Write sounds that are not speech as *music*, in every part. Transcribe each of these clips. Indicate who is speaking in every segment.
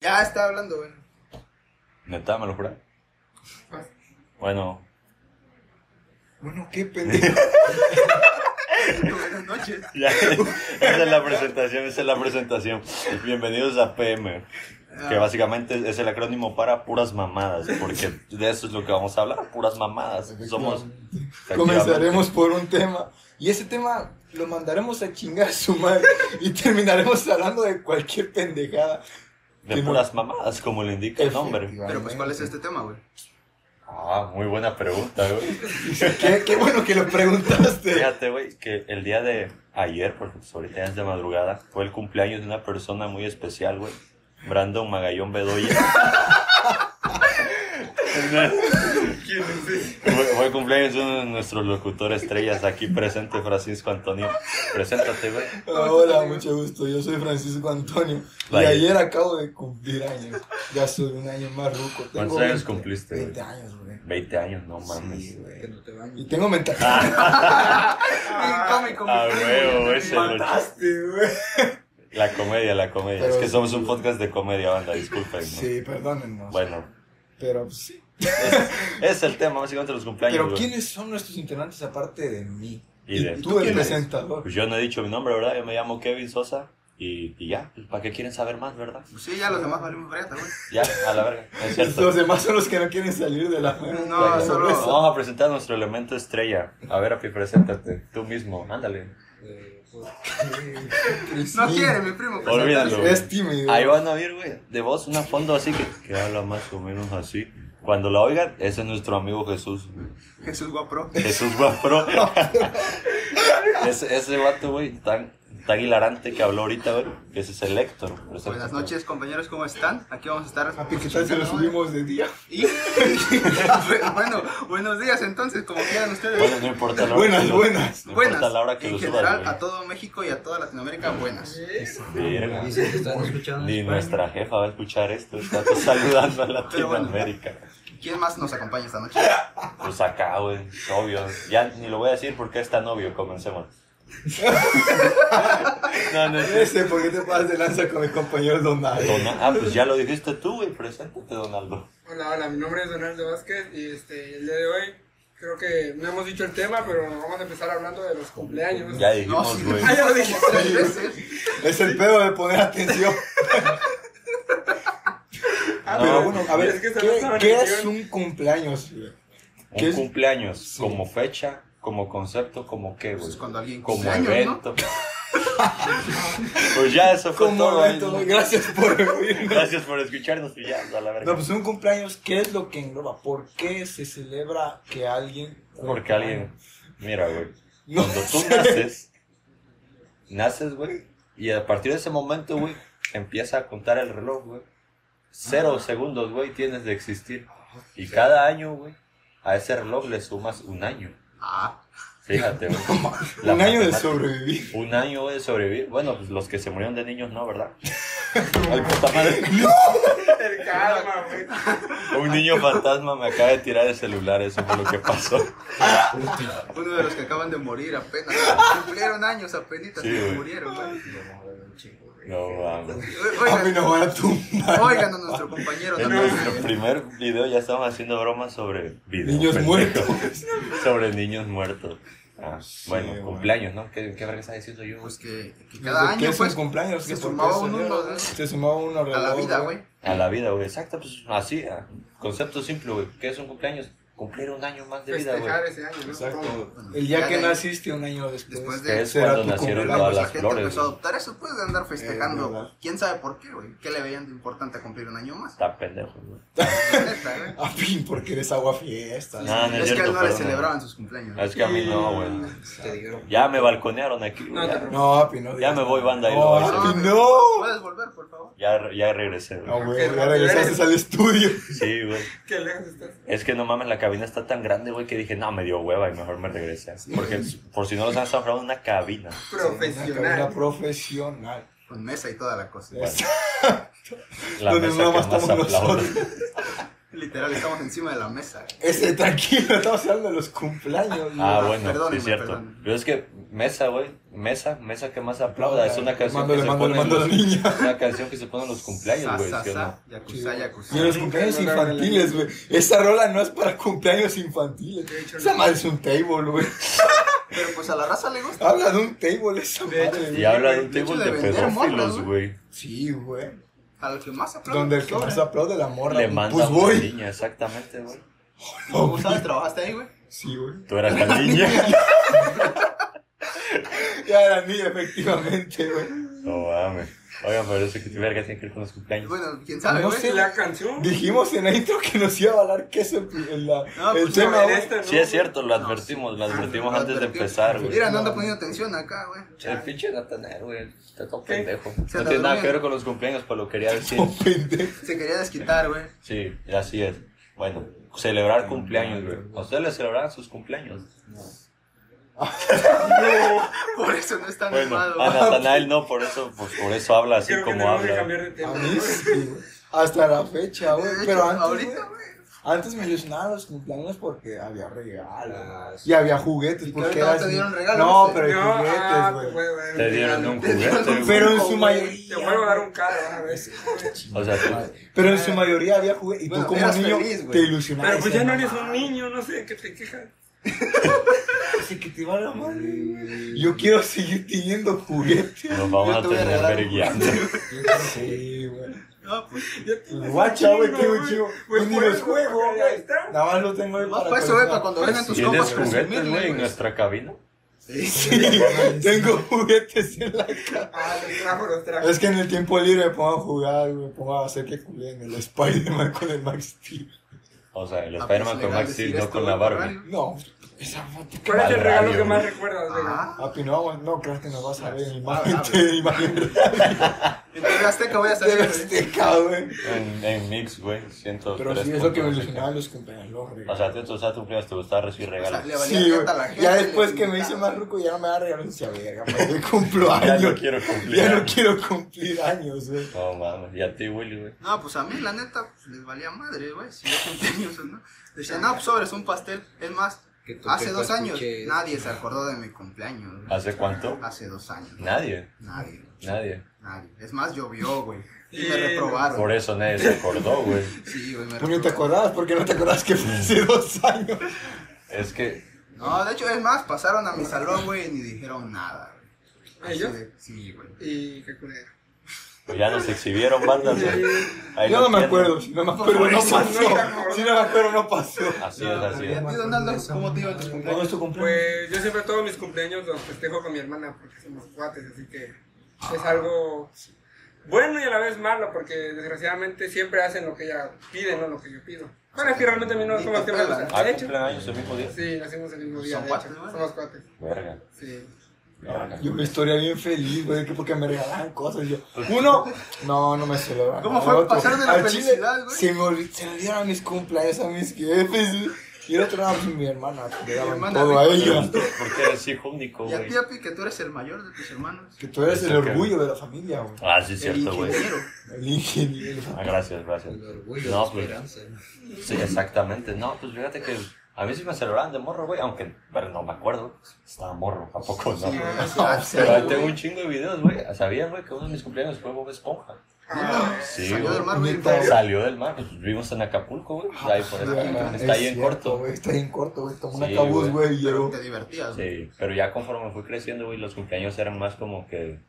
Speaker 1: Ya está hablando, bueno.
Speaker 2: Neta, me lo jura. Bueno,
Speaker 1: Bueno, qué pendejo. Buenas noches.
Speaker 2: *laughs* ya, esa es la presentación, esa es la presentación. Bienvenidos a PM,
Speaker 3: Ah.
Speaker 2: que básicamente es el acrónimo para puras mamadas, porque de eso es lo que vamos a hablar, puras mamadas. Somos...
Speaker 1: Comenzaremos por un tema. Y ese tema lo mandaremos a chingar a su madre. Y terminaremos hablando de cualquier pendejada.
Speaker 2: De puras mamadas, como le indica el nombre.
Speaker 3: Pero pues, ¿cuál es este tema, güey?
Speaker 2: Ah, muy buena pregunta, güey.
Speaker 1: Qué, qué bueno que
Speaker 3: *laughs*
Speaker 1: lo preguntaste. Ah,
Speaker 2: Fíjate, güey, que el día de ayer, porque pues ahorita ya es de madrugada, fue el cumpleaños de una persona muy especial, güey. Brandon Magallón Bedoya.
Speaker 3: ¿Quién es ese?
Speaker 2: Fue, fue cumpleaños de uno de nuestros locutores estrellas aquí presente, Francisco Antonio. Preséntate, güey.
Speaker 1: Hola, mucho gusto. Yo soy Francisco Antonio. Y
Speaker 2: Vaya.
Speaker 1: ayer acabo de cumplir años. Ya soy un año más ruco. Tengo
Speaker 2: ¿Cuántos años
Speaker 1: 20,
Speaker 2: cumpliste, güey?
Speaker 1: 20 años, güey.
Speaker 2: 20 años, no
Speaker 1: Sí,
Speaker 2: mames.
Speaker 3: Que
Speaker 1: güey.
Speaker 3: no te bañes.
Speaker 1: Y tengo mentalidad.
Speaker 3: Bien cómico,
Speaker 2: Ah,
Speaker 3: mi primo.
Speaker 2: huevo, ese lo-
Speaker 1: Mataste, güey.
Speaker 2: La comedia, la comedia.
Speaker 1: Pero
Speaker 2: es que
Speaker 1: sí,
Speaker 2: somos un
Speaker 1: güey.
Speaker 2: podcast de comedia, banda, disculpen. ¿no?
Speaker 1: Sí, perdónennos.
Speaker 2: Bueno,
Speaker 1: Pero pues, sí.
Speaker 2: es el tema, básicamente, de los cumpleaños.
Speaker 1: Pero
Speaker 2: güey.
Speaker 1: ¿quiénes son nuestros integrantes aparte de mí?
Speaker 2: Y de-
Speaker 1: tú, el
Speaker 3: quién eres?
Speaker 1: presentador.
Speaker 2: Pues yo no he dicho mi nombre, ¿verdad? Yo me llamo Kevin Sosa y, y ya. pues, ¿Para qué quieren saber más, verdad?
Speaker 3: Pues sí, ya los demás valimos verga, güey.
Speaker 2: Ya, a la verga. No
Speaker 1: *laughs*
Speaker 2: Es cierto.
Speaker 1: Los demás son los que no quieren salir de la
Speaker 3: No,
Speaker 2: Bueno,
Speaker 3: solo-
Speaker 2: Vamos a presentar a nuestro elemento estrella. A ver, Api, preséntate. Tú mismo, ándale.
Speaker 3: Eh,
Speaker 1: *laughs*
Speaker 3: No quiere, mi primo. pues,
Speaker 2: Olvídalo. güey.
Speaker 1: Es tímido.
Speaker 2: Ahí van a oír, güey, de voz una fondo así que, que habla más o menos así. Cuando la oigan, ese es nuestro amigo Jesús. güey.
Speaker 3: Jesús Guapro.
Speaker 2: Jesús Guapro. *laughs* ese, ese vato, güey, tan, tan hilarante que habló ahorita, güey. Ese es el Héctor. Preséntate.
Speaker 3: Buenas noches, compañeros, ¿cómo están? Aquí vamos a estar.
Speaker 1: Papi, Ah, ¿qué tal si lo subimos de día?
Speaker 3: Y... *laughs* bueno, buenos días entonces, como quieran ustedes.
Speaker 2: Bueno, no importa la hora.
Speaker 1: Buenas,
Speaker 2: que lo-
Speaker 1: buenas.
Speaker 2: No
Speaker 3: buenas.
Speaker 2: importa la hora que
Speaker 3: en
Speaker 2: lo
Speaker 3: general,
Speaker 2: subas,
Speaker 3: a todo México y a toda Latinoamérica, buenas.
Speaker 2: güey. Verga.
Speaker 4: Dicen que están escuchando.
Speaker 2: Ni
Speaker 4: en
Speaker 2: nuestra jefa va a escuchar esto. Está
Speaker 3: *laughs*
Speaker 2: todo saludando a
Speaker 3: Pero bueno.
Speaker 2: Latinoamérica.
Speaker 3: ¿Quién más nos acompaña esta noche?
Speaker 2: Pues acá, güey, obvio. Ya ni lo voy a decir porque es tan obvio. Comencemos. no, no es cierto.
Speaker 1: Ese, ¿por qué te pasas de lanza con mi compañero Donaldo?
Speaker 2: Dona- ah, pues ya lo dijiste tú, güey. Preséntate, Donaldo.
Speaker 5: Hola, hola, mi nombre es Donaldo Vázquez y este, el día de hoy creo que no hemos dicho el tema, pero vamos a empezar hablando de los cumpleaños.
Speaker 2: Ya
Speaker 3: No,
Speaker 2: dijimos,
Speaker 3: sí, *laughs*
Speaker 2: güey.
Speaker 3: ya lo dije tres veces.
Speaker 1: Es el pedo de
Speaker 2: *laughs*
Speaker 1: poner atención.
Speaker 5: Ah,
Speaker 1: Pero bueno, a ver,
Speaker 5: es que se
Speaker 1: ¿qué,
Speaker 5: nos saben
Speaker 1: qué
Speaker 5: el
Speaker 1: es
Speaker 5: guión.
Speaker 1: un cumpleaños? güey?
Speaker 2: Pues,
Speaker 1: ¿Qué
Speaker 2: Un
Speaker 1: es?
Speaker 2: cumpleaños, como fecha, como concepto, como qué, güey.
Speaker 3: Pues cuando alguien
Speaker 2: Como
Speaker 3: cumpleaños,
Speaker 2: evento.
Speaker 3: *laughs*
Speaker 2: pues ya, eso fue
Speaker 1: Como
Speaker 2: todo.
Speaker 1: evento,
Speaker 2: güey.
Speaker 1: gracias
Speaker 2: *laughs*
Speaker 1: por oírnos.
Speaker 2: Gracias por escucharnos y ya, a la verga.
Speaker 1: No, pues un cumpleaños, ¿qué es lo que engloba? ¿Por qué se celebra que alguien...
Speaker 2: Porque alguien. Mira, güey.
Speaker 1: No
Speaker 2: Cuando tú
Speaker 1: sé.
Speaker 2: naces, naces, güey, y a partir de ese momento, güey, empieza a contar el reloj, güey.
Speaker 1: Ah.
Speaker 2: Cero segundos, güey, tienes de existir. Y cada año, güey, a ese reloj le sumas un año.
Speaker 3: Ah,
Speaker 2: Fíjate, güey.
Speaker 1: *laughs* Un
Speaker 2: La
Speaker 1: año de
Speaker 2: matemática.
Speaker 1: sobrevivir.
Speaker 2: Un año güey, de sobrevivir. Bueno, pues los que se murieron de niños, no,
Speaker 1: *laughs*
Speaker 2: ¿verdad? Ay, puta madre.
Speaker 5: El calma,
Speaker 1: *laughs*
Speaker 5: güey.
Speaker 2: Un niño fantasma me acaba de tirar el celular, eso fue lo que pasó.
Speaker 3: uno de los que acaban de morir apenas. Cumplieron años apenas
Speaker 2: Sí,
Speaker 3: y
Speaker 2: güey.
Speaker 3: murieron, güey.
Speaker 2: No, vamos.
Speaker 1: A mí
Speaker 3: Oigan,
Speaker 1: no van a tumbar.
Speaker 3: oigan a nuestro compañero
Speaker 2: *laughs* En
Speaker 3: también.
Speaker 2: nuestro primer video ya estamos haciendo bromas sobre videos.
Speaker 1: Niños muertos.
Speaker 2: *laughs* Sobre niños muertos. Ah, bueno,
Speaker 1: güey.
Speaker 2: cumpleaños, ¿no? ¿Qué, qué verga está diciendo yo?
Speaker 3: Pues que, que
Speaker 1: ¿Por
Speaker 3: cada
Speaker 1: ¿Qué
Speaker 3: año,
Speaker 1: es
Speaker 3: pues,
Speaker 1: un cumpleaños?
Speaker 3: se
Speaker 1: ¿Qué por qué
Speaker 3: sumaba un
Speaker 1: celebra?
Speaker 3: uno, ¿no?
Speaker 1: Se sumaba uno
Speaker 3: a la vida, güey.
Speaker 2: A la vida, güey. Exacto, pues así. ah, Concepto simple, güey. ¿Qué es un cumpleaños? Cumplir un año más de vida, güey.
Speaker 5: Festejar ese año, ¿no?
Speaker 1: Exacto.
Speaker 3: Bueno,
Speaker 1: El día
Speaker 3: ya
Speaker 1: que
Speaker 3: de ahí-
Speaker 1: naciste, un año después.
Speaker 3: Después de-
Speaker 2: Que es
Speaker 1: será
Speaker 2: cuando
Speaker 1: tu
Speaker 2: nacieron
Speaker 1: cumpleaños,
Speaker 2: todas
Speaker 3: pues, la
Speaker 2: las
Speaker 3: gente
Speaker 2: flores.
Speaker 3: empezó a
Speaker 2: güey.
Speaker 3: adoptar eso, pues, de andar
Speaker 1: Es
Speaker 3: festejando.
Speaker 1: verdad.
Speaker 3: ¿Quién sabe por qué, güey? ¿Qué le veían de importante a cumplir un año
Speaker 2: *laughs*
Speaker 3: más?
Speaker 2: Está pendejo, güey.
Speaker 3: Neta, güey.
Speaker 1: A fin, porque eres agua fiesta.
Speaker 2: No, no es
Speaker 3: es que a
Speaker 2: cierto,
Speaker 3: él no le
Speaker 2: perdón.
Speaker 3: celebraban sus cumpleaños.
Speaker 2: Es que a mí no, güey.
Speaker 4: Te digo.
Speaker 2: Ya me balconearon aquí.
Speaker 5: No,
Speaker 2: güey.
Speaker 5: te preocupes.
Speaker 1: No, Api, no.
Speaker 2: Ya
Speaker 1: digas
Speaker 2: me voy,
Speaker 1: nada.
Speaker 2: banda, y
Speaker 1: No,
Speaker 2: lo voy a
Speaker 1: Api,
Speaker 3: hacer.
Speaker 1: no.
Speaker 3: ¿Puedes volver, por favor?
Speaker 2: Ya, re- ya regresé, güey.
Speaker 1: No, güey,
Speaker 5: Ok,
Speaker 1: ya regresaste
Speaker 5: eres-
Speaker 1: al estudio.
Speaker 2: Sí, güey.
Speaker 5: Qué lejos estás.
Speaker 2: Es que no mames, la cabina está tan grande, güey, que dije, no, me dio hueva y mejor me regresé. Porque por si no los han zafrado una cabina.
Speaker 1: Una carrera
Speaker 5: Profesional.
Speaker 1: profesional.
Speaker 3: Con mesa y toda la cosa.
Speaker 2: Bueno,
Speaker 1: Donde
Speaker 2: mesa
Speaker 1: nada
Speaker 2: que
Speaker 1: más estamos
Speaker 2: aplaude.
Speaker 1: nosotros.
Speaker 3: Literal, estamos encima de la mesa.
Speaker 1: Ese, tranquilo, estamos hablando de los cumpleaños. güey.
Speaker 2: Ah,
Speaker 3: Ah,
Speaker 2: bueno, sí
Speaker 3: perdónenme,
Speaker 2: es cierto.
Speaker 3: perdónenme.
Speaker 2: Pero es que Mesa, güey, Mesa, Mesa que más aplauda, es una canción
Speaker 1: Mando,
Speaker 2: que
Speaker 1: le
Speaker 2: se
Speaker 1: mando, le
Speaker 2: pone en
Speaker 1: mando al
Speaker 2: los-
Speaker 1: niño.
Speaker 2: *laughs* una canción que se pone en los cumpleaños, güey, ¿sí o no?
Speaker 3: Yakuza, yakuza.
Speaker 1: Y en los cumpleaños infantiles, güey. Esa rola no es para cumpleaños infantiles.
Speaker 5: De hecho,
Speaker 1: Esa
Speaker 5: no.
Speaker 1: madre es un table, güey.
Speaker 3: Pero pues a la raza le gusta.
Speaker 1: Habla de un table esa
Speaker 3: De hecho,
Speaker 1: madre,
Speaker 2: Y
Speaker 1: güey.
Speaker 2: habla de un
Speaker 3: De hecho,
Speaker 2: table
Speaker 3: de
Speaker 2: de
Speaker 3: vender morras,
Speaker 2: pedófilos,
Speaker 3: ¿no?
Speaker 2: güey.
Speaker 1: Sí, güey.
Speaker 3: A los que más pues, aplaude.
Speaker 1: Donde el que más aplaude la morra.
Speaker 2: Le
Speaker 1: güey.
Speaker 2: manda
Speaker 1: pues
Speaker 2: una
Speaker 1: voy.
Speaker 2: niña, exactamente, güey.
Speaker 3: ¿Cómo sabes? ¿Trabajaste ahí, güey?
Speaker 1: Sí, güey.
Speaker 2: Tú eras la niña.
Speaker 1: Ya era niña, efectivamente, güey.
Speaker 2: *laughs* No mames. Oigan, pero eso que tu verga tiene que ver con los cumpleaños.
Speaker 3: Bueno, quién sabe,
Speaker 1: No
Speaker 3: güey.
Speaker 1: sé.
Speaker 5: La canción.
Speaker 1: Dijimos en la intro que nos iba a valar queso en en la,
Speaker 3: No,
Speaker 1: el
Speaker 3: pues,
Speaker 1: tema,
Speaker 5: Sobre
Speaker 1: güey.
Speaker 5: esta, ¿no?
Speaker 2: Sí, es cierto, lo
Speaker 3: No,
Speaker 2: advertimos, lo advertimos
Speaker 3: Lo
Speaker 2: antes de
Speaker 3: advertimos.
Speaker 2: empezar, güey.
Speaker 3: Mira, no anda poniendo atención acá, güey.
Speaker 2: El pinche Natanel, güey, está todo
Speaker 5: ¿Qué?
Speaker 2: pendejo.
Speaker 3: Se
Speaker 2: No
Speaker 3: la
Speaker 2: tiene nada
Speaker 3: dormía.
Speaker 2: que ver con los cumpleaños, pero lo quería *laughs* decir.
Speaker 1: Oh, pendejo.
Speaker 3: Se quería desquitar, güey. *laughs*
Speaker 2: Sí, así es. Bueno, celebrar cumpleaños, güey. ¿A ustedes les celebraban sus cumpleaños?
Speaker 3: Por eso no está
Speaker 2: *laughs* Bueno,
Speaker 3: animado,
Speaker 2: a
Speaker 3: güey.
Speaker 2: Natanael no, por eso, pues, por eso habla así
Speaker 5: Creo que
Speaker 2: como
Speaker 5: tenemos que
Speaker 2: habla.
Speaker 5: cambiar de
Speaker 1: A
Speaker 5: tema.
Speaker 1: mí
Speaker 5: *laughs*
Speaker 1: sí, güey. Hasta la fecha, güey.
Speaker 3: De hecho,
Speaker 1: Pero antes,
Speaker 3: ahorita,
Speaker 1: güey,
Speaker 3: güey.
Speaker 1: antes me ilusionaban los cumpleaños porque había regalos.
Speaker 4: Ah,
Speaker 1: Y había juguetes.
Speaker 3: Y que
Speaker 1: porque
Speaker 3: ahorita no
Speaker 1: eras-
Speaker 3: te dieron regalos,
Speaker 1: No,
Speaker 3: ¿sí?
Speaker 1: pero hay
Speaker 5: No, ah,
Speaker 1: juguetes, güey.
Speaker 5: güey,
Speaker 2: Te dieron un
Speaker 5: güey.
Speaker 2: juguete,
Speaker 1: Pero en
Speaker 2: güey.
Speaker 1: su
Speaker 5: Te
Speaker 1: mayoría.
Speaker 5: vuelvo a dar un carro, a ver.
Speaker 2: O sea, tú-
Speaker 1: Pero en su mayoría había juguetes. Y tú
Speaker 3: Eh, Bueno,
Speaker 1: como
Speaker 3: eras
Speaker 1: niño
Speaker 3: feliz, güey.
Speaker 1: te ilusionabas.
Speaker 5: Pero pues ya no
Speaker 1: decías,
Speaker 5: eres un niño, no sé, ¿qué te quejas?
Speaker 1: "Así que te va la madre, güey. Yo quiero seguir teniendo juguetes.
Speaker 2: nos vamos
Speaker 3: Yo
Speaker 2: a
Speaker 3: te voy a
Speaker 2: tener
Speaker 3: regalar un
Speaker 2: vergueando.
Speaker 1: Sí, güey.
Speaker 3: *laughs* No, pues.
Speaker 5: Ya tienes
Speaker 1: Guacha,
Speaker 5: un
Speaker 1: güey,
Speaker 5: chingo,
Speaker 1: tengo un chingo.
Speaker 5: Güey, Pues,
Speaker 1: Y Pues, ni
Speaker 5: por
Speaker 1: los
Speaker 5: eso,
Speaker 1: juego,
Speaker 5: porque ahí
Speaker 1: güey.
Speaker 5: está.
Speaker 1: Nada más lo tengo ahí
Speaker 3: Más para eso, güey, para cuando vengan tus
Speaker 2: ¿Tienes
Speaker 3: compas pues.
Speaker 2: juguetes, güey,
Speaker 3: presumirle,
Speaker 2: en
Speaker 3: güey.
Speaker 2: nuestra cabina?
Speaker 3: Sí, Ah,
Speaker 1: Sí, *laughs* tengo juguetes en la cara.
Speaker 5: Ah, los trajo, los trajo.
Speaker 1: Es que en el tiempo libre me pongo a jugar, me pongo a hacer que culé en el Spider-Man con el Max Steel.
Speaker 2: O sea, el
Speaker 3: Ah, pues,
Speaker 2: Spider-Man con
Speaker 3: legal
Speaker 2: Max
Speaker 3: decir
Speaker 2: Steel, no
Speaker 3: esto,
Speaker 2: con la
Speaker 3: güey,
Speaker 2: Barbie.
Speaker 3: Mario.
Speaker 1: No, esa foto.
Speaker 5: ¿Cuál es el
Speaker 2: Mal
Speaker 5: regalo
Speaker 2: radio,
Speaker 5: que más
Speaker 2: güey.
Speaker 5: recuerdas, güey?
Speaker 3: Ah,
Speaker 1: Papi, no, no, creo que nos vas a ver en
Speaker 3: Ah,
Speaker 1: imagen, *laughs*
Speaker 3: ah,
Speaker 1: en imagen
Speaker 3: en TV Azteca voy a
Speaker 1: de
Speaker 3: salir.
Speaker 1: la
Speaker 3: güey.
Speaker 1: Azteca, güey.
Speaker 2: En, en Mix, güey, 103.
Speaker 1: este Pero sí, es lo que
Speaker 2: punto,
Speaker 1: me
Speaker 2: no sé
Speaker 1: ilusionaba los cumpleaños, los
Speaker 2: qué. O sea, te, o sea, tú primero te gustaba recibir regalos.
Speaker 3: Le valía
Speaker 1: Sí, güey.
Speaker 3: teta a la gente,
Speaker 1: Ya
Speaker 3: le
Speaker 1: después que me
Speaker 3: invitaba.
Speaker 1: hice más ruco, ya no me da regalos, decía,
Speaker 2: *laughs*
Speaker 1: verga, pues yo cumplo
Speaker 2: Ya
Speaker 1: años.
Speaker 2: no quiero cumplir.
Speaker 1: *laughs* Ya no quiero cumplir años, güey.
Speaker 2: No mames, y a ti, Willy, güey.
Speaker 3: No, pues a mí la neta pues, les valía madre, güey, si yo cumpleaños o no. Decían, no, pues sobres un pastel. Es más,
Speaker 4: Que tu
Speaker 3: hace
Speaker 4: jefa
Speaker 3: dos años
Speaker 4: escuche-
Speaker 3: nadie se acordó de mi cumpleaños. güey.
Speaker 2: ¿Hace cuánto?
Speaker 3: Hace dos años.
Speaker 2: Nadie,
Speaker 3: Nadie,
Speaker 2: nadie.
Speaker 3: nadie. Es más, llovió, güey. Y me
Speaker 5: Sí,
Speaker 3: reprobaron.
Speaker 2: Por eso nadie se acordó, güey.
Speaker 3: Sí, güey, me
Speaker 1: Pues ni te
Speaker 3: reprobaron.
Speaker 1: acordabas, porque no te acordabas que fue hace dos años.
Speaker 2: Es que
Speaker 3: No, de hecho, es más, pasaron a mi salón, güey, y ni dijeron nada. güey.
Speaker 5: ¿Ellos?
Speaker 3: Así de- Sí, güey.
Speaker 5: Y qué culero.
Speaker 2: pues ya nos exhibieron bandas, güey. Ahí
Speaker 1: Yo
Speaker 2: lo
Speaker 1: no me
Speaker 2: tienen.
Speaker 1: acuerdo, si no me acuerdo no
Speaker 5: eso no
Speaker 1: pasó.
Speaker 5: te acuerdas.
Speaker 1: Si no me acuerdo no pasó.
Speaker 2: Así es, así
Speaker 3: ¿Y
Speaker 2: es.
Speaker 3: a ti, Donaldo, cómo te iba en tus cumpleaños?
Speaker 1: tu
Speaker 5: Pues yo siempre todos mis cumpleaños los festejo con mi hermana porque somos cuates, así que es algo bueno y a la vez malo porque desgraciadamente siempre hacen lo que ella pide, no lo que yo pido. Bueno, es que realmente a mí no es como el tema de los-
Speaker 2: Ah,
Speaker 5: De hecho,
Speaker 2: cumplen años el mismo día.
Speaker 5: sí, nacimos el mismo día.
Speaker 3: ¿Son
Speaker 5: de
Speaker 3: cuates,
Speaker 5: hecho.
Speaker 3: no?
Speaker 5: Somos cuates.
Speaker 2: Verga.
Speaker 5: Sí.
Speaker 2: verga.
Speaker 1: Yo una historia bien feliz, güey, que porque me regalaban cosas.
Speaker 2: *laughs*
Speaker 1: Yo, uno, no, no me celebraban.
Speaker 3: ¿Cómo fue
Speaker 1: Otro,
Speaker 3: pasar de la
Speaker 1: al chile,
Speaker 3: felicidad, güey?
Speaker 1: Se me olvi- se me dieron a mis cumpleaños a mis jefes. güey. Y el otro lado, pues, mi hermana, le daban
Speaker 3: hermana,
Speaker 1: todo a
Speaker 3: güey.
Speaker 1: ella.
Speaker 2: Porque eres hijo único,
Speaker 3: Y a
Speaker 2: güey.
Speaker 3: ti, Api, que tú eres el mayor de tus hermanos.
Speaker 1: Que tú eres el
Speaker 2: Eso que-
Speaker 1: orgullo de la familia, güey.
Speaker 2: Ah, sí, es
Speaker 3: el
Speaker 2: cierto, güey.
Speaker 3: ingeniero.
Speaker 1: El ingeniero.
Speaker 2: Ah, gracias, gracias.
Speaker 4: El orgullo,
Speaker 2: No,
Speaker 4: la
Speaker 2: pues.
Speaker 4: esperanza.
Speaker 2: Sí, exactamente. No, pues fíjate que a mí sí me celebraban de morro, güey. Aunque, pero no me acuerdo. Estaba morro, tampoco, no.
Speaker 1: *laughs*
Speaker 3: Ah,
Speaker 2: Pero ahí
Speaker 3: sí,
Speaker 2: tengo
Speaker 3: güey.
Speaker 2: un chingo de videos, güey. ¿Sabían, güey, que uno de mis cumpleaños fue Bob Esponja?
Speaker 5: Ah,
Speaker 2: Sí,
Speaker 3: Salió
Speaker 2: güey.
Speaker 3: del mar, güey.
Speaker 1: Neta.
Speaker 2: Salió del mar, pues vivimos en Acapulco, güey. Ahí por eso
Speaker 1: Ah,
Speaker 2: está ahí
Speaker 1: es
Speaker 2: en
Speaker 1: cierto,
Speaker 2: corto.
Speaker 1: güey, Está ahí en corto, güey. Tomó una
Speaker 2: Sí,
Speaker 1: cabuz,
Speaker 2: güey.
Speaker 1: güey, y
Speaker 3: Pero
Speaker 1: llegó.
Speaker 3: te divertías, güey.
Speaker 2: Sí, pero ya conforme fui creciendo, güey, los cumpleaños eran más como que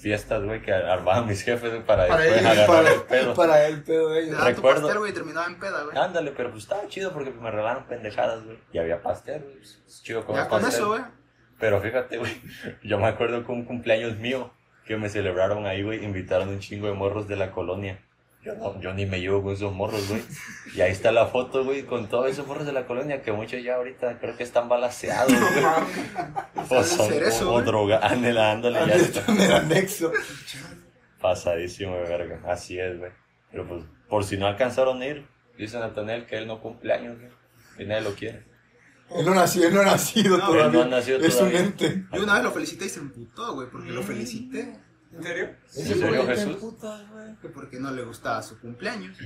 Speaker 2: fiestas, güey, que armaban mis jefes güey, para
Speaker 1: Para
Speaker 2: después
Speaker 1: él,
Speaker 2: agarrar el
Speaker 1: para,
Speaker 2: pedo.
Speaker 1: para él, pedo de
Speaker 3: Te
Speaker 1: ellos.
Speaker 3: daban tu
Speaker 2: Recuerdo-
Speaker 3: pastel, güey, y terminaba en peda, güey.
Speaker 2: Ándale, pero pues estaba chido porque me regalaron pendejadas, güey. Y había pastel, güey. pues, Es chido comer
Speaker 3: Ya con
Speaker 2: pastel.
Speaker 3: eso, güey.
Speaker 2: Pero fíjate, güey, *laughs* yo me acuerdo que un cumpleaños mío que me celebraron ahí, güey, invitaron un chingo de morros de la colonia. Yo, no, yo ni me llevo con esos morros, güey. Y ahí está la foto, güey, con todos esos morros de la colonia que muchos ya ahorita creo que están balaseados,
Speaker 3: *laughs*
Speaker 2: güey. O son
Speaker 3: Cerezo,
Speaker 2: o, o
Speaker 3: güey.
Speaker 2: droga, ándale, ándale,
Speaker 3: *laughs*
Speaker 2: ya está.
Speaker 1: *laughs* En el anexo.
Speaker 2: Pasadísimo de verga, así es, güey. Pero pues, por si no alcanzaron a ir, dice Natanel que él no cumple años, güey. Y nadie lo quiere.
Speaker 1: Él no nació, él no ha nacido
Speaker 3: No,
Speaker 1: todavía.
Speaker 2: él no ha nacido
Speaker 1: es
Speaker 2: todavía.
Speaker 1: un ente.
Speaker 3: Yo una vez lo felicité y se emputó, güey, porque
Speaker 2: Mm.
Speaker 3: lo felicité.
Speaker 5: ¿En serio?
Speaker 2: ¿En serio,
Speaker 1: güey,
Speaker 2: Jesús?
Speaker 1: puta, güey.
Speaker 3: que Porque no le gustaba su cumpleaños.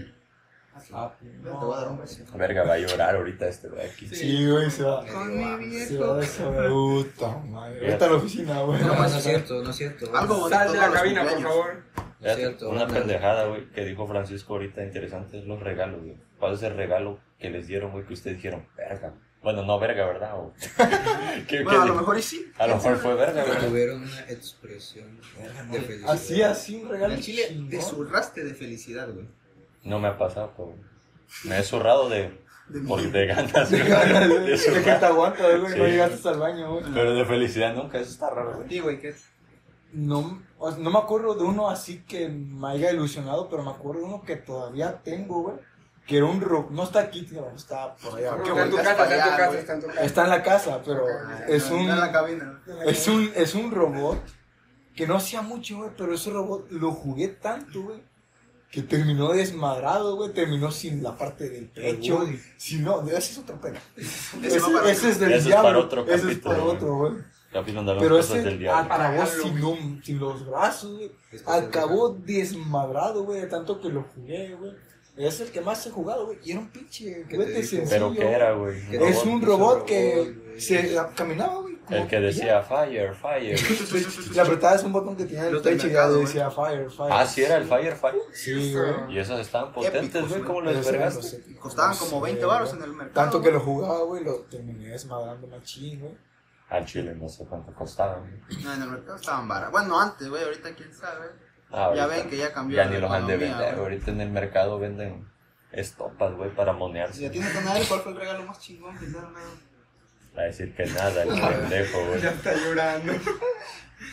Speaker 4: Ah,
Speaker 3: Te voy a dar un beso.
Speaker 2: Verga, va a llorar ahorita este de aquí.
Speaker 5: Sí.
Speaker 1: Sí, güey, se va.
Speaker 3: Con mi
Speaker 1: Se
Speaker 3: viejo.
Speaker 1: va a esa puta madre. Vete a la oficina, güey.
Speaker 4: No, no es
Speaker 3: pues,
Speaker 4: cierto, no es cierto.
Speaker 3: Algo bonito.
Speaker 5: Sal de la
Speaker 3: todos los
Speaker 5: cabina, por
Speaker 3: cumpleaños.
Speaker 5: favor.
Speaker 4: No es cierto.
Speaker 2: Una
Speaker 4: banda.
Speaker 2: pendejada, güey, que dijo Francisco ahorita interesante es los regalos, güey. ¿Cuál es el regalo que les dieron, güey, que ustedes dijeron, verga? Bueno, no verga, ¿verdad? O- *laughs* ¿Qué- qué
Speaker 3: Bueno, a lo
Speaker 2: di-
Speaker 3: mejor y sí.
Speaker 2: a lo mejor fue verga,
Speaker 4: Que
Speaker 2: güey.
Speaker 4: tuvieron una expresión de felicidad.
Speaker 1: Así, así, un regalo.
Speaker 3: En Chile
Speaker 1: chingón.
Speaker 3: te zurraste de felicidad, güey.
Speaker 2: No me ha pasado, güey. Me he zurrado de,
Speaker 3: De
Speaker 2: por-
Speaker 3: mí.
Speaker 2: de ganas,
Speaker 3: *laughs*
Speaker 1: De
Speaker 2: güey. De
Speaker 1: que te
Speaker 2: zurrar.
Speaker 1: aguantas, güey. No
Speaker 2: Sí.
Speaker 1: llegaste al baño, güey.
Speaker 2: Pero de felicidad nunca, eso está raro, güey.
Speaker 3: Sí, güey, ¿qué es?
Speaker 1: No, o sea, no me acuerdo de uno así que me haya ilusionado, pero me acuerdo de uno que todavía tengo, güey. Que era un rock. No está aquí, tío, está por allá.
Speaker 5: Está
Speaker 3: Qué
Speaker 5: en tu
Speaker 3: volteas
Speaker 5: casa, está en
Speaker 3: para
Speaker 5: tu
Speaker 3: allá,
Speaker 5: casa,
Speaker 3: güey.
Speaker 5: está en tu casa.
Speaker 1: Está en la casa, Ah, pero es
Speaker 3: Está
Speaker 1: un,
Speaker 3: Ah, En la cabina.
Speaker 2: *laughs*
Speaker 1: es un, es un robot que no hacía mucho, güey, pero ese robot lo jugué tanto, güey, que terminó desmadrado, güey, terminó sin la parte del pecho,
Speaker 4: Uy.
Speaker 1: Si no, ese es otro pena. Ese,
Speaker 3: Ese va para
Speaker 1: ese es del
Speaker 2: Ese es
Speaker 1: diablo.
Speaker 2: para otro
Speaker 1: ese es
Speaker 2: capítulo,
Speaker 1: para
Speaker 2: güey.
Speaker 1: otro, güey.
Speaker 2: Capítulo andamos
Speaker 1: Pero
Speaker 2: cosas
Speaker 1: ese
Speaker 2: del
Speaker 3: ah,
Speaker 2: diablo.
Speaker 1: acabó
Speaker 5: Halloween.
Speaker 1: sin, un- sin los brazos, güey.
Speaker 4: Es que
Speaker 1: Acabó desmadrado, güey, de tanto que lo jugué, güey. Es el que más he jugado, güey. Y era un pinche
Speaker 4: te
Speaker 1: juguete
Speaker 4: digo?
Speaker 1: sencillo.
Speaker 2: Pero ¿qué era, güey?
Speaker 4: Es
Speaker 1: Es
Speaker 2: robot.
Speaker 1: un
Speaker 4: Es un
Speaker 1: robot
Speaker 4: robot,
Speaker 1: que
Speaker 4: güey.
Speaker 1: se caminaba, güey. como
Speaker 2: El que decía fire, fire.
Speaker 1: Le apretabas un botón que tenía en el
Speaker 3: Los del
Speaker 1: pecho y ya
Speaker 3: mercado,
Speaker 1: decía fire, fire.
Speaker 2: Ah, sí, era el fire, fire.
Speaker 1: Sí, güey.
Speaker 2: Y esos estaban potentes,
Speaker 3: Épicos,
Speaker 2: güey,
Speaker 3: güey.
Speaker 2: ¿cómo
Speaker 1: Pero
Speaker 2: los
Speaker 1: ese era de los
Speaker 2: vergaste?
Speaker 1: épicos,
Speaker 3: Costaban como
Speaker 1: sí,
Speaker 3: 20
Speaker 1: güey.
Speaker 3: baros en el mercado.
Speaker 1: Tanto que
Speaker 3: güey.
Speaker 1: lo jugaba, güey, lo terminé desmadrando
Speaker 3: *laughs*
Speaker 1: machín, güey.
Speaker 2: Al chile no sé cuánto costaba, güey.
Speaker 3: No, en el mercado estaban baratos. Bueno, antes, güey, ahorita quién sabe.
Speaker 2: Ah,
Speaker 3: Ya
Speaker 2: ahorita.
Speaker 3: ven que ya cambió
Speaker 2: Ya
Speaker 3: la
Speaker 2: ni los han de
Speaker 3: economía,
Speaker 2: vender,
Speaker 3: güey.
Speaker 2: ahorita en el mercado venden estopas, güey, para
Speaker 3: Si a
Speaker 2: monearse.
Speaker 3: ti no te nadie, ¿cuál fue el regalo más chingón que te han dado?
Speaker 2: A decir que nada,
Speaker 3: *laughs*
Speaker 2: el pendejo, güey.
Speaker 5: Ya está llorando.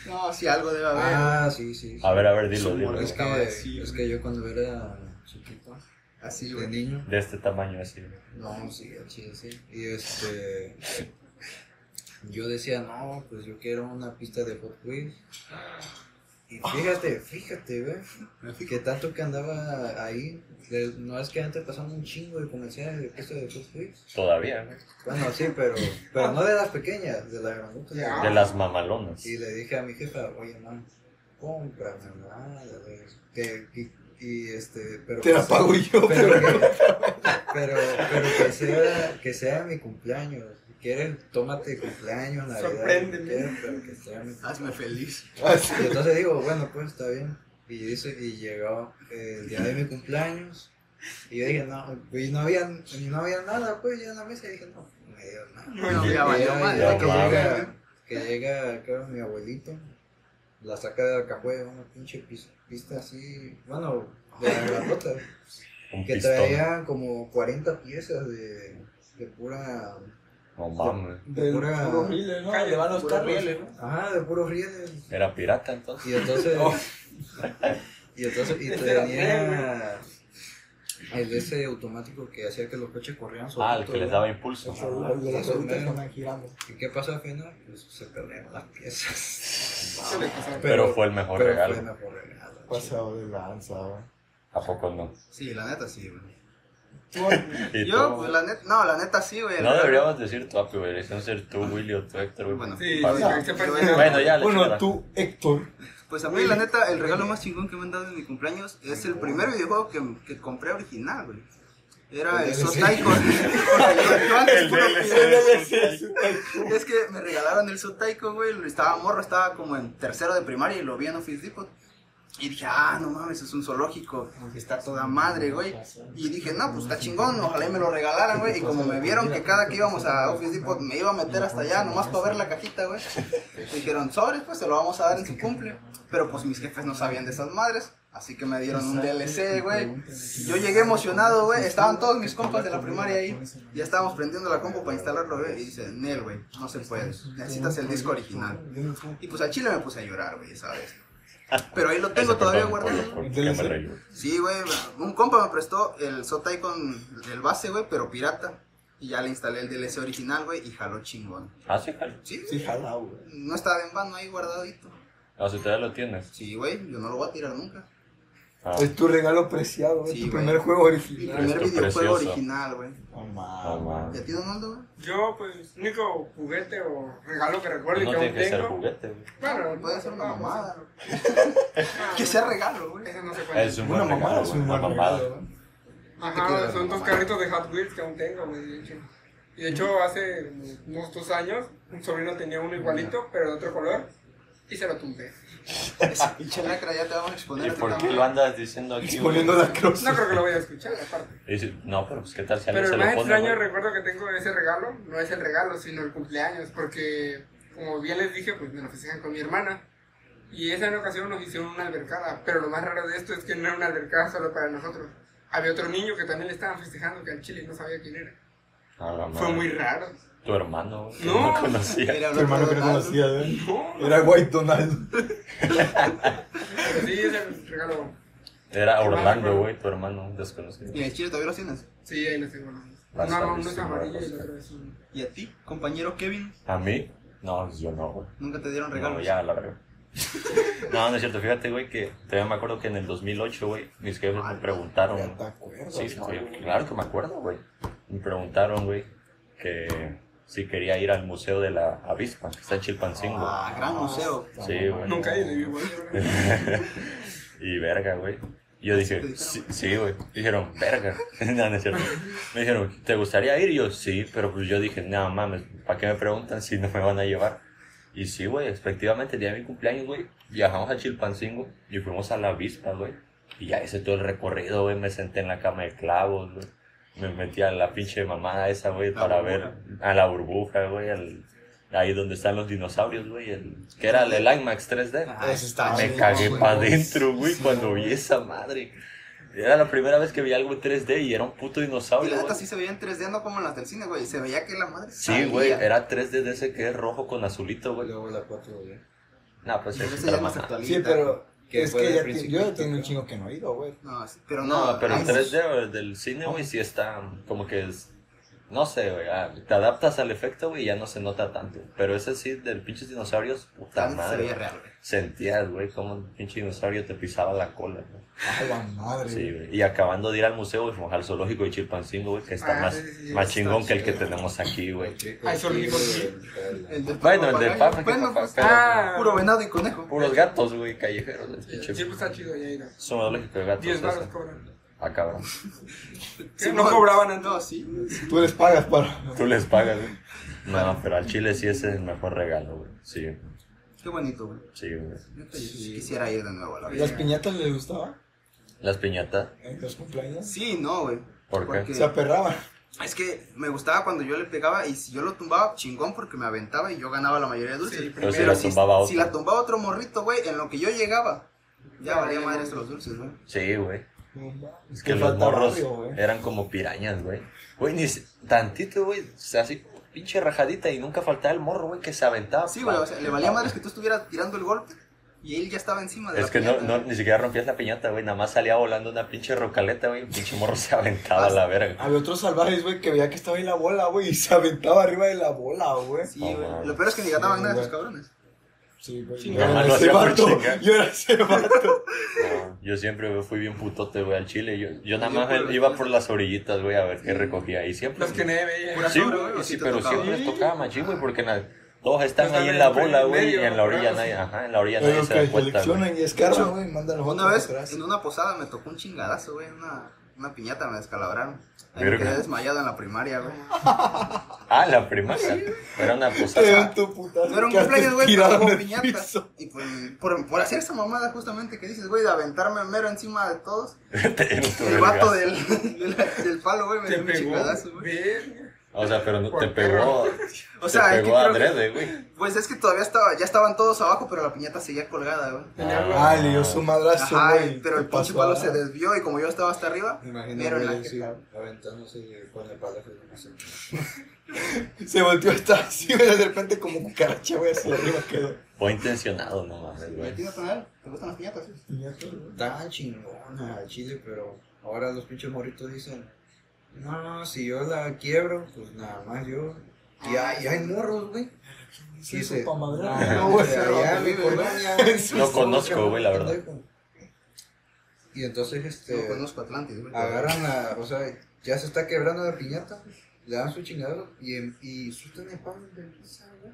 Speaker 3: No, sí, algo debe haber.
Speaker 4: Ah, sí, sí. sí.
Speaker 2: A ver, a ver, dilo, dilo.
Speaker 4: Es
Speaker 2: güey.
Speaker 3: acaba
Speaker 4: que,
Speaker 3: de decir.
Speaker 4: es que yo cuando era chiquito,
Speaker 3: Así,
Speaker 4: de
Speaker 3: güey.
Speaker 4: niño,
Speaker 2: De este tamaño así. güey.
Speaker 4: no, sí, al chile, sí. Y este, yo decía, no, pues yo quiero una pista de Hot Wheels. Y fíjate, fíjate, güey, que tanto que andaba ahí, le- no es que antes pasaban un chingo de comerciales de pista de Hot Wheels.
Speaker 2: Todavía, güey.
Speaker 4: Bueno, sí, pero, pero no de las pequeñas, de las grandotas.
Speaker 5: Ya.
Speaker 2: De las mamalonas.
Speaker 4: Y le dije a mi jefa, oye, mamá, cómprame una de ver, que, y, y, este, pero...
Speaker 1: Te la pago yo,
Speaker 4: Pero,
Speaker 1: pero.
Speaker 4: que, pero, pero que, sea, que sea mi cumpleaños. Si quieres, tómate cumpleaños, Navidad.
Speaker 5: Sorpréndeme.
Speaker 4: lo que quieras, pero que sea mi cumpleaños.
Speaker 3: Hazme feliz.
Speaker 1: Así.
Speaker 4: Y entonces digo, bueno, pues está bien. Y, dice, y llegó eh, el día de mi cumpleaños. Y yo dije, no, y no había, y no había nada, pues yo en la mesa y dije, no, no me dio nada.
Speaker 3: Bueno,
Speaker 2: Ya,
Speaker 3: ya valió
Speaker 4: Llega-
Speaker 3: madre.
Speaker 2: ya,
Speaker 3: hay
Speaker 4: que
Speaker 3: que
Speaker 2: mames.
Speaker 3: llegar,
Speaker 4: llega,
Speaker 3: güey.
Speaker 4: que llega acá mi abuelito, la saca de la cajuela, una pinche pis- pista así, bueno, de la grandota,
Speaker 2: Un
Speaker 4: que
Speaker 2: pistón.
Speaker 4: traía como 40 piezas de, de pura,
Speaker 2: No mames.
Speaker 1: Del
Speaker 4: Pura-
Speaker 1: puro reel, ¿no?
Speaker 5: Calle,
Speaker 1: Le van los
Speaker 5: puro
Speaker 1: carros.
Speaker 5: reel, ¿no?
Speaker 4: ajá, de puros rieles,
Speaker 2: Era pirata entonces.
Speaker 4: y entonces,
Speaker 1: Oh.
Speaker 4: y entonces, y
Speaker 5: Este era
Speaker 4: tenía el ese automático que hacía que los coches corrieran
Speaker 2: Ah, el
Speaker 4: solitos,
Speaker 2: que les
Speaker 4: ¿no?
Speaker 2: daba impulso.
Speaker 1: Los- los- Las
Speaker 4: Eso,
Speaker 1: ruedas
Speaker 4: mero.
Speaker 1: van girando.
Speaker 4: ¿Y qué pasó al final? Pues se perdieron las piezas.
Speaker 5: ¿Qué le pasó?
Speaker 2: Pero fue el mejor
Speaker 4: pero
Speaker 2: regalo.
Speaker 4: fue el mejor regalo, chido.
Speaker 1: Pasado de lanza, güey.
Speaker 2: ¿A poco no?
Speaker 3: Sí, la neta sí, güey.
Speaker 2: ¿Y
Speaker 3: Yo,
Speaker 2: tú?
Speaker 3: pues la neta, no, la neta sí, güey.
Speaker 2: No deberíamos decir tu api, güey. Deberían ser tú, Willy o tú, Héctor, güey.
Speaker 3: Bueno,
Speaker 5: Sí,
Speaker 2: Para-
Speaker 5: sí,
Speaker 1: no.
Speaker 5: se parece
Speaker 3: Bueno,
Speaker 5: a-
Speaker 2: Bueno, ya, la
Speaker 1: Bueno,
Speaker 2: chingada.
Speaker 1: tú, Héctor.
Speaker 2: *laughs*
Speaker 3: Pues a mí, la neta, el regalo más chingón que me han dado en mi cumpleaños es el primer videojuego que, que compré original, güey. Era el
Speaker 4: El
Speaker 3: Soul
Speaker 4: DLC.
Speaker 3: Tycoon. Porque *laughs* yo- yo antes puro
Speaker 2: DLC.
Speaker 3: pide- Es que me regalaron el Soul Tycoon, güey. Estaba morro, estaba como en tercero de primaria y lo vi en Office Depot. Y dije, ah, no mames, es un zoológico. Está toda madre, güey. Y dije, no, pues está chingón, ojalá y me lo regalaran, güey. Y como me vieron que cada que íbamos a Office Depot me iba a meter hasta allá, nomás para ver la cajita, güey. Me dijeron, sobres, pues se lo vamos a dar en su cumple. Pero pues mis jefes no sabían de esas madres, así que me dieron un DLC, güey. Yo llegué emocionado, güey. Estaban todos mis compas de la primaria ahí. Ya estábamos prendiendo la compu para instalarlo, güey. Y dice, Nel, güey, no se puede. Necesitas el disco original. Y pues al chile me puse a llorar, güey, ¿sabes? Pero ahí lo tengo
Speaker 2: Ese
Speaker 3: todavía
Speaker 2: perdón, por-
Speaker 3: guardado.
Speaker 2: por- porque me reí, güey.
Speaker 3: Sí, güey, un compa me prestó el Sotai con el base, güey, pero pirata. Y ya le instalé el DLC original, güey, y jaló chingón.
Speaker 2: Ah, sí, jalo.
Speaker 3: Sí,
Speaker 1: Sí, jala, güey.
Speaker 3: no estaba en vano ahí guardadito.
Speaker 2: No, Ah, si todavía lo tienes.
Speaker 3: Sí, güey, yo no lo voy a tirar nunca.
Speaker 2: Ah,
Speaker 1: Es tu regalo preciado, es
Speaker 3: Sí,
Speaker 1: tu
Speaker 3: güey.
Speaker 1: primer juego
Speaker 3: Mi
Speaker 1: original.
Speaker 3: primer
Speaker 2: Esto
Speaker 3: videojuego
Speaker 2: precioso.
Speaker 3: original, güey.
Speaker 1: No
Speaker 2: no
Speaker 1: mames.
Speaker 3: ¿Y
Speaker 2: mames. Pues
Speaker 3: a ti, Donaldo, güey?
Speaker 5: Yo, pues, único juguete o regalo que
Speaker 2: Pues No
Speaker 5: recuerdo y que
Speaker 2: tiene
Speaker 5: aún
Speaker 2: que ser
Speaker 5: tengo.
Speaker 2: juguete, güey.
Speaker 5: Bueno,
Speaker 3: Puede ser una
Speaker 5: vamos,
Speaker 3: mamada.
Speaker 5: eso-
Speaker 3: Que sea regalo, güey.
Speaker 5: Eso no se
Speaker 2: Es un
Speaker 5: cuenta.
Speaker 1: Una
Speaker 2: buen
Speaker 1: mamada
Speaker 2: regalo,
Speaker 1: es
Speaker 2: güey.
Speaker 1: un
Speaker 2: Una
Speaker 1: buen
Speaker 2: mamada.
Speaker 1: regalo, ¿no?
Speaker 5: Ajá, son dos carritos de Hot Wheels que aún tengo, güey, de hecho. Y de hecho, hace como unos dos años, un sobrino tenía uno igualito, pero de otro color, y se lo tumbé.
Speaker 3: Esa pinche lacra ya te vamos a exponer.
Speaker 2: ¿Y
Speaker 3: a tu
Speaker 2: por qué
Speaker 3: cámara.
Speaker 2: lo andas diciendo aquí? güey?
Speaker 1: Poniendo la cruz.
Speaker 5: No creo que lo vaya a escuchar, aparte.
Speaker 2: Y dice, No, pero pues qué tal si
Speaker 5: Pero
Speaker 2: alguien se
Speaker 5: el
Speaker 2: lo
Speaker 5: más
Speaker 2: pone.
Speaker 5: extraño
Speaker 2: güey?
Speaker 5: recuerdo que tengo de ese regalo no es el regalo, sino el cumpleaños, porque como bien les dije, pues me lo festejan con mi hermana. Y esa en ocasión nos hicieron una albercada, pero lo más raro de esto es que no era una albercada solo para nosotros. Había otro niño que también le estaban festejando, que al chile no sabía quién era.
Speaker 2: A Ah, la
Speaker 5: Fue
Speaker 2: madre.
Speaker 5: muy raro.
Speaker 2: Tu hermano, güey, que
Speaker 5: No.
Speaker 2: no conocía.
Speaker 3: *laughs* Mira,
Speaker 1: Tu hermano que no
Speaker 3: Donaldo.
Speaker 1: conocía, ¿eh?
Speaker 5: No,
Speaker 1: Era White Donald.
Speaker 5: pero sí, es el regalo.
Speaker 2: Era Orlando, güey, tu hermano, un desconocido.
Speaker 3: ¿Y en Chile todavía los tienes?
Speaker 5: Sí, ahí los tengo. los dos.
Speaker 2: Vas a
Speaker 5: Uno,
Speaker 2: ver
Speaker 5: uno es
Speaker 2: si me
Speaker 5: amarillo y
Speaker 2: vas
Speaker 5: el
Speaker 2: a
Speaker 5: otro es un...
Speaker 3: ¿Y a ti, compañero Kevin?
Speaker 2: ¿A mí? No, pues yo no, güey.
Speaker 3: ¿Nunca te dieron regalos?
Speaker 2: No, ya, la verdad. *laughs* No, no es cierto, fíjate, güey, que todavía me acuerdo que en el 2008, güey, mis jefes me preguntaron.
Speaker 1: Ya te acuerdas,
Speaker 2: Sí,
Speaker 1: ¿no?
Speaker 2: güey, claro que me acuerdo, güey. Me preguntaron, güey, que si quería ir al Museo de la Avispa, que está en Chilpancingo.
Speaker 3: Ah, gran museo.
Speaker 2: sí, güey.
Speaker 5: Nunca he ido igual.
Speaker 2: *laughs* y verga, güey. Y Yo
Speaker 3: te
Speaker 2: dije,
Speaker 3: dijeron?
Speaker 2: sí, sí, güey. Dijeron, verga. *laughs* no, no es cierto. Me dijeron, ¿te gustaría ir? Y yo, sí, pero pues yo dije, no mames, ¿para qué me preguntan si no me van a llevar? Y sí, güey, efectivamente, el día de mi cumpleaños, güey, viajamos a Chilpancingo y fuimos a la avispa, güey. Y ya hice todo el recorrido, güey, me senté en la cama de clavos, güey. Me metí a la pinche mamada esa, güey,
Speaker 3: La
Speaker 2: para
Speaker 3: burbuja.
Speaker 2: ver a la burbuja, güey, al- ahí donde están los dinosaurios, güey, el- que era el, el IMAX 3D.
Speaker 3: Ah,
Speaker 1: Ese está
Speaker 2: Me
Speaker 1: chido,
Speaker 2: cagué
Speaker 1: güey.
Speaker 2: para adentro, güey, cuando vi esa madre. Era la primera vez que vi algo en 3D y era un puto
Speaker 3: Y
Speaker 2: dinosaurio.
Speaker 3: la neta
Speaker 2: güey.
Speaker 3: sí se veía en 3D, no como en las del cine, güey. Se veía que la madre
Speaker 2: Sí, güey, era 3D de ese que es rojo con azulito, güey.
Speaker 4: Luego la 4D.
Speaker 2: No, pues
Speaker 3: Pero
Speaker 2: es
Speaker 3: ese ya
Speaker 2: otra
Speaker 3: es más
Speaker 2: mamá.
Speaker 3: actualita.
Speaker 1: Sí, pero
Speaker 4: Que
Speaker 1: es
Speaker 4: fue
Speaker 1: que
Speaker 4: del
Speaker 1: ya ti-
Speaker 4: principio,
Speaker 1: yo ya tengo un
Speaker 4: creo.
Speaker 1: chingo que no he ido, güey.
Speaker 3: No, sí, pero no.
Speaker 2: No, pero
Speaker 3: ay,
Speaker 2: el 3D del cine, güey, sí está como que es. No sé, güey. ah, Te adaptas al efecto, güey, y ya no se nota tanto. Pero ese sí, del pinches dinosaurios, puta
Speaker 3: la neta Se
Speaker 2: madre.
Speaker 3: veía
Speaker 2: güey.
Speaker 3: real, güey.
Speaker 2: Sentías, güey, como un pinche dinosaurio te pisaba la cola, güey.
Speaker 1: A la madre.
Speaker 2: Sí, güey. Y acabando de ir al museo, güey, fuimos al zoológico de Chilpancingo, güey, que está
Speaker 5: Ah,
Speaker 2: más,
Speaker 5: sí, sí,
Speaker 2: más
Speaker 5: está
Speaker 2: chingón que el que
Speaker 4: chido. Pues
Speaker 2: tenemos aquí, güey.
Speaker 1: Ah,
Speaker 5: Ay, solo digo
Speaker 3: El de
Speaker 2: Bueno, el del
Speaker 3: papagayo.
Speaker 2: Papa, que
Speaker 3: Bueno,
Speaker 2: papá,
Speaker 3: pues,
Speaker 2: pero-
Speaker 5: ah.
Speaker 3: puro venado y conejo.
Speaker 2: Puros gatos, güey, callejeros. el pinche-
Speaker 5: Siempre está chido ya ir.
Speaker 2: Es un zoológico de gatos.
Speaker 5: 10 pues, baros
Speaker 2: ese.
Speaker 5: cobran.
Speaker 2: Ah, cabrón.
Speaker 5: Sí, no cobraban antes.
Speaker 3: No, sí.
Speaker 1: Tú les pagas para.
Speaker 2: Tú les pagas, güey. No, pero al chile sí ese es el mejor regalo, güey. Sí,
Speaker 3: Qué bonito, güey.
Speaker 2: sí, güey.
Speaker 3: Neta, yo Quisiera ir de nuevo a la vida.
Speaker 1: ¿Las piñatas les gustaba?
Speaker 2: Las piñatas.
Speaker 1: ¿En los cumpleaños?
Speaker 3: Sí, no, güey.
Speaker 2: ¿Por qué?
Speaker 1: Se aperraban.
Speaker 3: Es que me gustaba cuando yo le pegaba y si yo lo tumbaba, chingón, porque me aventaba y yo ganaba la mayoría de dulces.
Speaker 5: Sí,
Speaker 2: Pero si
Speaker 5: Primero
Speaker 2: la tumbaba
Speaker 3: si
Speaker 2: otra.
Speaker 3: la tumbaba otro morrito, güey, en lo que yo llegaba, ya
Speaker 5: Ah,
Speaker 3: valía
Speaker 5: ya,
Speaker 3: madres
Speaker 5: ya.
Speaker 3: los dulces, güey.
Speaker 2: Sí, güey.
Speaker 1: No mames,
Speaker 2: Es que
Speaker 1: te
Speaker 2: los
Speaker 1: falta
Speaker 2: morros eh.
Speaker 1: barrio, güey.
Speaker 2: eran como pirañas, güey. Güey, ni se- tantito, güey. o sea, así, pinche rajadita y nunca faltaba el morro, güey, que se aventaba.
Speaker 3: Sí, güey, o sea, le valía madres que tú estuvieras tirando el golpe y él ya estaba encima de
Speaker 2: Es
Speaker 3: la
Speaker 2: que no,
Speaker 3: piñata,
Speaker 2: no,
Speaker 3: güey.
Speaker 2: ni siquiera rompías la piñata, güey. Nada más salía volando una pinche rocaleta, güey. Un pinche morro se aventaba a la verga.
Speaker 1: Había otros salvajes, güey, que veía que estaba ahí la bola, güey, y se aventaba arriba de la bola, güey.
Speaker 3: Sí,
Speaker 2: No,
Speaker 3: güey.
Speaker 2: mames.
Speaker 3: lo peor es que ni ganaban
Speaker 1: Sí,
Speaker 3: nada
Speaker 1: güey.
Speaker 3: esos cabrones.
Speaker 1: Sí, güey.
Speaker 5: Sí,
Speaker 1: yo
Speaker 2: nomás
Speaker 1: era
Speaker 2: lo
Speaker 1: ese
Speaker 2: hacía por
Speaker 1: vato,
Speaker 2: chingar.
Speaker 1: yo era ese vato.
Speaker 2: No, yo siempre güey, fui bien putote, güey, al chile. Yo, yo nada
Speaker 3: Yo
Speaker 2: más
Speaker 3: por-
Speaker 2: iba por las orillitas, güey, a ver qué recogía. Y siempre.
Speaker 5: Los que nadie veía.
Speaker 3: Pura
Speaker 2: Sí,
Speaker 3: sobra,
Speaker 2: güey,
Speaker 3: güey, o
Speaker 2: sí,
Speaker 3: sí te
Speaker 2: pero
Speaker 3: tocaba.
Speaker 2: siempre les tocaba machín, güey, porque na- todos están
Speaker 5: Los
Speaker 2: ahí
Speaker 5: dan
Speaker 2: en
Speaker 5: en
Speaker 2: la
Speaker 5: el
Speaker 2: bola,
Speaker 5: medio,
Speaker 2: güey, y en la
Speaker 5: ¿no?
Speaker 2: orilla
Speaker 5: Sí.
Speaker 2: nadie, ajá, en la orilla nadie
Speaker 1: Los
Speaker 2: se da
Speaker 1: que
Speaker 2: cuenta. güey.
Speaker 1: coleccionan y escarban, güey, mandan los
Speaker 3: Una
Speaker 1: otros
Speaker 3: vez,
Speaker 1: atrás.
Speaker 3: en una posada me tocó un chingadazo, güey, en una, una piñata me descalabraron. Ahí me
Speaker 2: Verga.
Speaker 3: quedé desmayado en la primaria, güey.
Speaker 2: Ah, la primaria. Era una
Speaker 1: Te
Speaker 2: posada.
Speaker 1: dan tu putazo.
Speaker 3: No era un
Speaker 1: que
Speaker 3: cumpleaños,
Speaker 1: hasta
Speaker 3: güey, pero
Speaker 1: tiraron
Speaker 3: como
Speaker 1: el
Speaker 3: piñata.
Speaker 1: piso.
Speaker 3: Y pues, por, por hacer esa mamada justamente que dices, güey, de aventarme mero encima de todos. El vato del, del, *laughs* del palo, güey, me
Speaker 5: Te
Speaker 3: dio un
Speaker 5: pegó.
Speaker 3: chingadazo, güey.
Speaker 5: Verga.
Speaker 2: O sea, pero no, te
Speaker 5: Por
Speaker 2: pegó.
Speaker 3: O sea,
Speaker 2: te
Speaker 3: es que
Speaker 2: pegó
Speaker 3: creo que-
Speaker 2: adrede, güey.
Speaker 3: Pues es que todavía estaba, ya estaban todos abajo, pero la piñata seguía colgada, güey.
Speaker 1: Ah, le dio su madrazo,
Speaker 3: Ajá,
Speaker 1: güey.
Speaker 3: pero
Speaker 1: ¿Qué
Speaker 3: el pinche
Speaker 1: pasó?
Speaker 3: palo se desvió y como yo estaba hasta arriba,
Speaker 4: Me imagino
Speaker 3: Pero la
Speaker 4: que
Speaker 3: que
Speaker 4: sí,
Speaker 3: la-
Speaker 4: aventándose con el palacio de una señora.
Speaker 1: Se volteó hasta así, güey, de repente como cucaracha, güey, hacia arriba quedó.
Speaker 2: Fue intencionado, no mames,
Speaker 3: ¿me
Speaker 2: güey.
Speaker 3: entiendes, Tonal? ¿Te gustan las piñatas?
Speaker 1: Piñata, güey.
Speaker 4: Tan chingona al chile, pero ahora los pinches morritos dicen, no, si yo la quiebro, pues nada más yo. Y hay, y hay morros, güey.
Speaker 1: Ah, Sí,
Speaker 4: que
Speaker 1: eso
Speaker 4: se-
Speaker 1: pa' madrear,
Speaker 3: Ah,
Speaker 1: *laughs*
Speaker 4: No,
Speaker 1: güey.
Speaker 4: de allá en mi colonia,
Speaker 1: *laughs*
Speaker 2: No conozco, güey, la verdad.
Speaker 4: Y entonces,
Speaker 3: No
Speaker 4: este,
Speaker 3: conozco Atlantis, güey.
Speaker 4: agarran la, o sea, ya se está quebrando la piñata, le dan su chingadero y, en- y sueltan el palo de risa, güey.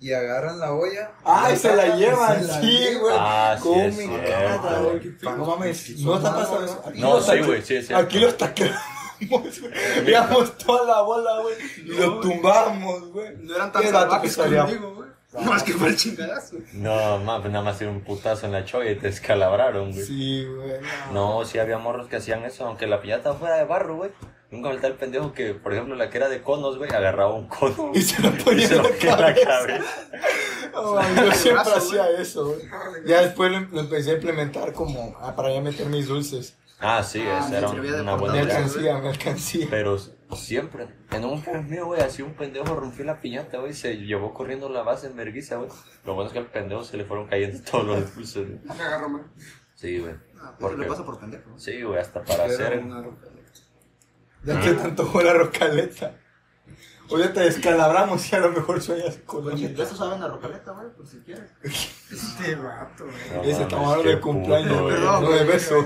Speaker 4: y agarran la olla.
Speaker 1: Ah, y se la
Speaker 4: sacan y
Speaker 1: llevan,
Speaker 4: se la
Speaker 1: sí,
Speaker 4: llevan.
Speaker 1: güey.
Speaker 2: Ah, sí,
Speaker 1: ¿Cómo
Speaker 2: es
Speaker 1: me
Speaker 2: cierto.
Speaker 1: encanta, güey? Qué pedo. No mames, no está pasando eso. Aquí
Speaker 2: No,
Speaker 1: los
Speaker 2: sí,
Speaker 1: tacleamos-
Speaker 2: güey, sí, sí.
Speaker 1: Aquí los tacleamos, güey. Veamos toda la bola, güey. Y lo tumbamos, güey.
Speaker 3: No eran tan
Speaker 1: Era vato
Speaker 3: salvajes
Speaker 1: que salía.
Speaker 3: conmigo, güey. Más que para el chingadazo.
Speaker 2: No, ma, pues nada más era un putazo en la choya y te escalabraron, güey.
Speaker 1: Sí, güey.
Speaker 2: No, sí había morros que hacían eso, aunque la piñata fuera de barro, güey. Nunca faltaba el pendejo que, por ejemplo, la que era de conos, güey, agarraba un cono
Speaker 1: Y se
Speaker 2: *laughs*
Speaker 1: lo
Speaker 2: y
Speaker 1: ponía
Speaker 2: se
Speaker 1: en
Speaker 2: lo
Speaker 1: la
Speaker 2: metía en la
Speaker 1: cabeza.
Speaker 2: cabeza.
Speaker 1: No, man, yo siempre
Speaker 3: brazo,
Speaker 1: hacía eso, güey. Ya después lo, lo empecé a implementar como ah, para ya meter mis dulces.
Speaker 2: Ah, sí,
Speaker 3: Ah,
Speaker 2: esa
Speaker 3: me
Speaker 2: era un-
Speaker 3: servía de
Speaker 2: una buena
Speaker 1: Me
Speaker 3: portador.
Speaker 2: idea.
Speaker 1: alcancía, me
Speaker 2: *laughs*
Speaker 1: alcancía.
Speaker 2: Pero siempre, en un plan mío, güey, así un pendejo rompió la piñata, güey, se llevó corriendo la base en vergüenza, güey. Lo bueno es que al pendejo se le fueron cayendo *laughs* todos los dulces, güey.
Speaker 5: Me agarró mal.
Speaker 2: Sí, güey.
Speaker 3: Ah, pues
Speaker 2: ¿Por
Speaker 3: le
Speaker 2: qué?
Speaker 3: pasa por pendejo.
Speaker 2: Sí, güey, hasta para
Speaker 4: Era
Speaker 2: hacer.
Speaker 4: una roca.
Speaker 1: Ya que tanto fue la rocaleta. O ya te descalabramos y a lo mejor sueñas con la
Speaker 3: Los
Speaker 1: neta.
Speaker 3: chingazos saben a rocaleta, güey, por si quieres.
Speaker 5: Este vato, güey.
Speaker 2: No
Speaker 1: Ese
Speaker 2: mames,
Speaker 1: tamaño
Speaker 2: qué
Speaker 1: de
Speaker 2: puto,
Speaker 1: cumpleaños,
Speaker 2: güey.
Speaker 3: Perdón,
Speaker 1: no de besos.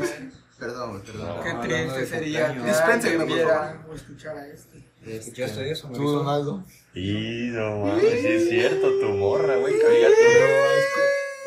Speaker 3: Perdón, güey, perdón.
Speaker 5: Qué
Speaker 4: No, no,
Speaker 5: triste
Speaker 4: no,
Speaker 5: sería
Speaker 4: no,
Speaker 5: que
Speaker 4: no.
Speaker 3: Dispénsenme,
Speaker 5: alguien
Speaker 3: por
Speaker 5: viera o escuchara este. esto.
Speaker 4: ¿Escuchaste eso,
Speaker 1: Tú,
Speaker 4: Marisol?
Speaker 1: Donaldo.
Speaker 2: Y no mames, sí es cierto, tu morra, güey. cállate,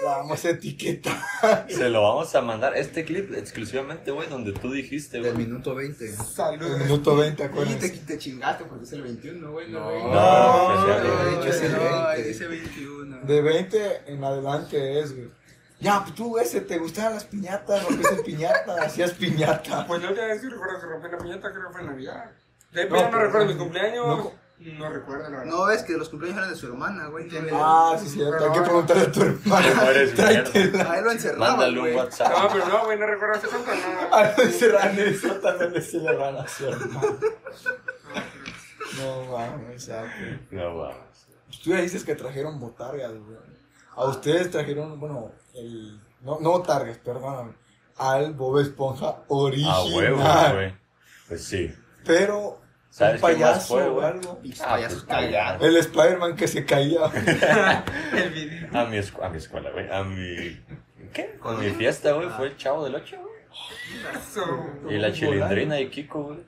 Speaker 1: La vamos a etiquetar.
Speaker 2: güey. Se lo vamos a mandar este clip exclusivamente, güey, donde tú dijiste,
Speaker 4: Del
Speaker 2: güey.
Speaker 4: minuto 20.
Speaker 1: El
Speaker 3: Saludos.
Speaker 1: minuto 20,
Speaker 3: Y te,
Speaker 1: acuérdense.
Speaker 3: te chingaste porque es el 21, güey.
Speaker 4: No,
Speaker 3: güey.
Speaker 4: no,
Speaker 2: no,
Speaker 3: güey,
Speaker 2: especial,
Speaker 4: güey.
Speaker 3: no,
Speaker 4: Es el
Speaker 3: no,
Speaker 4: 20.
Speaker 3: dice 21.
Speaker 1: De 20 en adelante es, güey. Ya, pues tú, ese, te gustaban las piñatas, rompiste piñata, hacías piñata.
Speaker 5: Pues la última vez que recuerdo que rompí la piñata creo que fue en Navidad. De ahí
Speaker 1: No,
Speaker 5: para allá no,
Speaker 1: pero-
Speaker 5: recuerdo mis cumpleaños.
Speaker 1: no-
Speaker 5: No, recuerdo, la verdad.
Speaker 3: No ves que los cumpleaños eran de su hermana, güey.
Speaker 1: Ah, sí, cierto. Hay que
Speaker 3: *laughs*
Speaker 1: preguntarle a tu
Speaker 2: No
Speaker 1: hermana.
Speaker 2: eres mierda.
Speaker 1: Tráetela.
Speaker 3: A él lo encerraban,
Speaker 2: Mándale
Speaker 3: güey.
Speaker 2: un
Speaker 5: No,
Speaker 2: WhatsApp.
Speaker 5: Ah, pero no, güey, no recuerdo hace tanto.
Speaker 1: *laughs*
Speaker 5: No,
Speaker 1: A no encerrar en el sótano le celebran a su hermana. No mames, saco.
Speaker 2: No mames.
Speaker 1: Pues Tú ya dices que trajeron botargas, güey. A ustedes trajeron, bueno, el. No, no botargas, perdóname. Al Bob Esponja original.
Speaker 2: A huevo, güey. Pues sí.
Speaker 1: Pero. Un
Speaker 2: ¿Sabes qué más
Speaker 1: payaso
Speaker 2: fue,
Speaker 1: o
Speaker 2: güey?
Speaker 1: algo.
Speaker 3: Pinches
Speaker 2: Ah,
Speaker 3: payasos
Speaker 2: pues,
Speaker 3: cagados.
Speaker 1: El Spider-Man que
Speaker 2: *laughs*
Speaker 1: se caía.
Speaker 5: *laughs* el video.
Speaker 2: A mi, escu- a mi escuela, güey. A mi. ¿Qué? A mi fiesta, güey. Fue el chavo del 8, güey. Y la chilindrina y Kiko, güey.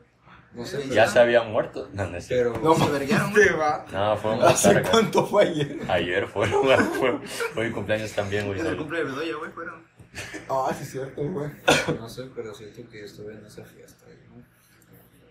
Speaker 4: No sé,
Speaker 2: Ya se habían muerto. No, no es cierto.
Speaker 4: pero.
Speaker 1: No
Speaker 3: Se
Speaker 1: mames.
Speaker 3: verguearon, güey.
Speaker 5: Este vato.
Speaker 2: No, fue un
Speaker 1: ¿Hace
Speaker 2: botarga.
Speaker 1: cuánto fue ayer?
Speaker 2: Ayer fue, fue, fue mi cumpleaños también, güey.
Speaker 3: En el cumple de Bedoya, güey, fueron.
Speaker 1: Ah, sí, es cierto, güey.
Speaker 4: No sé, pero siento que estuve en esa fiesta. ¿no?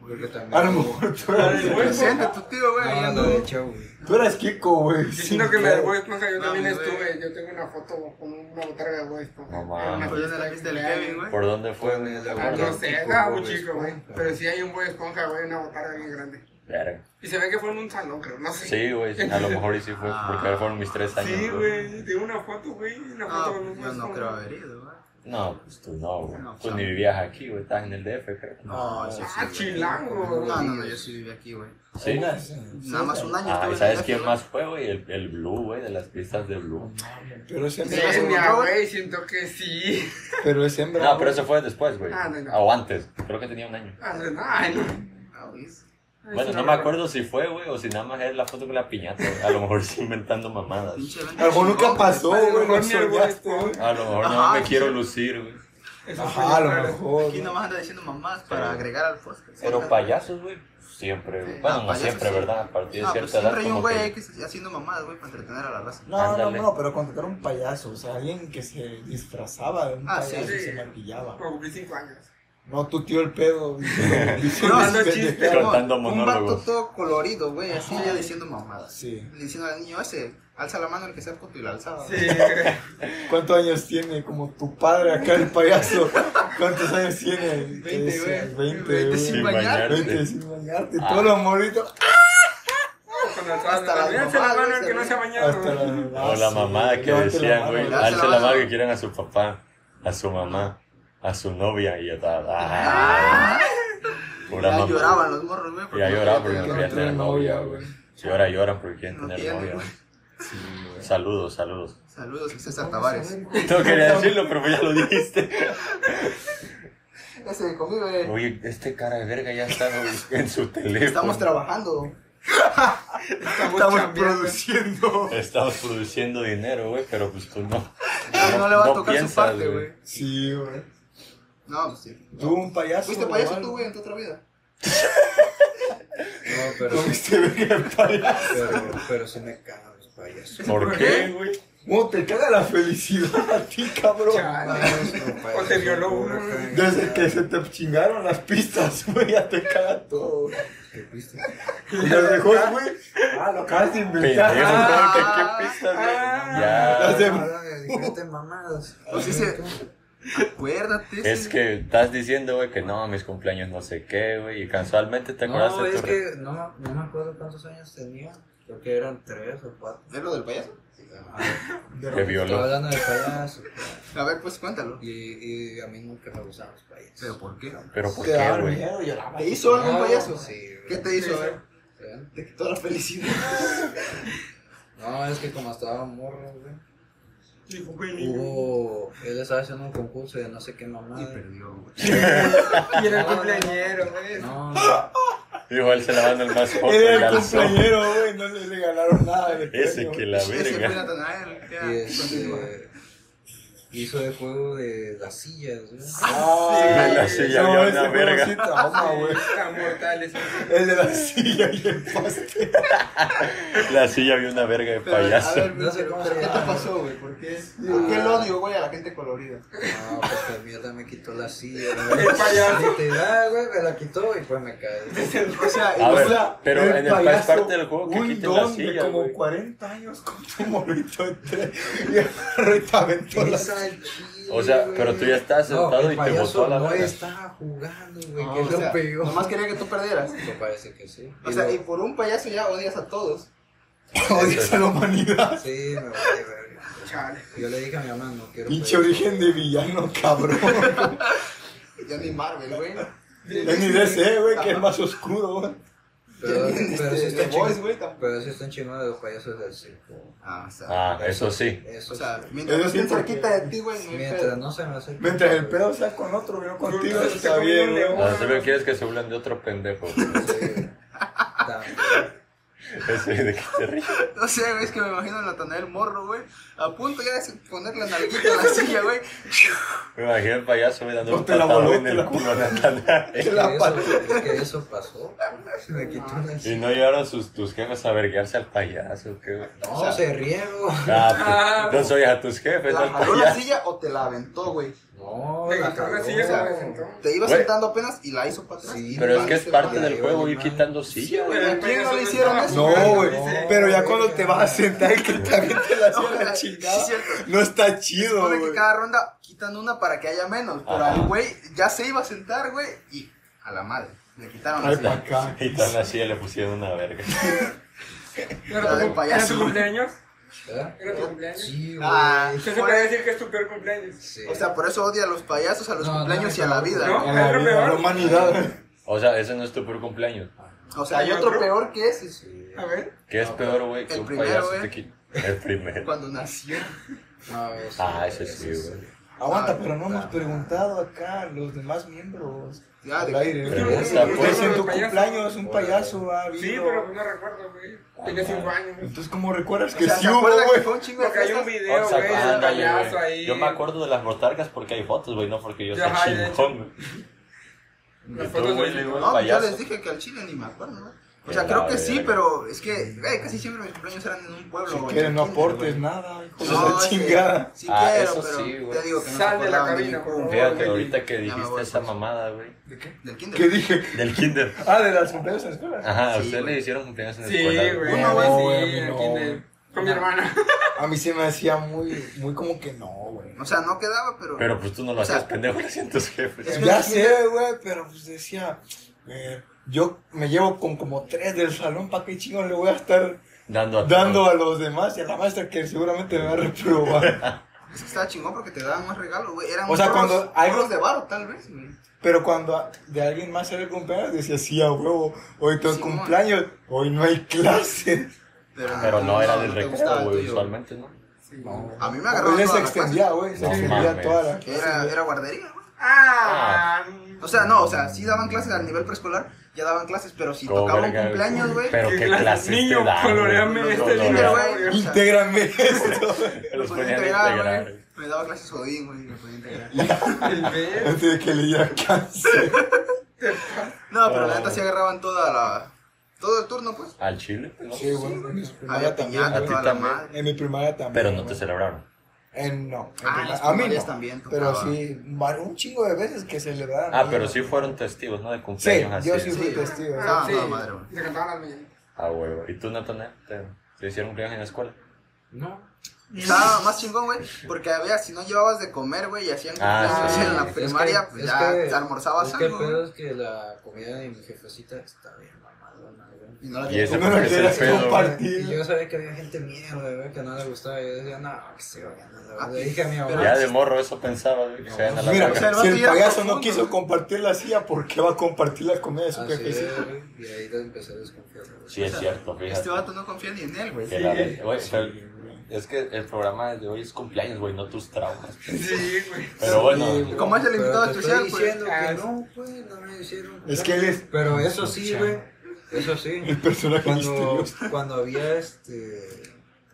Speaker 4: Porque también.
Speaker 1: A lo mejor tú
Speaker 5: Ay,
Speaker 1: eras.
Speaker 5: güey.
Speaker 3: Presente tu tío, güey. ahí
Speaker 4: No,
Speaker 3: ando.
Speaker 4: lo de hecho, güey.
Speaker 1: Tú eras Kiko, güey.
Speaker 5: Diciendo
Speaker 1: sin
Speaker 5: que la de
Speaker 1: pedo.
Speaker 5: Bob Esponja yo
Speaker 3: No,
Speaker 5: también
Speaker 3: güey.
Speaker 5: estuve. Yo tengo una foto con una botarga de Bob Esponja.
Speaker 2: No mames.
Speaker 5: Era una
Speaker 3: Pues ya se la viste
Speaker 5: fiesta
Speaker 3: del Kevin, güey.
Speaker 2: ¿Por dónde fue?
Speaker 4: Con el
Speaker 5: Ah,
Speaker 4: Bueno,
Speaker 5: no
Speaker 2: güey?
Speaker 5: sé,
Speaker 4: tipo
Speaker 5: ah,
Speaker 4: Bob
Speaker 5: un chico, güey.
Speaker 4: Esponja.
Speaker 5: Pero sí hay un Bob Esponja, güey, una botarga bien grande.
Speaker 2: Verga.
Speaker 5: Y se ve que fue en un salón, creo, no sé.
Speaker 2: Sí, güey. A lo mejor y sí fue, porque fueron mis tres años.
Speaker 5: Sí, güey, de una foto, güey, una
Speaker 3: Ah,
Speaker 5: foto con un
Speaker 3: yo no
Speaker 5: Bob
Speaker 3: creo
Speaker 5: Esponja.
Speaker 3: haber ido, güey.
Speaker 2: No, pues tú no, güey.
Speaker 3: No,
Speaker 2: Tú
Speaker 3: no.
Speaker 2: ni vivías aquí, güey. Estabas en el DF, creo.
Speaker 3: No, yo
Speaker 5: Ah,
Speaker 3: sí, güey.
Speaker 5: chilango.
Speaker 3: No, no, no, yo sí viví aquí, güey.
Speaker 2: Sí.
Speaker 3: Nada más un año
Speaker 2: Ah,
Speaker 3: estuve
Speaker 2: ¿y
Speaker 3: en
Speaker 2: sabes
Speaker 3: el
Speaker 2: quién
Speaker 3: viaje,
Speaker 2: más fue, güey? El, el Blue, güey, de las pistas de Blue.
Speaker 1: Pero es
Speaker 3: Sí,
Speaker 1: hembra.
Speaker 3: sí.
Speaker 5: Genia, güey, siento que sí.
Speaker 1: Pero es hembra.
Speaker 2: No, pero
Speaker 1: güey.
Speaker 2: eso fue después, güey.
Speaker 5: Ah, no, no.
Speaker 2: Ah, O antes. Creo que tenía un año.
Speaker 5: Ah, no, no, ay, no.
Speaker 3: güey. Ah, güey.
Speaker 5: Ay,
Speaker 2: Bueno,
Speaker 5: sí,
Speaker 2: no me acuerdo si fue, güey, o si nada más es la foto con la piñata. güey. A lo mejor estoy inventando mamadas.
Speaker 3: Pinche
Speaker 1: A lo mejor nunca pasó,
Speaker 5: A lo
Speaker 1: güey.
Speaker 5: mejor
Speaker 1: No
Speaker 5: ni el
Speaker 1: soñaste,
Speaker 5: Bob
Speaker 1: güey.
Speaker 2: A lo mejor no
Speaker 3: Ajá,
Speaker 2: me
Speaker 3: sí.
Speaker 2: quiero lucir, güey.
Speaker 5: Eso fue
Speaker 1: Ajá, a lo
Speaker 5: raro.
Speaker 1: mejor.
Speaker 3: Aquí
Speaker 1: güey.
Speaker 3: nomás anda diciendo mamás para
Speaker 2: Sí.
Speaker 3: agregar al podcast.
Speaker 2: Pero payasos, güey, siempre, güey.
Speaker 3: Sí,
Speaker 2: Bueno,
Speaker 3: ah,
Speaker 2: no
Speaker 3: payasos,
Speaker 2: siempre,
Speaker 3: sí.
Speaker 2: ¿verdad? A partir de
Speaker 3: No, pues
Speaker 2: cierta edad,
Speaker 3: siempre hay un
Speaker 2: como
Speaker 3: güey ahí
Speaker 2: que...
Speaker 3: que se- haciendo mamadas, güey, para entretener a la
Speaker 1: *laughs*
Speaker 3: raza.
Speaker 1: No, no,
Speaker 2: Ándale.
Speaker 1: no, pero contratar un payaso, o sea, alguien que se disfrazaba de un
Speaker 3: Ah, sí,
Speaker 1: payaso y
Speaker 5: sí.
Speaker 1: se maquillaba.
Speaker 5: Cuando cumplí cinco años.
Speaker 1: No, tu tío el pedo. *laughs*
Speaker 2: *laughs*
Speaker 5: Contando
Speaker 1: sí,
Speaker 5: chistes.
Speaker 3: Pero
Speaker 2: Contando
Speaker 3: Un vato
Speaker 2: monólogos.
Speaker 3: todo colorido, güey, así ya diciendo mamadas.
Speaker 1: Sí.
Speaker 3: Le diciendo al niño ese, alza la mano el que sea puto y la alzaba.
Speaker 5: Sí, *laughs*
Speaker 3: güey.
Speaker 1: ¿Cuántos años tiene? Como tu padre acá, el payaso. ¿Cuántos años tiene?
Speaker 3: Veinte, güey.
Speaker 1: 20,
Speaker 3: Veinte,
Speaker 1: güey.
Speaker 3: sin
Speaker 2: Sin
Speaker 3: bañar.
Speaker 2: bañar.
Speaker 1: 20 sin bañarte.
Speaker 2: Ah.
Speaker 1: Todos los morritos.
Speaker 5: cuando
Speaker 3: Hasta las
Speaker 5: estaba Mira, se la
Speaker 3: mamás,
Speaker 5: mano el
Speaker 3: güey,
Speaker 5: que no
Speaker 3: se
Speaker 5: se ha bañado.
Speaker 1: Hasta la
Speaker 2: O la mamada que
Speaker 1: Levante la
Speaker 2: decían,
Speaker 1: mano,
Speaker 2: güey,
Speaker 1: levante
Speaker 2: alce
Speaker 3: la
Speaker 2: la
Speaker 3: mano.
Speaker 2: mano que quieran a su papá, a su mamá, a su novia y a tal.
Speaker 3: Ah,
Speaker 2: Pura
Speaker 3: Ya
Speaker 2: mamá.
Speaker 3: lloraban los morros, güey. porque
Speaker 2: Ya
Speaker 3: no
Speaker 2: lloraban porque
Speaker 3: querían
Speaker 2: no
Speaker 1: que
Speaker 3: tener
Speaker 2: querían
Speaker 1: no
Speaker 2: tener
Speaker 1: tienen
Speaker 2: novia,
Speaker 1: novia,
Speaker 2: güey.
Speaker 1: güey.
Speaker 2: Si ahora lloran porque quieren
Speaker 3: No
Speaker 2: tener
Speaker 3: tienen,
Speaker 2: novia,
Speaker 3: güey.
Speaker 2: güey. Saludos, saludos. *laughs*
Speaker 3: Saludos a César Tavares.
Speaker 2: No quería decirlo, pero ya lo dijiste.
Speaker 3: Ese conmigo, eh, güey.
Speaker 2: Oye, este cara de verga ya está güey, en su teléfono.
Speaker 3: Estamos trabajando.
Speaker 5: Estamos
Speaker 1: Estamos
Speaker 5: chambeando.
Speaker 1: produciendo.
Speaker 2: Estamos produciendo dinero, güey, pero pues tú no.
Speaker 3: *laughs* No, le va a tocar
Speaker 2: piensas,
Speaker 3: su parte, güey.
Speaker 1: Sí, güey.
Speaker 3: No, pues sí.
Speaker 1: Tú un payaso.
Speaker 3: ¿Fuiste
Speaker 1: o
Speaker 3: payaso
Speaker 1: algo? *laughs*
Speaker 3: tú, güey, en tu otra vida?
Speaker 4: No, pero,
Speaker 1: este, Comiste verga de payaso.
Speaker 4: pero, pero sí me cago. payaso.
Speaker 2: ¿Por *laughs* qué, güey?
Speaker 1: ¿Cómo te caga la felicidad a ti, cabrón?
Speaker 5: O te violó uno.
Speaker 1: Desde que se te chingaron las pistas, *laughs* güey, ya te caga *laughs* todo.
Speaker 4: ¿Qué piste?
Speaker 1: Y las dejó, güey. Ah, lo acabas de
Speaker 2: Pendejo,
Speaker 1: inventar.
Speaker 2: ah, ¿qué pistas, güey?
Speaker 1: Las
Speaker 2: ya.
Speaker 1: de-
Speaker 4: Ahora me dijiste Ah, mamadas.
Speaker 3: Pues sí se- Acuérdate.
Speaker 2: Es
Speaker 3: sí.
Speaker 2: que estás diciendo, güey, que no, mis cumpleaños no sé qué, güey, y casualmente te acuerdas
Speaker 4: No,
Speaker 2: de
Speaker 4: es
Speaker 2: tu re-
Speaker 4: que no, me- no me acuerdo cuántos años tenía. Creo que eran tres o cuatro.
Speaker 3: ¿Es lo del payaso?
Speaker 2: que
Speaker 4: Estaba
Speaker 2: violó.
Speaker 4: hablando de payaso.
Speaker 3: A ver, pues cuéntalo.
Speaker 4: Y, y a mí nunca me gustaban los payasos.
Speaker 3: ¿Pero por qué?
Speaker 2: Pero ¿por
Speaker 1: Ah, Te daba
Speaker 2: qué, güey?
Speaker 1: miedo, lloraba.
Speaker 3: ¿Te hizo algo un
Speaker 4: No,
Speaker 3: payaso?
Speaker 4: Sí,
Speaker 3: ¿Qué
Speaker 4: güey.
Speaker 3: te hizo? A ver,
Speaker 4: ¿Eh?
Speaker 3: te quitó la felicidad.
Speaker 4: No, es que como estaba morro, güey.
Speaker 5: Dijo,
Speaker 3: Oh.
Speaker 5: güey, niño.
Speaker 4: Hubo. Él estaba haciendo un concurso de no sé qué mamada.
Speaker 3: perdió, *laughs* güey.
Speaker 5: Y era el cumpleañero, güey.
Speaker 4: No, no,
Speaker 2: Dijo él se lavando el más foco y
Speaker 1: Era el
Speaker 2: alzó.
Speaker 1: cumpleañero, güey, no le regalaron nada de
Speaker 2: Ese
Speaker 1: premio,
Speaker 2: que
Speaker 1: güey.
Speaker 2: la
Speaker 3: Ese fue
Speaker 2: verga.
Speaker 3: Natanael. ya.
Speaker 4: y
Speaker 3: Continúa.
Speaker 4: este. Hizo el juego de las sillas, güey.
Speaker 1: Ah,
Speaker 2: el de la silla
Speaker 1: no,
Speaker 2: había una
Speaker 1: ese juego
Speaker 2: verga.
Speaker 1: sí
Speaker 3: Ah,
Speaker 1: trauma, güey.
Speaker 5: Tan mortales.
Speaker 1: El de la silla *laughs* y el pastel.
Speaker 2: La silla había una verga de
Speaker 3: Pero, a ver,
Speaker 2: payaso.
Speaker 3: pero-
Speaker 4: No sé cómo
Speaker 3: pero
Speaker 4: se
Speaker 3: ¿Qué te
Speaker 4: llama.
Speaker 3: pasó, güey? ¿Por qué? ¿Por qué el odio, güey, a la gente colorida?
Speaker 4: No, pues que mierda me quitó
Speaker 3: *laughs*
Speaker 4: la silla,
Speaker 5: El
Speaker 4: güey.
Speaker 5: payaso.
Speaker 4: Literal, güey, me la quitó y pues me caí.
Speaker 3: O sea,
Speaker 2: A
Speaker 3: o
Speaker 2: ver,
Speaker 3: sea,
Speaker 2: pero en el es
Speaker 1: payaso,
Speaker 2: parte del juego que
Speaker 1: un
Speaker 2: quiten la
Speaker 1: don de
Speaker 2: silla,
Speaker 1: como
Speaker 2: güey.
Speaker 1: 40 años con tu morrito entre y agarró y te aventó la silla.
Speaker 2: O sea, pero tú ya estabas sentado y te botó a la
Speaker 4: No, el payaso no
Speaker 2: verga.
Speaker 4: estaba jugando, güey,
Speaker 3: no,
Speaker 4: que es
Speaker 3: o sea,
Speaker 4: lo peor.
Speaker 3: Nomás quería que tú perdieras.
Speaker 4: Me parece que sí.
Speaker 3: O
Speaker 4: Y
Speaker 3: sea,
Speaker 4: lo-
Speaker 3: y por un payaso ya odias a todos.
Speaker 1: Odias a la humanidad.
Speaker 4: Sí, me vale, verga.
Speaker 5: Chale.
Speaker 4: Yo le dije a mi mamá, no quiero.
Speaker 1: Pinche
Speaker 4: payaso.
Speaker 1: origen de villano, cabrón.
Speaker 3: Ya ni Marvel, güey.
Speaker 1: Es mi DC, güey, que es más oscuro, güey.
Speaker 4: Pero,
Speaker 3: Ya ni
Speaker 4: pero sí
Speaker 3: este, The
Speaker 4: están
Speaker 3: Voice,
Speaker 4: chingados.
Speaker 3: güey. tampoco.
Speaker 4: Pero sí están chingados los payasos del circo.
Speaker 3: Ah, o sea. pues,
Speaker 2: Ah, eso sí.
Speaker 4: Eso
Speaker 3: O sea,
Speaker 4: sí.
Speaker 3: mientras no
Speaker 1: Eso sí,
Speaker 3: estén
Speaker 1: porque-
Speaker 3: cerquita de ti, güey, no hay
Speaker 4: mientras
Speaker 3: pedo.
Speaker 4: no se me hace.
Speaker 1: Mientras el pedo sea con otro, no contigo,
Speaker 5: Tú- tú-
Speaker 1: está
Speaker 5: tú-
Speaker 1: bien,
Speaker 5: tú-
Speaker 1: güey.
Speaker 5: tú-
Speaker 2: No, siempre quieres que se burlen de otro pendejo. güey. *laughs*
Speaker 4: Sí. También.
Speaker 2: Ese de que te ríes.
Speaker 3: *laughs* No sé, güey, es que me imagino a Natanael Morro, güey. A punto ya de poner la nalguita en la silla,
Speaker 2: *laughs*
Speaker 3: güey.
Speaker 2: Me imagino el payaso, güey, dando
Speaker 1: No
Speaker 2: un
Speaker 1: te la voló,
Speaker 2: patadón en
Speaker 1: te
Speaker 2: el
Speaker 1: la-
Speaker 2: culo a Natanael.
Speaker 1: Te la
Speaker 4: Es
Speaker 1: pateó.
Speaker 4: que eso- es que eso pasó. Se me quitó la
Speaker 2: Y no llegaron sus, tus jefes a verguearse al payaso, qué güey.
Speaker 4: No, se riego.
Speaker 2: Ah, pues, no soy a tus jefes, no
Speaker 3: ¿La
Speaker 2: al
Speaker 3: jaló la
Speaker 2: payaso.
Speaker 3: silla o te la aventó, güey?
Speaker 4: No,
Speaker 5: Me
Speaker 4: la
Speaker 5: quitó una
Speaker 4: cagó.
Speaker 5: silla, se me sentó.
Speaker 3: Te iba
Speaker 2: Güey.
Speaker 3: sentando apenas y la hizo para atrás.
Speaker 4: Sí,
Speaker 2: Pero es que es parte
Speaker 4: Ya
Speaker 2: del
Speaker 4: iba
Speaker 2: juego, ir
Speaker 4: animando.
Speaker 2: quitando sillas.
Speaker 5: güey,
Speaker 3: ¿A quién
Speaker 5: el
Speaker 3: no
Speaker 5: payaso
Speaker 3: le hicieron
Speaker 5: estaba
Speaker 3: eso?
Speaker 1: No,
Speaker 5: jugando,
Speaker 1: güey.
Speaker 5: dice.
Speaker 1: Pero ya cuando te vas a sentar y que te aviente
Speaker 2: *laughs*
Speaker 1: la
Speaker 3: No,
Speaker 1: silla la
Speaker 3: sí,
Speaker 1: chingada,
Speaker 3: cierto.
Speaker 1: no está
Speaker 3: Se
Speaker 1: chido,
Speaker 3: supone que
Speaker 1: güey.
Speaker 3: cada ronda quitan una para que haya menos. Pero
Speaker 2: Ajá.
Speaker 3: al güey ya se iba a sentar, güey, y a la madre. Le quitaron la
Speaker 1: Ay, pa'
Speaker 3: silla.
Speaker 1: acá.
Speaker 2: Y tan así le pusieron una verga.
Speaker 5: Era
Speaker 3: La
Speaker 5: tu-
Speaker 3: del payaso.
Speaker 5: ¿Era tu cumpleaños?
Speaker 4: ¿Eh?
Speaker 5: ¿Era tu cumpleaños?
Speaker 4: Sí, güey.
Speaker 3: Ah,
Speaker 5: Usted se puede decir que es tu peor cumpleaños.
Speaker 4: Sí.
Speaker 3: O sea, por eso odia a los payasos, a los
Speaker 4: No,
Speaker 3: cumpleaños
Speaker 4: no,
Speaker 3: y a la
Speaker 4: no.
Speaker 3: vida.
Speaker 5: No.
Speaker 1: A la
Speaker 5: Pero
Speaker 1: vida, a la
Speaker 5: peor.
Speaker 1: humanidad, güey.
Speaker 2: O sea, ese no es tu peor cumpleaños.
Speaker 3: O sea, hay otro peor que ese.
Speaker 4: Sí.
Speaker 5: A ver.
Speaker 2: ¿Qué es peor, güey, que
Speaker 3: El
Speaker 2: un
Speaker 3: primero, eh.
Speaker 2: payaso
Speaker 3: güey.
Speaker 2: te quite? El
Speaker 3: *laughs*
Speaker 2: primero.
Speaker 3: Cuando nació.
Speaker 4: No, eso-
Speaker 2: Ah, ese sí, güey.
Speaker 1: Aguanta,
Speaker 3: Ah,
Speaker 1: pero no hemos
Speaker 4: puta.
Speaker 1: preguntado acá los demás miembros.
Speaker 3: Ya,
Speaker 1: al
Speaker 3: de-
Speaker 1: aire.
Speaker 2: Pregunta,
Speaker 1: Ustedes
Speaker 2: pues.
Speaker 1: en tu
Speaker 5: Payaso.
Speaker 1: cumpleaños un
Speaker 4: Hola.
Speaker 1: payaso ha habido.
Speaker 5: Sí, pero no recuerdo, güey. Tenía cinco años. güey.
Speaker 1: Entonces, ¿cómo recuerdas
Speaker 3: O
Speaker 1: que
Speaker 3: sea,
Speaker 1: sí
Speaker 3: ¿se
Speaker 1: hubo,
Speaker 3: acuerdan que
Speaker 1: güey?
Speaker 3: fue un chingo de
Speaker 5: Porque hay un
Speaker 3: fiestas?
Speaker 5: video,
Speaker 2: O sea,
Speaker 5: güey, del
Speaker 2: ándale,
Speaker 5: payaso
Speaker 2: güey.
Speaker 5: ahí.
Speaker 2: Yo me acuerdo de las mortarcas porque hay fotos, güey, no porque yo
Speaker 5: Ya,
Speaker 2: sea
Speaker 5: ya, ya.
Speaker 2: chingón.
Speaker 5: Las
Speaker 2: Y tú,
Speaker 5: fotos
Speaker 2: güey,
Speaker 5: de-
Speaker 2: le digo,
Speaker 3: No, pues, yo
Speaker 2: payaso.
Speaker 3: les dije que al chile ni me acuerdo, güey. O sea,
Speaker 2: Que
Speaker 3: creo
Speaker 2: la
Speaker 3: que sí,
Speaker 2: verga.
Speaker 3: pero es que, güey, casi siempre mis cumpleaños eran en un pueblo.
Speaker 1: Si
Speaker 3: güey,
Speaker 1: quieres, no
Speaker 3: en el kinder,
Speaker 1: aportes
Speaker 3: güey.
Speaker 1: nada, hijo de
Speaker 3: No,
Speaker 1: la
Speaker 3: es que
Speaker 1: chingada.
Speaker 3: Sí
Speaker 2: Ah,
Speaker 3: quiero,
Speaker 2: eso
Speaker 3: pero
Speaker 2: sí, güey.
Speaker 3: te digo que no
Speaker 5: Sal
Speaker 3: se
Speaker 5: de la
Speaker 3: acordaban
Speaker 5: cabina,
Speaker 3: mi
Speaker 5: por
Speaker 3: cumpleaños.
Speaker 2: Fíjate,
Speaker 5: güey.
Speaker 2: ahorita que
Speaker 3: Ya me
Speaker 2: dijiste
Speaker 3: voy,
Speaker 2: esa
Speaker 3: pues.
Speaker 2: mamada, güey.
Speaker 1: ¿De qué?
Speaker 3: Del kinder.
Speaker 1: ¿Qué dije?
Speaker 2: Del kinder.
Speaker 1: Ah, de las cumpleaños en la escuela.
Speaker 2: Ajá,
Speaker 3: Sí,
Speaker 2: a ustedes
Speaker 3: güey.
Speaker 2: le hicieron cumpleaños en la
Speaker 5: Sí,
Speaker 2: escuela.
Speaker 5: güey.
Speaker 1: No,
Speaker 5: güey,
Speaker 1: güey, a
Speaker 5: sí,
Speaker 1: mí no.
Speaker 5: aquí en el- Con mi hermana.
Speaker 1: Ah, A mí se me hacía muy, muy como que no, güey.
Speaker 3: O sea, no quedaba, pero.
Speaker 2: Pero pues tú no lo
Speaker 3: O sea, eh,
Speaker 2: hacías, pendejo, *laughs* lo hacían tus jefes.
Speaker 3: Es-
Speaker 1: Ya sé, güey, pero pues decía, eh, yo me llevo con como tres del salón, ¿para qué chingos le voy a estar
Speaker 2: Dando a
Speaker 1: dando a los demás y a la maestra que seguramente me va a reprobar?
Speaker 3: Es que estaba chingón porque te daban más regalos, güey. Eran
Speaker 1: O sea,
Speaker 3: gorros-
Speaker 1: cuando hay-
Speaker 3: gorros de varo, tal vez, güey.
Speaker 1: Pero cuando a- de alguien más era el cumpleaños, decía, sí, a huevo, hoy tu
Speaker 3: Sí,
Speaker 1: cumpleaños, hoy no hay clase.
Speaker 2: Pero no era del
Speaker 3: Ah, te gustaba
Speaker 2: recreo,
Speaker 3: el
Speaker 2: güey,
Speaker 3: tuyo.
Speaker 2: usualmente, ¿no?
Speaker 3: A mí me agarró
Speaker 1: Pues ya
Speaker 3: toda
Speaker 1: se
Speaker 3: la
Speaker 1: extendía, güey, se
Speaker 2: No
Speaker 1: extendía
Speaker 2: mames.
Speaker 1: toda la clase.
Speaker 3: Era,
Speaker 1: güey.
Speaker 3: era guardería, güey.
Speaker 5: Ah.
Speaker 3: O sea, no, o sea, sí daban clases a nivel preescolar, ya daban clases, pero si
Speaker 2: Oh,
Speaker 3: tocaba un
Speaker 2: verga,
Speaker 3: cumpleaños, güey.
Speaker 2: Pero
Speaker 5: ¿Qué
Speaker 2: qué
Speaker 5: clase?
Speaker 2: clase
Speaker 5: Niño,
Speaker 2: te dan,
Speaker 5: coloreame
Speaker 2: güey.
Speaker 5: este
Speaker 2: Colorea.
Speaker 3: Pero, güey, o sea,
Speaker 1: Intégrame *laughs* esto.
Speaker 2: Los
Speaker 3: me podía
Speaker 2: ponían a
Speaker 3: integrar,
Speaker 2: integrar.
Speaker 3: güey. Me daba clases Odín, güey, me podía integrar.
Speaker 2: *laughs*
Speaker 5: El B.
Speaker 1: Antes de que le diera cáncer.
Speaker 2: Oh.
Speaker 3: No, pero la neta sí agarraban toda la. Todo el turno, pues.
Speaker 2: Al chile, ¿no?
Speaker 1: Sí, bueno, en mi
Speaker 3: Había
Speaker 1: primaria también.
Speaker 3: piñata,
Speaker 1: güey.
Speaker 3: toda la
Speaker 2: también.
Speaker 3: madre.
Speaker 1: En mi primaria también.
Speaker 2: Pero no te
Speaker 1: güey.
Speaker 2: celebraron.
Speaker 1: En- no. en
Speaker 3: Ah,
Speaker 1: prima-
Speaker 3: las
Speaker 1: a mí
Speaker 3: primarias
Speaker 1: no.
Speaker 3: también
Speaker 1: Pero
Speaker 3: tocaba.
Speaker 1: sí, varios- un chingo de veces que celebraron.
Speaker 2: Ah,
Speaker 1: ahí,
Speaker 2: pero
Speaker 1: güey.
Speaker 2: sí fueron testigos, ¿no? De
Speaker 1: Sí,
Speaker 2: cumpleaños
Speaker 1: yo
Speaker 2: así.
Speaker 1: sí fui
Speaker 3: Sí.
Speaker 1: testigo. güey.
Speaker 3: Ah,
Speaker 5: sí.
Speaker 3: toda madre, güey.
Speaker 5: Le cantaban las mañanitas.
Speaker 2: Ah, huevo. ¿Y tú, Natanael? ¿Te, te hicieron cumpleaños en la escuela?
Speaker 4: No.
Speaker 3: Estaba más chingón, güey, porque había, si no llevabas de comer, güey, y hacían
Speaker 2: Ah,
Speaker 3: cumpleaños
Speaker 2: sí.
Speaker 3: en la
Speaker 4: Es
Speaker 3: primaria,
Speaker 4: que-
Speaker 3: pues
Speaker 4: es
Speaker 3: ya
Speaker 4: que-
Speaker 3: te almorzabas
Speaker 4: Es que el
Speaker 3: algo,
Speaker 4: pedo
Speaker 3: güey.
Speaker 4: es que la comida de mi jefecita está bien mamadona, güey.
Speaker 3: Y no la
Speaker 2: Y eso
Speaker 3: tenías.
Speaker 1: Tú no lo
Speaker 2: porque es el
Speaker 1: quieres
Speaker 2: pedo, güey.
Speaker 1: compartir.
Speaker 4: Y yo sabía que había gente mierda, güey, que no le gustaba. Y yo decía, no, que se vayan a la
Speaker 3: Ah,
Speaker 4: verga. Le dije a mi mamá.
Speaker 2: Ya de morro eso pensaba, güey. Que se vayan a la
Speaker 1: Mira,
Speaker 3: o
Speaker 2: verga.
Speaker 3: sea, el
Speaker 1: si
Speaker 3: vato
Speaker 1: el
Speaker 3: ya era
Speaker 1: payaso no
Speaker 3: profundo,
Speaker 1: quiso
Speaker 3: güey.
Speaker 1: compartir la silla, ¿por qué va a compartir la comida de su
Speaker 4: Así
Speaker 1: jefe?
Speaker 4: es, güey. Y ahí te empecé a desconfiar, güey.
Speaker 2: Sí, es cierto, fíjate.
Speaker 3: Este vato no confía ni en él, güey.
Speaker 2: Que la ver- güey, pero- es que el programa de hoy es cumpleaños, güey, no tus traumas.
Speaker 5: Sí, güey.
Speaker 2: Pero bueno,
Speaker 1: Sí,
Speaker 3: Como es el
Speaker 4: Pero
Speaker 3: invitado
Speaker 4: te estoy
Speaker 3: especial, pues. güey.
Speaker 4: diciendo
Speaker 5: Ah,
Speaker 4: que
Speaker 5: es-
Speaker 4: no, güey, no me hicieron.
Speaker 1: Es que él es
Speaker 4: Pero eso sí, güey. Eso sí.
Speaker 1: el personaje
Speaker 4: *laughs* Cuando,
Speaker 1: misterioso.
Speaker 4: cuando había este.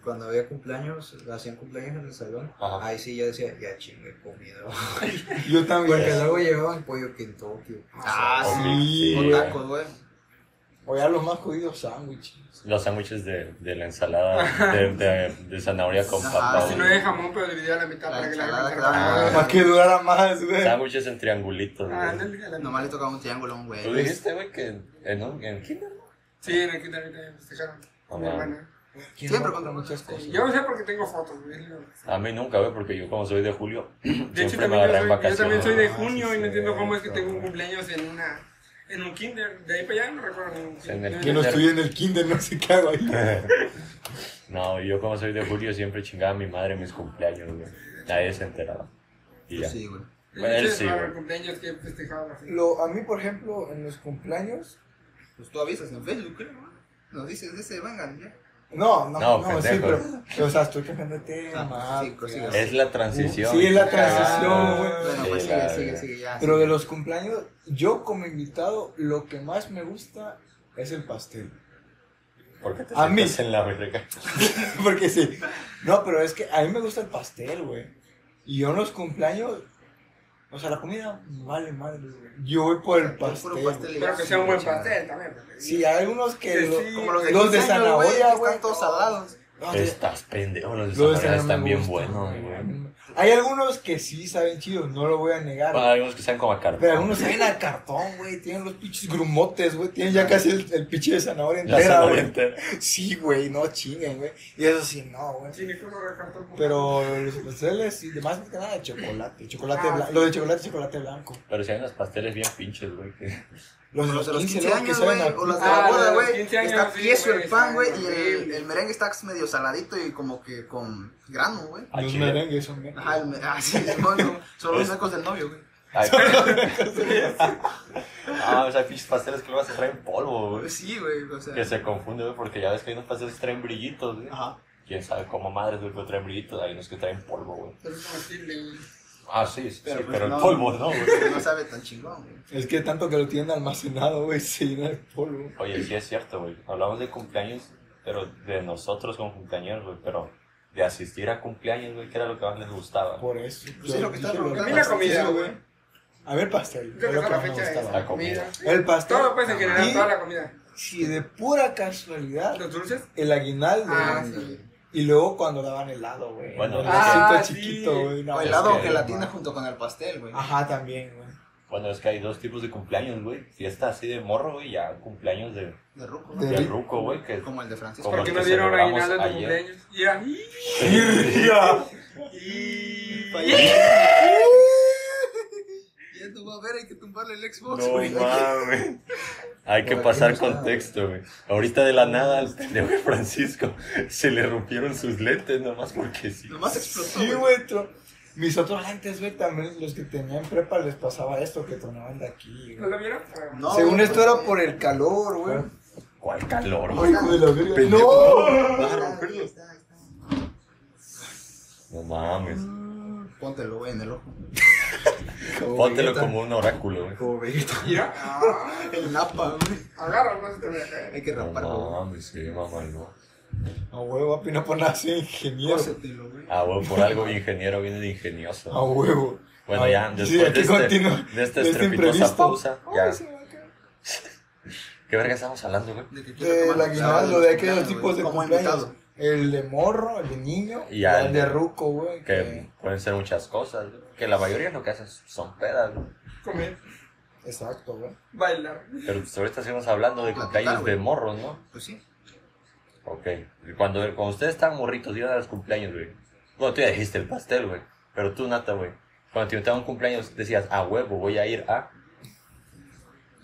Speaker 4: Cuando había cumpleaños, hacían cumpleaños en el salón,
Speaker 2: Ajá.
Speaker 4: ahí sí ya decía, ya chingue comida.
Speaker 2: *laughs*
Speaker 1: Yo también.
Speaker 4: *laughs* Porque luego llevaban pollo Kentucky.
Speaker 3: Ah,
Speaker 2: ok,
Speaker 1: sí,
Speaker 3: Con
Speaker 2: güey.
Speaker 3: tacos, güey.
Speaker 1: O ya los más jodidos sándwiches.
Speaker 2: los sándwiches de, de la ensalada de, de- de zanahoria con
Speaker 3: Ajá,
Speaker 2: papa,
Speaker 5: Si
Speaker 3: sí,
Speaker 5: no
Speaker 2: güey.
Speaker 5: es jamón, pero dividido a la mitad
Speaker 3: La
Speaker 5: para que la
Speaker 3: ensalada,
Speaker 5: hagan
Speaker 3: claro.
Speaker 5: cerrada.
Speaker 1: Para que durara más, güey.
Speaker 2: Sándwiches en triangulitos,
Speaker 5: Ah,
Speaker 2: güey.
Speaker 5: ándale, a la
Speaker 3: Nomás le tocaba un triángulo a un
Speaker 1: Pues,
Speaker 2: Tú
Speaker 3: güey.
Speaker 2: dijiste, güey, que en un en kinder, ¿no?
Speaker 5: Sí, en el kinder también me festejaron.
Speaker 2: Ah,
Speaker 5: Mi
Speaker 2: no.
Speaker 5: hermana.
Speaker 3: Siempre cuando muchas
Speaker 5: Sí, Yo sé porque tengo fotos, güey.
Speaker 2: A mí nunca, güey, porque yo como soy de julio,
Speaker 5: De hecho,
Speaker 2: siempre me
Speaker 5: también yo,
Speaker 2: agarré en
Speaker 5: soy, yo
Speaker 2: vacaciones.
Speaker 5: también soy de
Speaker 4: Ah,
Speaker 5: junio
Speaker 4: sí,
Speaker 5: y no entiendo cómo es que
Speaker 4: cierto,
Speaker 5: tengo un
Speaker 4: güey.
Speaker 5: cumpleaños en una en un kinder. De ahí para allá no recuerdo ningún
Speaker 2: En el
Speaker 5: kinder.
Speaker 1: Yo no estoy en el kinder, no sé qué hago ahí.
Speaker 2: No, yo como soy de julio siempre chingaba a mi madre en mis cumpleaños, güey. Nadie se enteraba. Y ya.
Speaker 3: Sí, güey.
Speaker 2: Bueno, él sí,
Speaker 5: Para
Speaker 2: güey.
Speaker 5: el cumpleaños que festejaba así.
Speaker 1: Lo, a mí, por ejemplo, en los cumpleaños.
Speaker 3: Pues tú avisas en Facebook, creo, güey. Nos dices, ese, vengan, ya.
Speaker 1: No, no,
Speaker 2: No,
Speaker 1: no, sí,
Speaker 2: pendejo.
Speaker 1: pero. O sea, estoy cambiando de tema.
Speaker 3: Ah, sí, prosigue.
Speaker 1: güey.
Speaker 2: Es la transición.
Speaker 1: Sí, es la
Speaker 2: Ah,
Speaker 1: transición, güey.
Speaker 3: Bueno, pues
Speaker 2: Sí,
Speaker 3: sigue,
Speaker 2: la
Speaker 3: sigue,
Speaker 2: verga.
Speaker 3: sigue, ya.
Speaker 1: Pero de los cumpleaños, yo como invitado, lo que más me gusta es el pastel. *laughs*
Speaker 2: ¿Por qué te
Speaker 1: A mí.
Speaker 2: sientas en la verga?
Speaker 1: Porque sí. No, pero es que a mí me gusta el pastel, güey. Y yo en los cumpleaños, o sea, la comida vale madre, güey. Yo voy por el
Speaker 3: Puro
Speaker 1: pastel.
Speaker 3: pastel
Speaker 1: güey.
Speaker 3: y
Speaker 5: Pero
Speaker 3: ya,
Speaker 5: que sea un buen
Speaker 3: chingada.
Speaker 5: pastel también. porque-
Speaker 1: Sí, hay algunos que
Speaker 5: Sí,
Speaker 1: lo-
Speaker 5: sí.
Speaker 3: Como los de,
Speaker 1: Los de
Speaker 3: 15 años, güey, que
Speaker 1: zanahoria, güey.
Speaker 3: Están todos salados.
Speaker 1: no, sí,
Speaker 2: Estás pendejo, los
Speaker 1: los de
Speaker 2: desarrolladores
Speaker 1: zanahoria
Speaker 2: están
Speaker 1: me
Speaker 2: bien
Speaker 1: gustan,
Speaker 2: buenos, güey.
Speaker 1: Hay algunos que sí saben chidos, no lo voy a negar.
Speaker 2: Bueno,
Speaker 1: güey.
Speaker 2: algunos que sean como a cartón.
Speaker 1: Pero algunos saben a cartón, güey. Tienen los pinches grumotes, güey. Tienen ya casi el, el pinche de zanahoria
Speaker 2: La
Speaker 1: entera,
Speaker 2: zanahoria
Speaker 1: güey.
Speaker 2: entera.
Speaker 1: Sí, güey, no chinguen, güey. Y eso sí, no, güey.
Speaker 5: Sí, mi culo recartó.
Speaker 1: Pero los pasteles y demás, más que nada de chocolate. chocolate
Speaker 5: Ah,
Speaker 1: blan- Lo de chocolate es chocolate blanco.
Speaker 2: Pero si hay unos pasteles bien pinches, güey. que-
Speaker 1: Los
Speaker 3: Los de los 15
Speaker 1: luego
Speaker 3: años,
Speaker 1: saben
Speaker 3: güey,
Speaker 1: a-
Speaker 3: o los de la
Speaker 5: Ah, los
Speaker 3: boda,
Speaker 5: de los
Speaker 3: güey.
Speaker 5: 15 años,
Speaker 3: Está
Speaker 5: sí,
Speaker 3: tieso
Speaker 5: güey,
Speaker 3: el pan, güey,
Speaker 5: está
Speaker 3: y el,
Speaker 5: horrible.
Speaker 3: el merengue está medio saladito y como que con grano, güey.
Speaker 2: Ah,
Speaker 1: Los
Speaker 2: chile.
Speaker 1: merengues son bien.
Speaker 3: Ajá, el merengue, ah, sí, bueno, son los tacos del novio, güey. *laughs*
Speaker 2: Ay, Ah, o sea, hay pinches pasteles que luego se traen polvo, güey.
Speaker 3: Sí, güey, o sea.
Speaker 2: Pues Que se confunde, güey, porque ya ves que hay unos pasteles que traen brillitos, güey.
Speaker 3: Ajá.
Speaker 2: Quién sabe cómo madres, güey, pero traen brillitos. Hay unos que traen polvo, güey.
Speaker 5: Pero es comestible, güey.
Speaker 2: Ah, sí, sí,
Speaker 3: Pero,
Speaker 2: sí,
Speaker 3: pues,
Speaker 2: pero
Speaker 3: no.
Speaker 2: el polvo, ¿no, güey?
Speaker 3: Que no sabe tan chingón, güey.
Speaker 1: Es que tanto que lo tienen almacenado, güey, *laughs* se llena de polvo.
Speaker 2: Oye, sí es cierto, güey. Hablamos de cumpleaños, pero de nosotros como cumpleaños, güey. Pero de asistir a cumpleaños, güey, que era lo que más les gustaba.
Speaker 1: Por eso.
Speaker 3: Pues sí, lo que está
Speaker 1: dije,
Speaker 3: provocando
Speaker 1: güey,
Speaker 5: es la comida,
Speaker 1: sí,
Speaker 5: güey.
Speaker 1: A ver, pastel.
Speaker 5: Creo
Speaker 1: es
Speaker 5: que
Speaker 1: lo
Speaker 5: está
Speaker 1: que
Speaker 5: la
Speaker 1: más me
Speaker 5: fecha es
Speaker 1: gustaba.
Speaker 2: La comida.
Speaker 1: El pastel.
Speaker 5: Todo, pues, en general,
Speaker 1: Y
Speaker 5: toda la comida.
Speaker 1: Si de pura casualidad,
Speaker 5: ¿Los dulces?
Speaker 1: el aguinaldo.
Speaker 5: Ah,
Speaker 1: güey.
Speaker 5: sí.
Speaker 1: Y luego cuando daban helado, güey.
Speaker 2: Bueno,
Speaker 1: el
Speaker 5: Ah,
Speaker 1: vasito
Speaker 5: sí.
Speaker 1: chiquito, güey. no,
Speaker 3: O
Speaker 1: es
Speaker 3: helado o
Speaker 2: que-
Speaker 3: gelatina junto con el pastel, güey.
Speaker 1: Ajá, también, güey.
Speaker 2: Bueno, es que hay dos tipos de cumpleaños, güey. Fiesta así de morro, güey, ya cumpleaños de,
Speaker 3: De ruco,
Speaker 1: De-
Speaker 3: güey.
Speaker 2: de ruco, güey. Que...
Speaker 3: Como el de Francisco.
Speaker 2: Como
Speaker 5: ¿Por
Speaker 2: el
Speaker 5: qué
Speaker 2: que
Speaker 5: no dieron
Speaker 2: celebramos
Speaker 5: aguinaldo en tu
Speaker 2: ayer.
Speaker 5: cumpleaños? Y era, ¡ih!
Speaker 3: *laughs* Ya no va a ver, hay que tumbarle el Xbox,
Speaker 2: No
Speaker 3: güey.
Speaker 2: mames. Hay que
Speaker 4: Por aquí no
Speaker 2: pasar
Speaker 4: está.
Speaker 2: contexto, güey. Ahorita de la nada al pendejo de Francisco se le rompieron sus lentes nomás porque sí.
Speaker 3: Nomás explotó,
Speaker 1: Sí,
Speaker 3: güey.
Speaker 1: güey. tro- Mis otros lentes, güey, también los que tenían prepa les pasaba esto, que tronaban de aquí,
Speaker 5: ¿No
Speaker 1: güey.
Speaker 5: lo vieron?
Speaker 3: No,
Speaker 1: Según
Speaker 3: güey, pues,
Speaker 1: esto era por el calor, güey.
Speaker 2: ¿Cuál calor,
Speaker 1: Ay,
Speaker 2: güey?
Speaker 1: hijo de la verga.
Speaker 2: Pendejo.
Speaker 1: ¡No!
Speaker 2: Vas
Speaker 3: Ah,
Speaker 2: a
Speaker 3: ahí
Speaker 2: romperlo.
Speaker 3: está, ahí está.
Speaker 2: No mames.
Speaker 3: Póntelo, güey, en el ojo.
Speaker 2: Póntelo como un oráculo, güey.
Speaker 4: Como Vegeta.
Speaker 5: Mira, ah,
Speaker 3: *laughs* El napa, güey.
Speaker 5: agarra, no se te eh, vaya a caer.
Speaker 3: Hay que
Speaker 2: No
Speaker 3: raparlo, güey.
Speaker 2: mames, sí, mamá, no.
Speaker 1: A huevo, apenas por nada soy ingeniero.
Speaker 5: Pues,
Speaker 3: Cósetelo, güey.
Speaker 2: Ah, güey, por algo ingeniero viene de ingenioso.
Speaker 1: A huevo.
Speaker 2: Bueno,
Speaker 1: Ah,
Speaker 2: ya,
Speaker 1: sí,
Speaker 2: después
Speaker 1: aquí
Speaker 2: de, este,
Speaker 1: continúa.
Speaker 2: de esta
Speaker 1: De este
Speaker 2: estrepitosa
Speaker 1: imprevisto.
Speaker 2: pausa, ya
Speaker 1: Ay, se me acaba.
Speaker 2: ¿Qué verga estamos hablando, güey?
Speaker 3: De que quiero
Speaker 1: El
Speaker 3: tomar-
Speaker 1: aguinaldo de aquellos tipos de
Speaker 3: Como
Speaker 1: cumpleaños.
Speaker 3: invitado.
Speaker 1: El de morro, el de niño
Speaker 2: Y
Speaker 1: y el
Speaker 2: al-
Speaker 1: de ruco, güey.
Speaker 2: Que
Speaker 1: Que...
Speaker 2: pueden ser muchas cosas, güey. Que la mayoría lo que hacen son pedas, güey.
Speaker 5: Comer,
Speaker 1: Exacto, güey.
Speaker 5: bailar.
Speaker 2: Pero pues, ahorita seguimos hablando de
Speaker 3: Platicar,
Speaker 2: cumpleaños de
Speaker 3: güey.
Speaker 2: morros, ¿no?
Speaker 3: Pues sí.
Speaker 2: Ok. Y Cuando, cuando ustedes están morritos, dieron a los cumpleaños, güey. Bueno, tú ya dijiste el pastel, güey. Pero tú, Nata, güey. Cuando te invitaban a un cumpleaños, decías, a huevo, voy a ir a...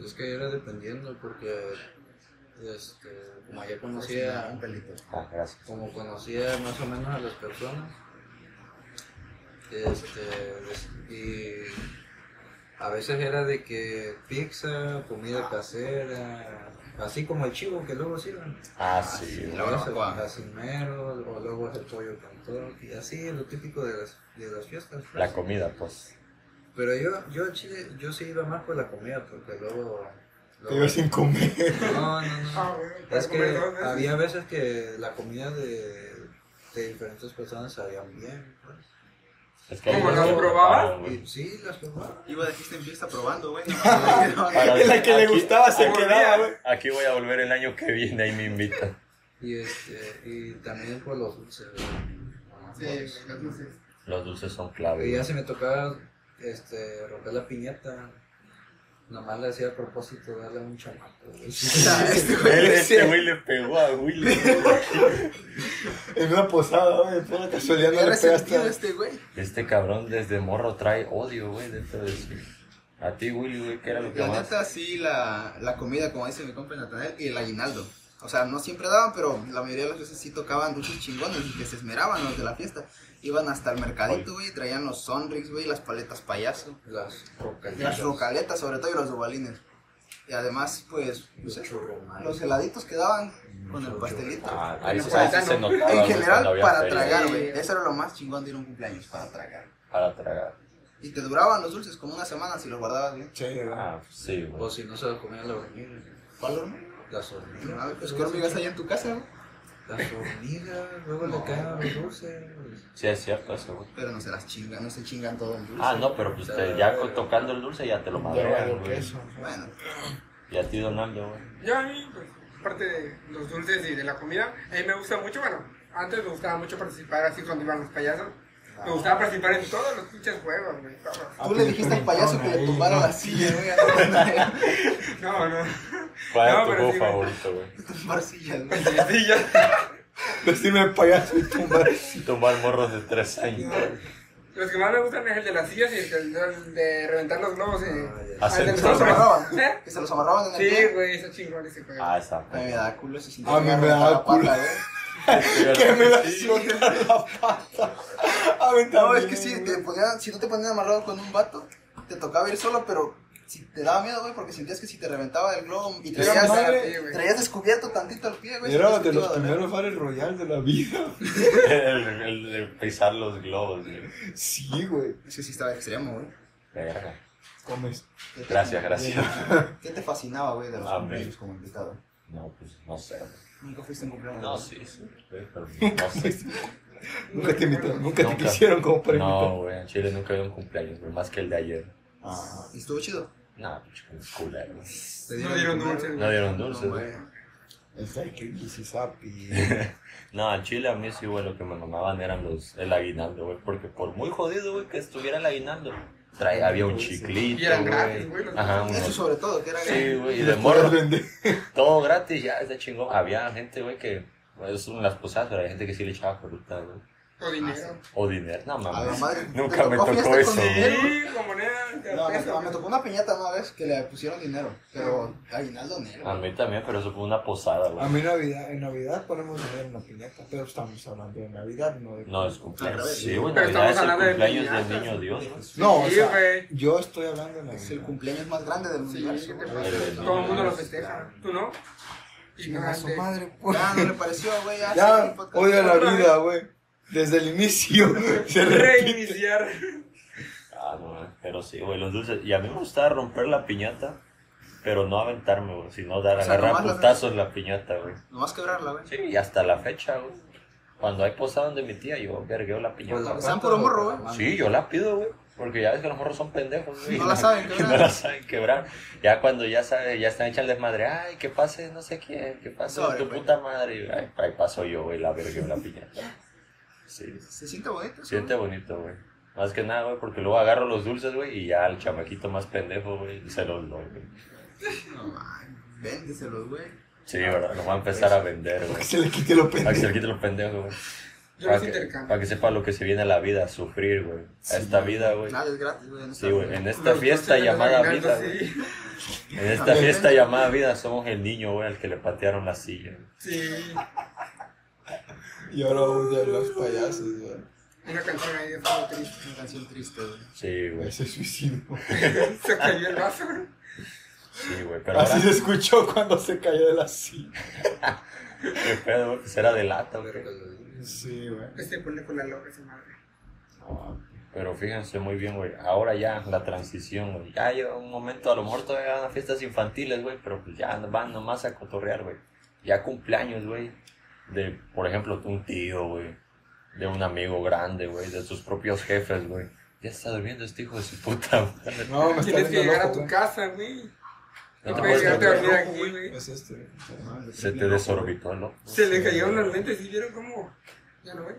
Speaker 4: Es que era dependiendo porque este, como ya conocía,
Speaker 2: Ah, gracias.
Speaker 4: como conocía más o menos a las personas, este, des- y a veces era de que pizza, comida casera, así como el chivo que luego sirven.
Speaker 2: Ah, sí,
Speaker 3: sí,
Speaker 2: güey.
Speaker 3: la barbacoa.
Speaker 4: Casimero, o luego es el pollo cantor, y así es lo típico de las, de las fiestas. pues.
Speaker 2: La comida, pues.
Speaker 4: Pero yo, yo en Chile, yo sí iba más por la comida, porque luego...
Speaker 1: Te
Speaker 4: luego-
Speaker 1: iba sin comer. *laughs*
Speaker 4: No, no, no.
Speaker 5: Ah, güey, para
Speaker 4: Es
Speaker 5: comer
Speaker 4: que
Speaker 5: dos veces.
Speaker 4: había veces que la comida de, de diferentes personas sabía bien. pues.
Speaker 2: Es que
Speaker 5: ¿Cómo
Speaker 2: ahí
Speaker 5: no
Speaker 2: se
Speaker 5: probabas?
Speaker 2: preparan, güey.
Speaker 4: Y sí, las probaba.
Speaker 3: Iba de fiesta en fiesta probando,
Speaker 1: *laughs*
Speaker 3: güey.
Speaker 2: Para-
Speaker 1: la que le
Speaker 2: aquí-
Speaker 1: gustaba se
Speaker 5: Como
Speaker 1: quedaba,
Speaker 5: día.
Speaker 1: güey.
Speaker 2: Aquí voy a volver el año que viene, ahí me invitan.
Speaker 4: Y, este, y también por los dulces.
Speaker 5: Sí,
Speaker 4: güey.
Speaker 5: güey, las luces.
Speaker 2: Los dulces son
Speaker 4: Y ya
Speaker 2: clave.
Speaker 4: se me tocaba este, romper la piñata. Nomás le hacía a propósito darle a un chamaco.
Speaker 3: *laughs*
Speaker 4: güey.
Speaker 3: *laughs* Este,
Speaker 2: güey. Él,
Speaker 3: güey.
Speaker 2: este güey le pegó a Willy.
Speaker 1: *laughs* En una posada, güey. Por la casualidad
Speaker 3: Qué
Speaker 1: no le pegaste.
Speaker 3: resentido
Speaker 1: a-
Speaker 3: este, güey.
Speaker 2: Este cabrón desde morro trae odio, güey, dentro de sí. A ti, Willy, güey, que era lo que
Speaker 3: La
Speaker 2: más.
Speaker 3: neta, sí, la, la comida, como dice mi compa Natanel, y el aguinaldo. O sea, no siempre daban, pero la mayoría de las veces sí tocaban dulces chingones y que se esmeraban los de la fiesta. Iban hasta el mercadito, güey, y traían los sonrix, güey, las paletas payaso,
Speaker 4: Las
Speaker 3: las
Speaker 4: rocalitas.
Speaker 3: rocaletas, sobre todo, y los dubalines. Y además, pues, pues,
Speaker 4: Los churromanes.
Speaker 3: los heladitos que daban con el pastelito.
Speaker 2: Ah, ahí
Speaker 5: En
Speaker 2: sí, ahí sí
Speaker 5: Zaitán,
Speaker 2: se
Speaker 5: ¿no?
Speaker 2: notaba.
Speaker 3: en
Speaker 2: güey,
Speaker 3: general,
Speaker 2: Ah, pues, cuando había
Speaker 3: para
Speaker 2: feria.
Speaker 3: tragar,
Speaker 5: Sí.
Speaker 3: güey. Eso era lo más chingón de ir a un cumpleaños, para tragar.
Speaker 2: Para tragar.
Speaker 3: Y te duraban los dulces como una semana si los guardabas bien.
Speaker 1: Sí, güey.
Speaker 2: Ah, sí, güey.
Speaker 4: O
Speaker 3: Pues-
Speaker 4: si no se lo comía la hormiga.
Speaker 3: ¿Cuál hormiga?
Speaker 4: Las
Speaker 3: A ver,
Speaker 4: hormigas.
Speaker 3: pues, ¿qué hormigas hay en tu casa, güey?
Speaker 4: Las hormigas, luego le caen a los dulces.
Speaker 2: Sí, es cierto eso, güey.
Speaker 3: Pero no se las chingan, no se chingan todo el dulce.
Speaker 2: Ah, no, pero pues te- ya co- tocando el dulce ya te lo
Speaker 1: Ya
Speaker 2: madrean,
Speaker 1: valió
Speaker 2: güey.
Speaker 1: queso.
Speaker 3: Bueno,
Speaker 2: Y a ti, Donaldo, güey.
Speaker 5: Yo a mí, pues, aparte de los dulces y de la comida, a mí me gusta mucho, bueno, antes me gustaba mucho participar así cuando iban los payasos.
Speaker 3: Ah.
Speaker 5: Me
Speaker 1: Ah,
Speaker 5: gustaba participar en todos los pinches juegos, güey. todos.
Speaker 3: tú le dijiste al payaso que le tumbara la silla, güey. a
Speaker 5: No, no.
Speaker 2: ¿Cuál
Speaker 5: No,
Speaker 2: era tu
Speaker 5: pero
Speaker 2: juego
Speaker 5: sí, güey.
Speaker 2: favorito, güey?
Speaker 3: Tumbar sillas, güey.
Speaker 5: Sí, ya.
Speaker 1: Decime payaso y tumbar.
Speaker 2: Tomar morros de tres años.
Speaker 5: Los que más me gustan es el de las sillas y el de, el de reventar los globos. eh.
Speaker 4: Ah,
Speaker 5: Ah,
Speaker 2: Hacer
Speaker 5: el de los
Speaker 3: Que se los *laughs*
Speaker 2: programa.
Speaker 5: globos.
Speaker 3: amarraban.
Speaker 5: ¿Eh?
Speaker 3: Que se los amarraban en el
Speaker 5: Sí,
Speaker 3: pie.
Speaker 5: güey, está chingón ese juego.
Speaker 2: Ah, esa.
Speaker 3: A mí me daba culo ese
Speaker 1: A mí me daba culo. Que me la suelta la pata. A
Speaker 3: No,
Speaker 1: mí
Speaker 3: es
Speaker 1: también, *laughs*
Speaker 3: que sí,
Speaker 1: güey.
Speaker 3: te ponían, si no te ponían amarrado con un vato, te tocaba ir solo, pero si te daba miedo, güey, porque sentías que si te reventaba el globo y
Speaker 1: Esa
Speaker 3: traías,
Speaker 1: madre-
Speaker 3: traías descubierto tantito el pie, güey.
Speaker 1: Era
Speaker 3: sentías que
Speaker 1: de
Speaker 3: te iba
Speaker 1: los
Speaker 3: a doler.
Speaker 1: primeros bares royal de la vida.
Speaker 2: el, el de pisar los globos, güey.
Speaker 1: Sí, güey.
Speaker 3: Sí, sí, estaba extremo, güey.
Speaker 2: Verga.
Speaker 1: Comes.
Speaker 3: ¿Qué te-
Speaker 2: Gracias, gracias.
Speaker 3: ¿Qué te fascinaba, güey, de los
Speaker 2: Ah,
Speaker 3: cumpleaños como invitado?
Speaker 2: No, pues no sé. güey.
Speaker 3: Nunca fuiste en cumpleaños.
Speaker 2: No, sí, sí. güey, pero No sé.
Speaker 1: Nunca te invitaron, nunca te
Speaker 2: Nunca.
Speaker 1: quisieron como para
Speaker 2: No,
Speaker 1: invitar.
Speaker 2: güey, en Chile nunca había un cumpleaños, güey, más que el de ayer.
Speaker 3: Ah, ¿Y estuvo chido?
Speaker 2: Nah, pinche culero. güey.
Speaker 5: No dieron dulces.
Speaker 2: No dieron dulces,
Speaker 3: No,
Speaker 2: güey.
Speaker 1: Está
Speaker 2: *laughs*
Speaker 1: que sapi.
Speaker 2: No, en Chile a mí sí, güey, lo que me mamaban eran los, el aguinaldo, güey, porque por muy jodido, güey, que estuviera el aguinaldo, traía, había un chiclito,
Speaker 5: Y eran gratis,
Speaker 2: güey.
Speaker 5: güey, los
Speaker 2: Ajá,
Speaker 5: dulces.
Speaker 3: Eso
Speaker 2: unos-
Speaker 3: sobre todo, que era
Speaker 2: Sí, güey, y de
Speaker 1: Los
Speaker 2: morro,
Speaker 1: podías vender.
Speaker 2: todo gratis, ya, es de chingón. Había gente, güey, que, güey, eso en las posadas, pero había gente que sí le echaba corrupta, güey.
Speaker 5: O dinero.
Speaker 2: O dinero, no
Speaker 3: A la
Speaker 2: mames.
Speaker 3: madre. ¿te
Speaker 2: Nunca me tocó
Speaker 3: fiesta con
Speaker 2: eso, güey.
Speaker 3: dinero?
Speaker 5: Sí, con monedas de
Speaker 3: No,
Speaker 5: a
Speaker 3: me,
Speaker 5: peso.
Speaker 3: tocó- me tocó una piñata una vez que le pusieron dinero, pero aguinaldo negro.
Speaker 2: A mí también, pero eso fue una posada,
Speaker 1: A
Speaker 2: güey.
Speaker 1: mí Navidad, en Navidad ponemos dinero en la piñata, pero estamos hablando de Navidad, no de...
Speaker 2: No, es
Speaker 3: Al
Speaker 2: cumpleaños.
Speaker 3: revés.
Speaker 2: Sí, güey,
Speaker 5: Pero
Speaker 2: Navidad
Speaker 5: estamos
Speaker 2: es el
Speaker 5: hablando de
Speaker 2: cumpleaños del
Speaker 5: piñatas.
Speaker 2: niño Dios, güey.
Speaker 1: No, o
Speaker 5: Sí,
Speaker 1: sea,
Speaker 5: güey.
Speaker 1: yo estoy hablando de
Speaker 3: Es el
Speaker 1: Navidad.
Speaker 3: cumpleaños más grande del
Speaker 5: Sí,
Speaker 3: universo.
Speaker 5: te
Speaker 3: güey.
Speaker 5: pasa.
Speaker 2: Ay,
Speaker 5: todo el mundo lo festeja. ¿Tú no? Y
Speaker 1: Chinga su
Speaker 5: antes.
Speaker 1: madre, pues.
Speaker 3: Ya, no le pareció, güey. Ya, sí, el
Speaker 1: Ya,
Speaker 3: podcast.
Speaker 1: odio la
Speaker 5: Otra
Speaker 1: vida, güey. Desde el inicio
Speaker 5: *laughs*
Speaker 1: se repite.
Speaker 5: Reiniciar.
Speaker 2: Ah, no, güey, pero sí, güey, los dulces. Y a mí me gustaba romper la piñata, pero no aventarme, güey, sino dar,
Speaker 3: O sea,
Speaker 2: agarrar
Speaker 3: nomás la-
Speaker 2: putazos la piñata, güey.
Speaker 3: Nomás quebrarla, güey.
Speaker 2: Sí, y hasta la fecha, güey. Cuando hay posada donde mi tía, yo vergueo la
Speaker 4: Pues la
Speaker 2: piñata.
Speaker 3: Están
Speaker 4: pata
Speaker 3: puro
Speaker 4: o
Speaker 3: morro, ¿eh?
Speaker 4: la
Speaker 3: güey.
Speaker 4: mano.
Speaker 2: Sí, yo la pido, güey. Porque ya ves que los morros son pendejos, güey.
Speaker 3: No la
Speaker 2: *laughs*
Speaker 3: saben quebrar.
Speaker 2: No la saben quebrar. Ya cuando ya sabe, ya están echando el desmadre. Ay, que pase no sé quién, que pase
Speaker 3: Sobre,
Speaker 2: tu
Speaker 3: güey.
Speaker 2: puta madre. Y, Ay, ahí paso yo, güey, la verga, la piñata. Sí.
Speaker 3: Se siente bonito.
Speaker 2: Siente bonito, güey. Más que nada, güey, porque luego agarro los dulces, güey, y ya al chamaquito más pendejo, güey, se los doy, güey.
Speaker 3: No, man, véndeselos, güey.
Speaker 2: Sí, ¿verdad? Lo voy a empezar
Speaker 5: Pues.
Speaker 2: a vender,
Speaker 1: Que
Speaker 2: güey.
Speaker 1: se le quite lo
Speaker 2: Para que se le
Speaker 1: pendejo.
Speaker 2: quite los pendejos, güey.
Speaker 5: Yo
Speaker 2: Para
Speaker 5: los
Speaker 2: que,
Speaker 5: intercambio.
Speaker 2: para que sepa lo que se viene a la vida, sufrir, güey. A esta vida, güey.
Speaker 3: Nada es gratis, güey. en esta
Speaker 2: Sí, güey.
Speaker 3: vida.
Speaker 2: En esta fiesta llamada vida, güey.
Speaker 5: Sí,
Speaker 2: En esta fiesta llamada vida somos el niño, güey, al que le patearon la silla. güey.
Speaker 5: sí.
Speaker 1: Y ahora odia a los payasos, güey.
Speaker 5: Una canción ahí de fondo triste. *laughs*
Speaker 3: Una canción triste, güey.
Speaker 2: Sí, güey.
Speaker 1: Ese suicidio.
Speaker 5: Se cayó el vaso, güey.
Speaker 2: Sí, güey. Pero ahora,
Speaker 1: Así se escuchó cuando se cayó de la silla.
Speaker 2: qué pedo, güey. Pues era de lata, güey.
Speaker 1: Sí, güey.
Speaker 5: Este pone con la loca esa madre.
Speaker 2: Pero fíjense muy bien, güey. Ahora ya la transición, güey. Ya llega un momento, a lo mejor todavía van a fiestas infantiles, güey, pero pues ya van nomás a cotorrear, güey. Ya cumpleaños, güey. De, por ejemplo, un tío, güey. De un amigo grande, güey. De sus propios jefes, güey. Ya está durmiendo este hijo de su puta madre.
Speaker 1: No, me está
Speaker 5: Tienes que
Speaker 1: viendo
Speaker 5: llegar a
Speaker 1: loco,
Speaker 5: tu
Speaker 1: güey.
Speaker 5: casa, güey.
Speaker 2: No
Speaker 5: No
Speaker 2: te
Speaker 5: puedes
Speaker 2: puedes
Speaker 5: llegarte a
Speaker 2: meter.
Speaker 5: dormir aquí, güey.
Speaker 1: Es este, güey.
Speaker 2: Se te desorbitó, ¿no?
Speaker 5: Se le cayeron las lentes y vieron cómo. Ya no, güey.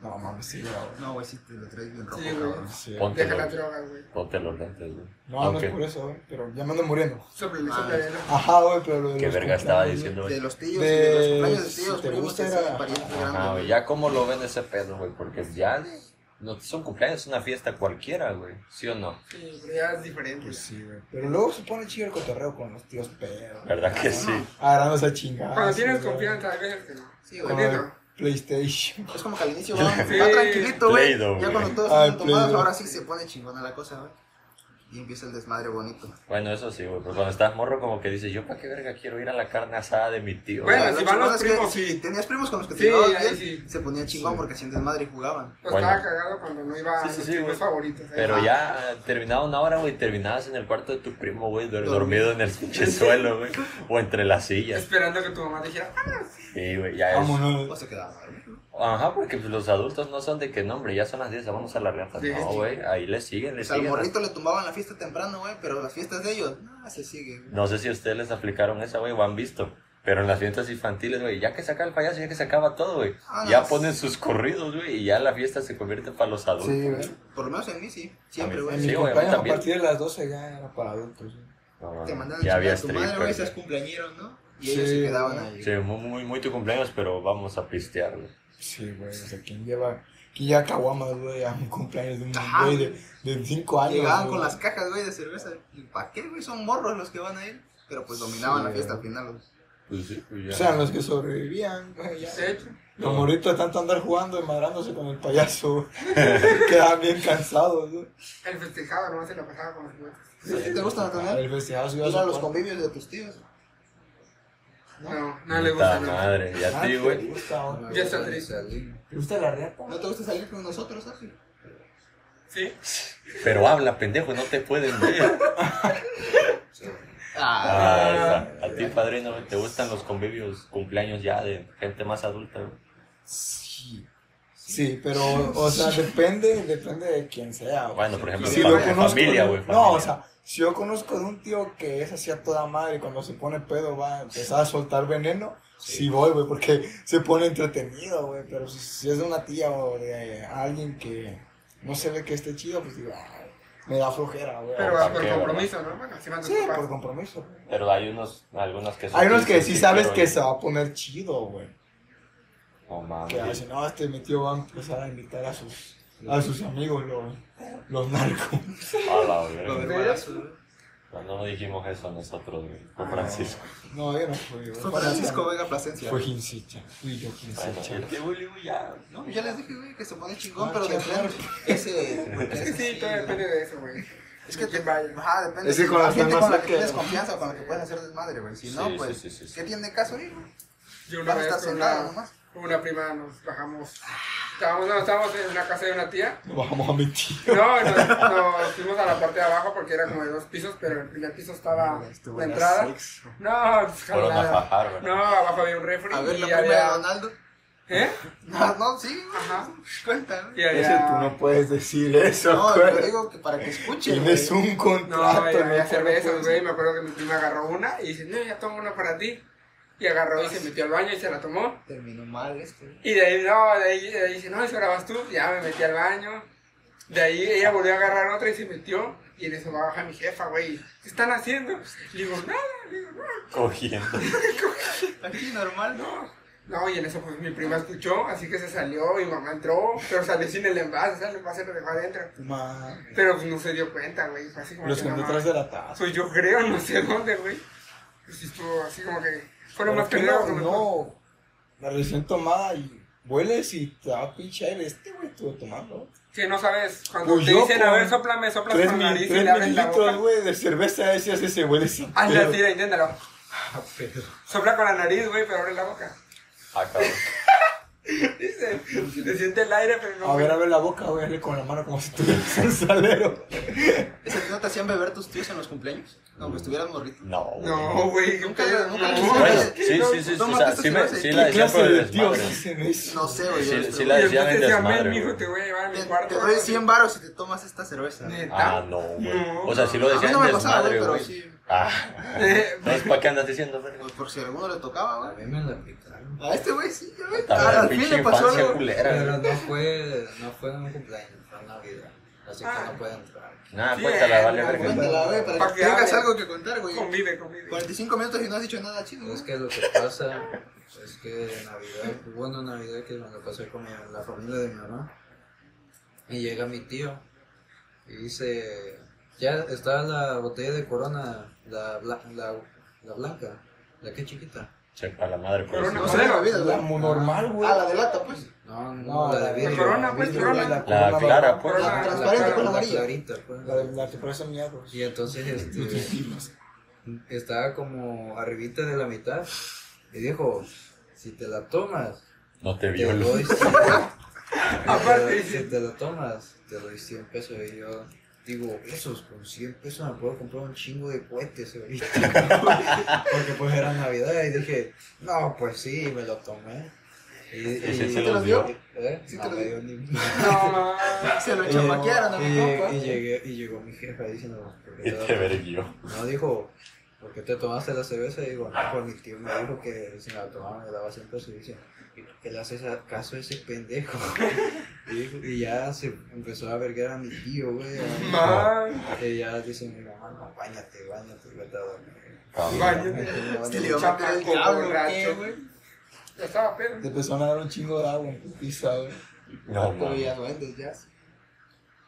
Speaker 1: No, mames, sí, güey.
Speaker 3: No, güey, sí te lo traes bien rojo,
Speaker 5: Sí, güey.
Speaker 3: cabrón.
Speaker 1: Sí, güey.
Speaker 2: Ponte
Speaker 5: Deja la
Speaker 2: los,
Speaker 5: droga, güey.
Speaker 2: ponte los lentes, güey.
Speaker 1: No,
Speaker 2: Aunque-
Speaker 1: no es por eso, güey. Pero ya me ando muriendo.
Speaker 5: Sóplale,
Speaker 3: Ah.
Speaker 5: sóplale.
Speaker 1: Ajá, güey, pero lo de
Speaker 2: ¿Qué
Speaker 1: los
Speaker 2: verga estaba
Speaker 1: cumpleaños,
Speaker 2: diciendo,
Speaker 3: De
Speaker 2: güey?
Speaker 3: los tíos,
Speaker 1: De-
Speaker 3: y de los cumpleaños de
Speaker 1: si
Speaker 3: tíos,
Speaker 1: te
Speaker 3: primos,
Speaker 1: gusta
Speaker 3: que
Speaker 1: era-
Speaker 3: son parientes
Speaker 2: Ajá, güey.
Speaker 3: grandes.
Speaker 2: Ya cómo lo ven ese pedo, güey. Porque ya de- no es un cumpleaños, es una fiesta cualquiera, güey. ¿Sí o no?
Speaker 5: Sí, pero ya es diferente.
Speaker 1: Pues sí, güey. Pero luego se pone chido el cotorreo con los tíos pedos.
Speaker 2: ¿Verdad que sí?
Speaker 1: Agarrándose a chingar.
Speaker 2: ah,
Speaker 5: Cuando tienes confianza, hay veces que no.
Speaker 3: Sí,
Speaker 1: Con
Speaker 3: güey.
Speaker 1: el PlayStation.
Speaker 3: Es como que al inicio va,
Speaker 5: Sí.
Speaker 3: va tranquilito, güey.
Speaker 2: Play-Doh,
Speaker 3: Ya
Speaker 2: güey.
Speaker 3: cuando todos
Speaker 1: Ah,
Speaker 3: están tomados,
Speaker 1: Play-Doh.
Speaker 3: ahora sí se pone chingona la cosa, güey. Y empieza el desmadre bonito.
Speaker 2: Bueno, eso sí, güey. Pero cuando estás morro, como que dices, yo para qué verga quiero ir a la carne asada de mi tío.
Speaker 5: Bueno,
Speaker 2: güey.
Speaker 3: Lo
Speaker 5: si van los
Speaker 3: chingón es que
Speaker 5: primos,
Speaker 3: si
Speaker 5: sí.
Speaker 3: tenías primos con los que te
Speaker 5: Sí,
Speaker 3: llevabas
Speaker 5: ahí
Speaker 3: bien,
Speaker 5: sí.
Speaker 3: se ponía chingón porque hacían desmadre y jugaban.
Speaker 5: Pues
Speaker 2: Bueno.
Speaker 5: estaba cagado cuando no iba
Speaker 2: Sí,
Speaker 5: a
Speaker 2: sí,
Speaker 5: mis
Speaker 2: sí, güey.
Speaker 5: primos favoritos. ¿eh?
Speaker 2: Pero ya eh, terminaba una hora, güey, terminabas en el cuarto de tu primo, güey, dor-
Speaker 3: Dormido.
Speaker 2: dormido en el pinche suelo, güey. O entre las sillas.
Speaker 5: Esperando que tu mamá dijera,
Speaker 2: Sí, güey, ya es.
Speaker 3: O
Speaker 1: Vámonos.
Speaker 3: se quedaba, güey.
Speaker 2: Ajá, porque pues, los adultos no son de que, no, hombre, ya son las 10, ya vamos a la reata.
Speaker 5: Sí,
Speaker 2: No,
Speaker 5: sí.
Speaker 2: güey, ahí le siguen, le
Speaker 3: O sea, Pues al
Speaker 2: siguen.
Speaker 3: morrito le tumbaban la fiesta temprano, güey, pero las fiestas de ellos, no, se sigue, güey.
Speaker 2: No sé si ustedes les aplicaron esa, güey, o han visto. Pero en las fiestas infantiles, güey, ya que se acaba el payaso, ya que se acaba todo, güey.
Speaker 3: Ah, no.
Speaker 2: Ya ponen sus corridos, güey, y ya la fiesta se convierte para los adultos.
Speaker 1: Sí, güey.
Speaker 3: Por lo menos en mí sí, siempre,
Speaker 2: A mí
Speaker 1: En
Speaker 3: güey.
Speaker 1: mi
Speaker 2: Sí, güey, a mí
Speaker 1: cumpleaños a
Speaker 2: también.
Speaker 1: partir de las 12 ya era para adultos. güey.
Speaker 2: No, no,
Speaker 3: Te
Speaker 2: no,
Speaker 3: mandaban
Speaker 2: ya
Speaker 3: a
Speaker 2: había
Speaker 3: chingar a tu madre, güey,
Speaker 2: strippers.
Speaker 3: esas
Speaker 2: güey.
Speaker 3: cumpleañeros, ¿no? Y
Speaker 1: Sí.
Speaker 3: ellos se quedaban ahí.
Speaker 2: Sí, muy, muy, muy tu cumpleaños, pero vamos a pistear, güey.
Speaker 1: Sí, güey. O sea, ¿quién lleva? ¿Quién lleva caguamas, güey, a un cumpleaños de un
Speaker 3: Ajá.
Speaker 1: güey de- de 5 años?
Speaker 3: Llegaban
Speaker 1: güey?
Speaker 3: con las cajas, güey, de cerveza. ¿Y para qué, güey? Son morros los que van a ir. Pero pues dominaban
Speaker 1: Sí,
Speaker 3: la fiesta al
Speaker 1: güey.
Speaker 3: final. güey.
Speaker 2: Pues sí, pues ya.
Speaker 1: O sea, los que sobrevivían, güey. ya.
Speaker 5: de hecho,
Speaker 1: Los moritos de tanto andar jugando y madrándose con el payaso, güey. *laughs* quedaban bien cansados, güey.
Speaker 5: el festejado nomás se la pasaba con los juguetes.
Speaker 3: Pues, ¿A ti ¿Te gusta Nathaniel?
Speaker 1: El festival se iba
Speaker 3: Ir a los
Speaker 1: su-
Speaker 3: convivios de tus tíos.
Speaker 5: No, no le
Speaker 2: Puta
Speaker 5: gusta nada.
Speaker 2: madre, y a
Speaker 1: Ah,
Speaker 2: ti,
Speaker 1: ¿te
Speaker 2: güey.
Speaker 1: gusta, güey?
Speaker 5: Ya está triste.
Speaker 1: ¿Te gusta la reata?
Speaker 3: ¿No te gusta salir con nosotros, Ángel?
Speaker 5: Sí,
Speaker 2: Pero habla, pendejo, no te pueden
Speaker 3: *laughs*
Speaker 2: ver. Ah, esa. a ti, padrino, güey, ¿te gustan los convivios, cumpleaños ya de gente más adulta, güey?
Speaker 1: Sí. Sí, pero, o sea, depende, depende de quién sea. güey.
Speaker 2: Bueno, por ejemplo,
Speaker 1: Si
Speaker 2: de
Speaker 1: lo
Speaker 2: fam-
Speaker 1: conozco
Speaker 2: familia,
Speaker 1: de-
Speaker 2: güey.
Speaker 1: No,
Speaker 2: familia.
Speaker 1: o sea, si yo conozco de un tío que es así a toda madre y cuando se pone pedo va a empezar a soltar veneno, sí, voy, güey, porque se pone entretenido, güey. Pero si, si es de una tía o de alguien que no se ve que esté chido, pues digo, "Ay, me da flojera, güey.
Speaker 5: pero
Speaker 2: ¿para
Speaker 5: ah, por
Speaker 2: qué,
Speaker 5: compromiso, ¿no? Bueno, si van
Speaker 1: Sí,
Speaker 5: tus papás.
Speaker 1: por compromiso. güey.
Speaker 2: Pero hay unos, algunos que
Speaker 1: Hay unos que
Speaker 2: dicen,
Speaker 1: sí sabes
Speaker 2: quiero
Speaker 1: que
Speaker 2: ir".
Speaker 1: se va a poner chido, güey.
Speaker 2: No
Speaker 1: Que
Speaker 2: mames.
Speaker 1: dicen, no, este mi tío va a empezar a invitar a sus, a sus amigos, los, los narcos.
Speaker 2: A la verga.
Speaker 3: Lo del balazo, güey.
Speaker 2: No, no dijimos eso nosotros, güey.
Speaker 1: Ah,
Speaker 2: Fue Francisco.
Speaker 1: No, yo no fui. güey.
Speaker 3: Fue Francisco Vega Plasencia.
Speaker 1: Fue Ginsicha. Fui yo
Speaker 2: Bueno,
Speaker 1: Ginsicha.
Speaker 2: el tío Willy ya.
Speaker 3: No, ya les dije, güey, que se pone chingón,
Speaker 1: Ah,
Speaker 3: pero de
Speaker 1: chingón.
Speaker 3: plano. Ese. *laughs*
Speaker 5: Es que sí, todo depende de eso, güey.
Speaker 3: Es que te vaya. Ajá, depende.
Speaker 1: Es que con
Speaker 3: la
Speaker 1: las
Speaker 3: gente
Speaker 1: demás
Speaker 3: con la
Speaker 1: no
Speaker 3: que
Speaker 1: queda.
Speaker 3: tienes confianza, con la que puedes hacer desmadre, güey. Si
Speaker 2: Sí,
Speaker 3: no,
Speaker 2: sí,
Speaker 3: pues.
Speaker 2: sí, sí, sí.
Speaker 3: ¿Qué tiene caso ir, güey?
Speaker 5: Yo una
Speaker 3: Vas a
Speaker 5: vez
Speaker 3: estar
Speaker 5: con
Speaker 3: sentado
Speaker 5: una,
Speaker 3: nomás.
Speaker 5: con una prima nos bajamos. Estábamos, no, estábamos en una casa de una tía.
Speaker 1: No vamos a mentir.
Speaker 5: No, nos, nos fuimos a la parte de abajo porque era como de dos pisos, pero el primer piso
Speaker 3: Ah,
Speaker 5: estaba la entrada. No, pues,
Speaker 2: Fueron a
Speaker 5: jalada.
Speaker 2: fajar, güey.
Speaker 5: No, abajo había un refri.
Speaker 3: A ver,
Speaker 5: y
Speaker 3: la prima de
Speaker 5: había-
Speaker 3: Donaldo.
Speaker 5: ¿Eh?
Speaker 3: *laughs* No, no, sí, güey.
Speaker 5: Ajá.
Speaker 3: Cuenta, güey.
Speaker 5: Y allá-
Speaker 1: Eso tú no puedes decir eso,
Speaker 3: No,
Speaker 1: güey.
Speaker 3: yo digo que para que escuche.
Speaker 1: Tienes
Speaker 3: güey.
Speaker 1: un
Speaker 5: No,
Speaker 1: contrato.
Speaker 5: ya había
Speaker 1: no
Speaker 5: cervezas,
Speaker 1: puedes-
Speaker 5: güey. Me acuerdo que mi prima agarró una y dice, no, ya tomo una para ti. Y agarró y se metió al baño y se la tomó.
Speaker 4: Terminó mal este.
Speaker 5: Y de ahí, no, de ahí, de ahí dice, no, eso ahora vas tú. Ya me metí al baño. De ahí ella volvió a agarrar otra y se metió. Y en eso va a bajar mi jefa, güey. ¿Qué están haciendo? Le digo, nada, le digo, no.
Speaker 2: Cogiendo.
Speaker 3: Aquí normal, ¿no?
Speaker 5: No, no, y en eso pues mi prima escuchó, así que se salió, mi mamá entró, pero salió sin el envase, o sea, el envase lo dejó adentro.
Speaker 1: Ma-
Speaker 5: Pero pues no se dio cuenta, güey, fue así como
Speaker 1: Los
Speaker 5: que no
Speaker 1: compré atrás de la taza.
Speaker 5: Pues yo creo, no sé dónde, güey. Pues sí estuvo así como que fue lo
Speaker 1: ¿Por
Speaker 5: más
Speaker 1: qué
Speaker 5: pendejo. que
Speaker 1: no,
Speaker 5: me fue.
Speaker 1: no, la recién tomada y hueles y te da pinche aire. Este güey estuvo tomando.
Speaker 5: Que no sabes, cuando
Speaker 1: Pues
Speaker 5: te
Speaker 1: yo
Speaker 5: dicen, a
Speaker 1: con
Speaker 5: ver, soplame, soplas
Speaker 1: Tres,
Speaker 5: con
Speaker 1: mil-
Speaker 5: nariz y
Speaker 1: tres
Speaker 5: le abres la
Speaker 1: mililitros,
Speaker 5: boca.
Speaker 1: güey, de cerveza ese hace ese huele sin
Speaker 5: Hazle
Speaker 1: pedo.
Speaker 5: tira, inténtalo. Sopla con la nariz, güey, pero abre la boca.
Speaker 2: Acabó.
Speaker 5: Dice, se siente el aire, pero no.
Speaker 1: A ver, abre la boca, güey, hazle con la mano como si tuvieras un salero.
Speaker 3: ¿Ese no te hacían beber tus tíos en los cumpleaños? No, que estuvieras morrito.
Speaker 2: No, güey.
Speaker 5: No, güey.
Speaker 3: Nunca-
Speaker 5: no,
Speaker 3: nunca-
Speaker 5: no.
Speaker 2: Bueno, sí, sí, sí, sí,
Speaker 3: Toma
Speaker 2: o sea,
Speaker 3: esto,
Speaker 2: sí,
Speaker 3: si
Speaker 2: me,
Speaker 3: vas a-
Speaker 2: sí
Speaker 1: ¿Qué
Speaker 2: la decía
Speaker 1: clase
Speaker 2: por el
Speaker 1: de tíos
Speaker 2: desmadre.
Speaker 1: dicen eso?
Speaker 3: No sé, güey.
Speaker 2: Sí,
Speaker 3: yo
Speaker 2: sí
Speaker 3: estuve-
Speaker 2: la-
Speaker 5: Y
Speaker 2: decían
Speaker 5: después
Speaker 2: en
Speaker 5: te decía,
Speaker 2: desmadre,
Speaker 5: "Ven, mijo,
Speaker 2: güey".
Speaker 5: te voy a llevar a mi
Speaker 3: Te,
Speaker 5: cuarto.
Speaker 3: te doy
Speaker 5: güey".
Speaker 3: 100 baros si te tomas esta cerveza.
Speaker 5: Neta.
Speaker 2: Ah, no, güey.
Speaker 5: No.
Speaker 2: O sea, si lo
Speaker 3: A mí
Speaker 2: decían
Speaker 3: no
Speaker 2: en
Speaker 3: me pasaba,
Speaker 2: desmadre,
Speaker 3: pero
Speaker 2: güey.
Speaker 3: sí.
Speaker 2: Ah,
Speaker 5: Eh,
Speaker 2: ¿sabes para qué andas diciendo, verga?
Speaker 3: Pues por si a alguno le tocaba,
Speaker 4: A
Speaker 3: güey.
Speaker 4: mí me la aplicaron.
Speaker 3: A este güey sí, güey.
Speaker 2: También
Speaker 3: Ah,
Speaker 2: la
Speaker 3: Al fin
Speaker 2: pinche
Speaker 3: le pasó
Speaker 2: infancia
Speaker 3: algo.
Speaker 2: culera,
Speaker 4: Pero
Speaker 2: güey.
Speaker 4: no fue, no fue en un cumpleaños, fue en Navidad. Así que
Speaker 5: Ah.
Speaker 4: no puede entrar.
Speaker 2: Nah,
Speaker 5: Sí,
Speaker 2: cuéntala, vale,
Speaker 5: la
Speaker 2: verga.
Speaker 5: buena.
Speaker 3: Cuéntala, eh, güey, para
Speaker 5: Pa'
Speaker 3: que
Speaker 5: que
Speaker 3: tengas
Speaker 5: hable.
Speaker 3: algo que contar, güey.
Speaker 5: Convive, convive.
Speaker 3: 45 minutos y no has dicho nada chido. güey.
Speaker 4: Es que lo que pasa es que en Navidad, bueno, en Navidad que me lo pasé con mi- la familia de mi mamá, y llega mi tío y dice, ya está la botella de corona, la, bla- la, la blanca, la que chiquita.
Speaker 2: Chepa la madre, pues, por
Speaker 5: Corona.
Speaker 2: eso.
Speaker 3: No sé, la bebida,
Speaker 1: La
Speaker 3: güey.
Speaker 1: mu- normal, güey.
Speaker 3: Ah, la de lata, pues.
Speaker 4: No, no,
Speaker 1: No,
Speaker 4: la de vidrio. Ah,
Speaker 5: corona, pues,
Speaker 1: vidrio, güey,
Speaker 5: corona.
Speaker 2: La
Speaker 1: corona,
Speaker 2: clara,
Speaker 1: la-
Speaker 2: pues.
Speaker 4: La- la-
Speaker 3: transparente,
Speaker 4: la-
Speaker 3: pues,
Speaker 4: la
Speaker 3: amarilla.
Speaker 4: clarita,
Speaker 1: La de
Speaker 4: pues.
Speaker 1: la que parece mierda. güey.
Speaker 4: Y entonces, este... estaba como arribita de la mitad y dijo, si te la tomas,
Speaker 2: No te
Speaker 4: te
Speaker 2: violo. *laughs*
Speaker 4: doy 100
Speaker 5: Aparte
Speaker 4: Aparte,
Speaker 5: dice-
Speaker 4: si te la tomas, te doy 100 pesos. Y yo digo, esos con 100 pesos me puedo comprar un chingo de cohetes ahorita. *laughs* Porque pues era Navidad y dije, no, pues sí, y me lo tomé. Y,
Speaker 2: ¿Y sí
Speaker 4: y-
Speaker 2: se
Speaker 3: los
Speaker 2: dio?
Speaker 4: ¿Eh?
Speaker 3: ¿Sí
Speaker 4: no,
Speaker 3: te los
Speaker 4: me
Speaker 3: dio?
Speaker 4: dio ni-
Speaker 3: *laughs*
Speaker 5: No, mames.
Speaker 3: Se lo
Speaker 1: Eh,
Speaker 4: Y-
Speaker 3: chamaquearon a
Speaker 4: *laughs* y,
Speaker 3: mi papá.
Speaker 4: y llegué- y llegó mi jefa diciendo, "¿Por qué
Speaker 2: Y
Speaker 4: te la
Speaker 2: te verguió.
Speaker 4: no dijo, ¿por qué te tomaste la cerveza? Y digo, no, pues mi tío me dijo que si me la tomaba me daba 100 pesos. Y dice, "¿Y por qué le haces a- caso a ese
Speaker 2: *laughs*
Speaker 4: pendejo? Y, dijo- y ya se empezó a verguer a mi tío, güey. a-
Speaker 5: Man.
Speaker 4: Y ya dice mi mamá, no, bañate, bañate, vete a dormir.
Speaker 5: Bañate.
Speaker 3: Este le iba a meter el
Speaker 5: Chamaco
Speaker 3: diablo,
Speaker 5: borracho.
Speaker 3: ¿qué, güey?
Speaker 5: Ya estaba pedo.
Speaker 1: Te empezaron a dar un chingo de agua en pizza, güey.
Speaker 2: No,
Speaker 3: Pero
Speaker 2: mames.
Speaker 3: ya duendes, ya.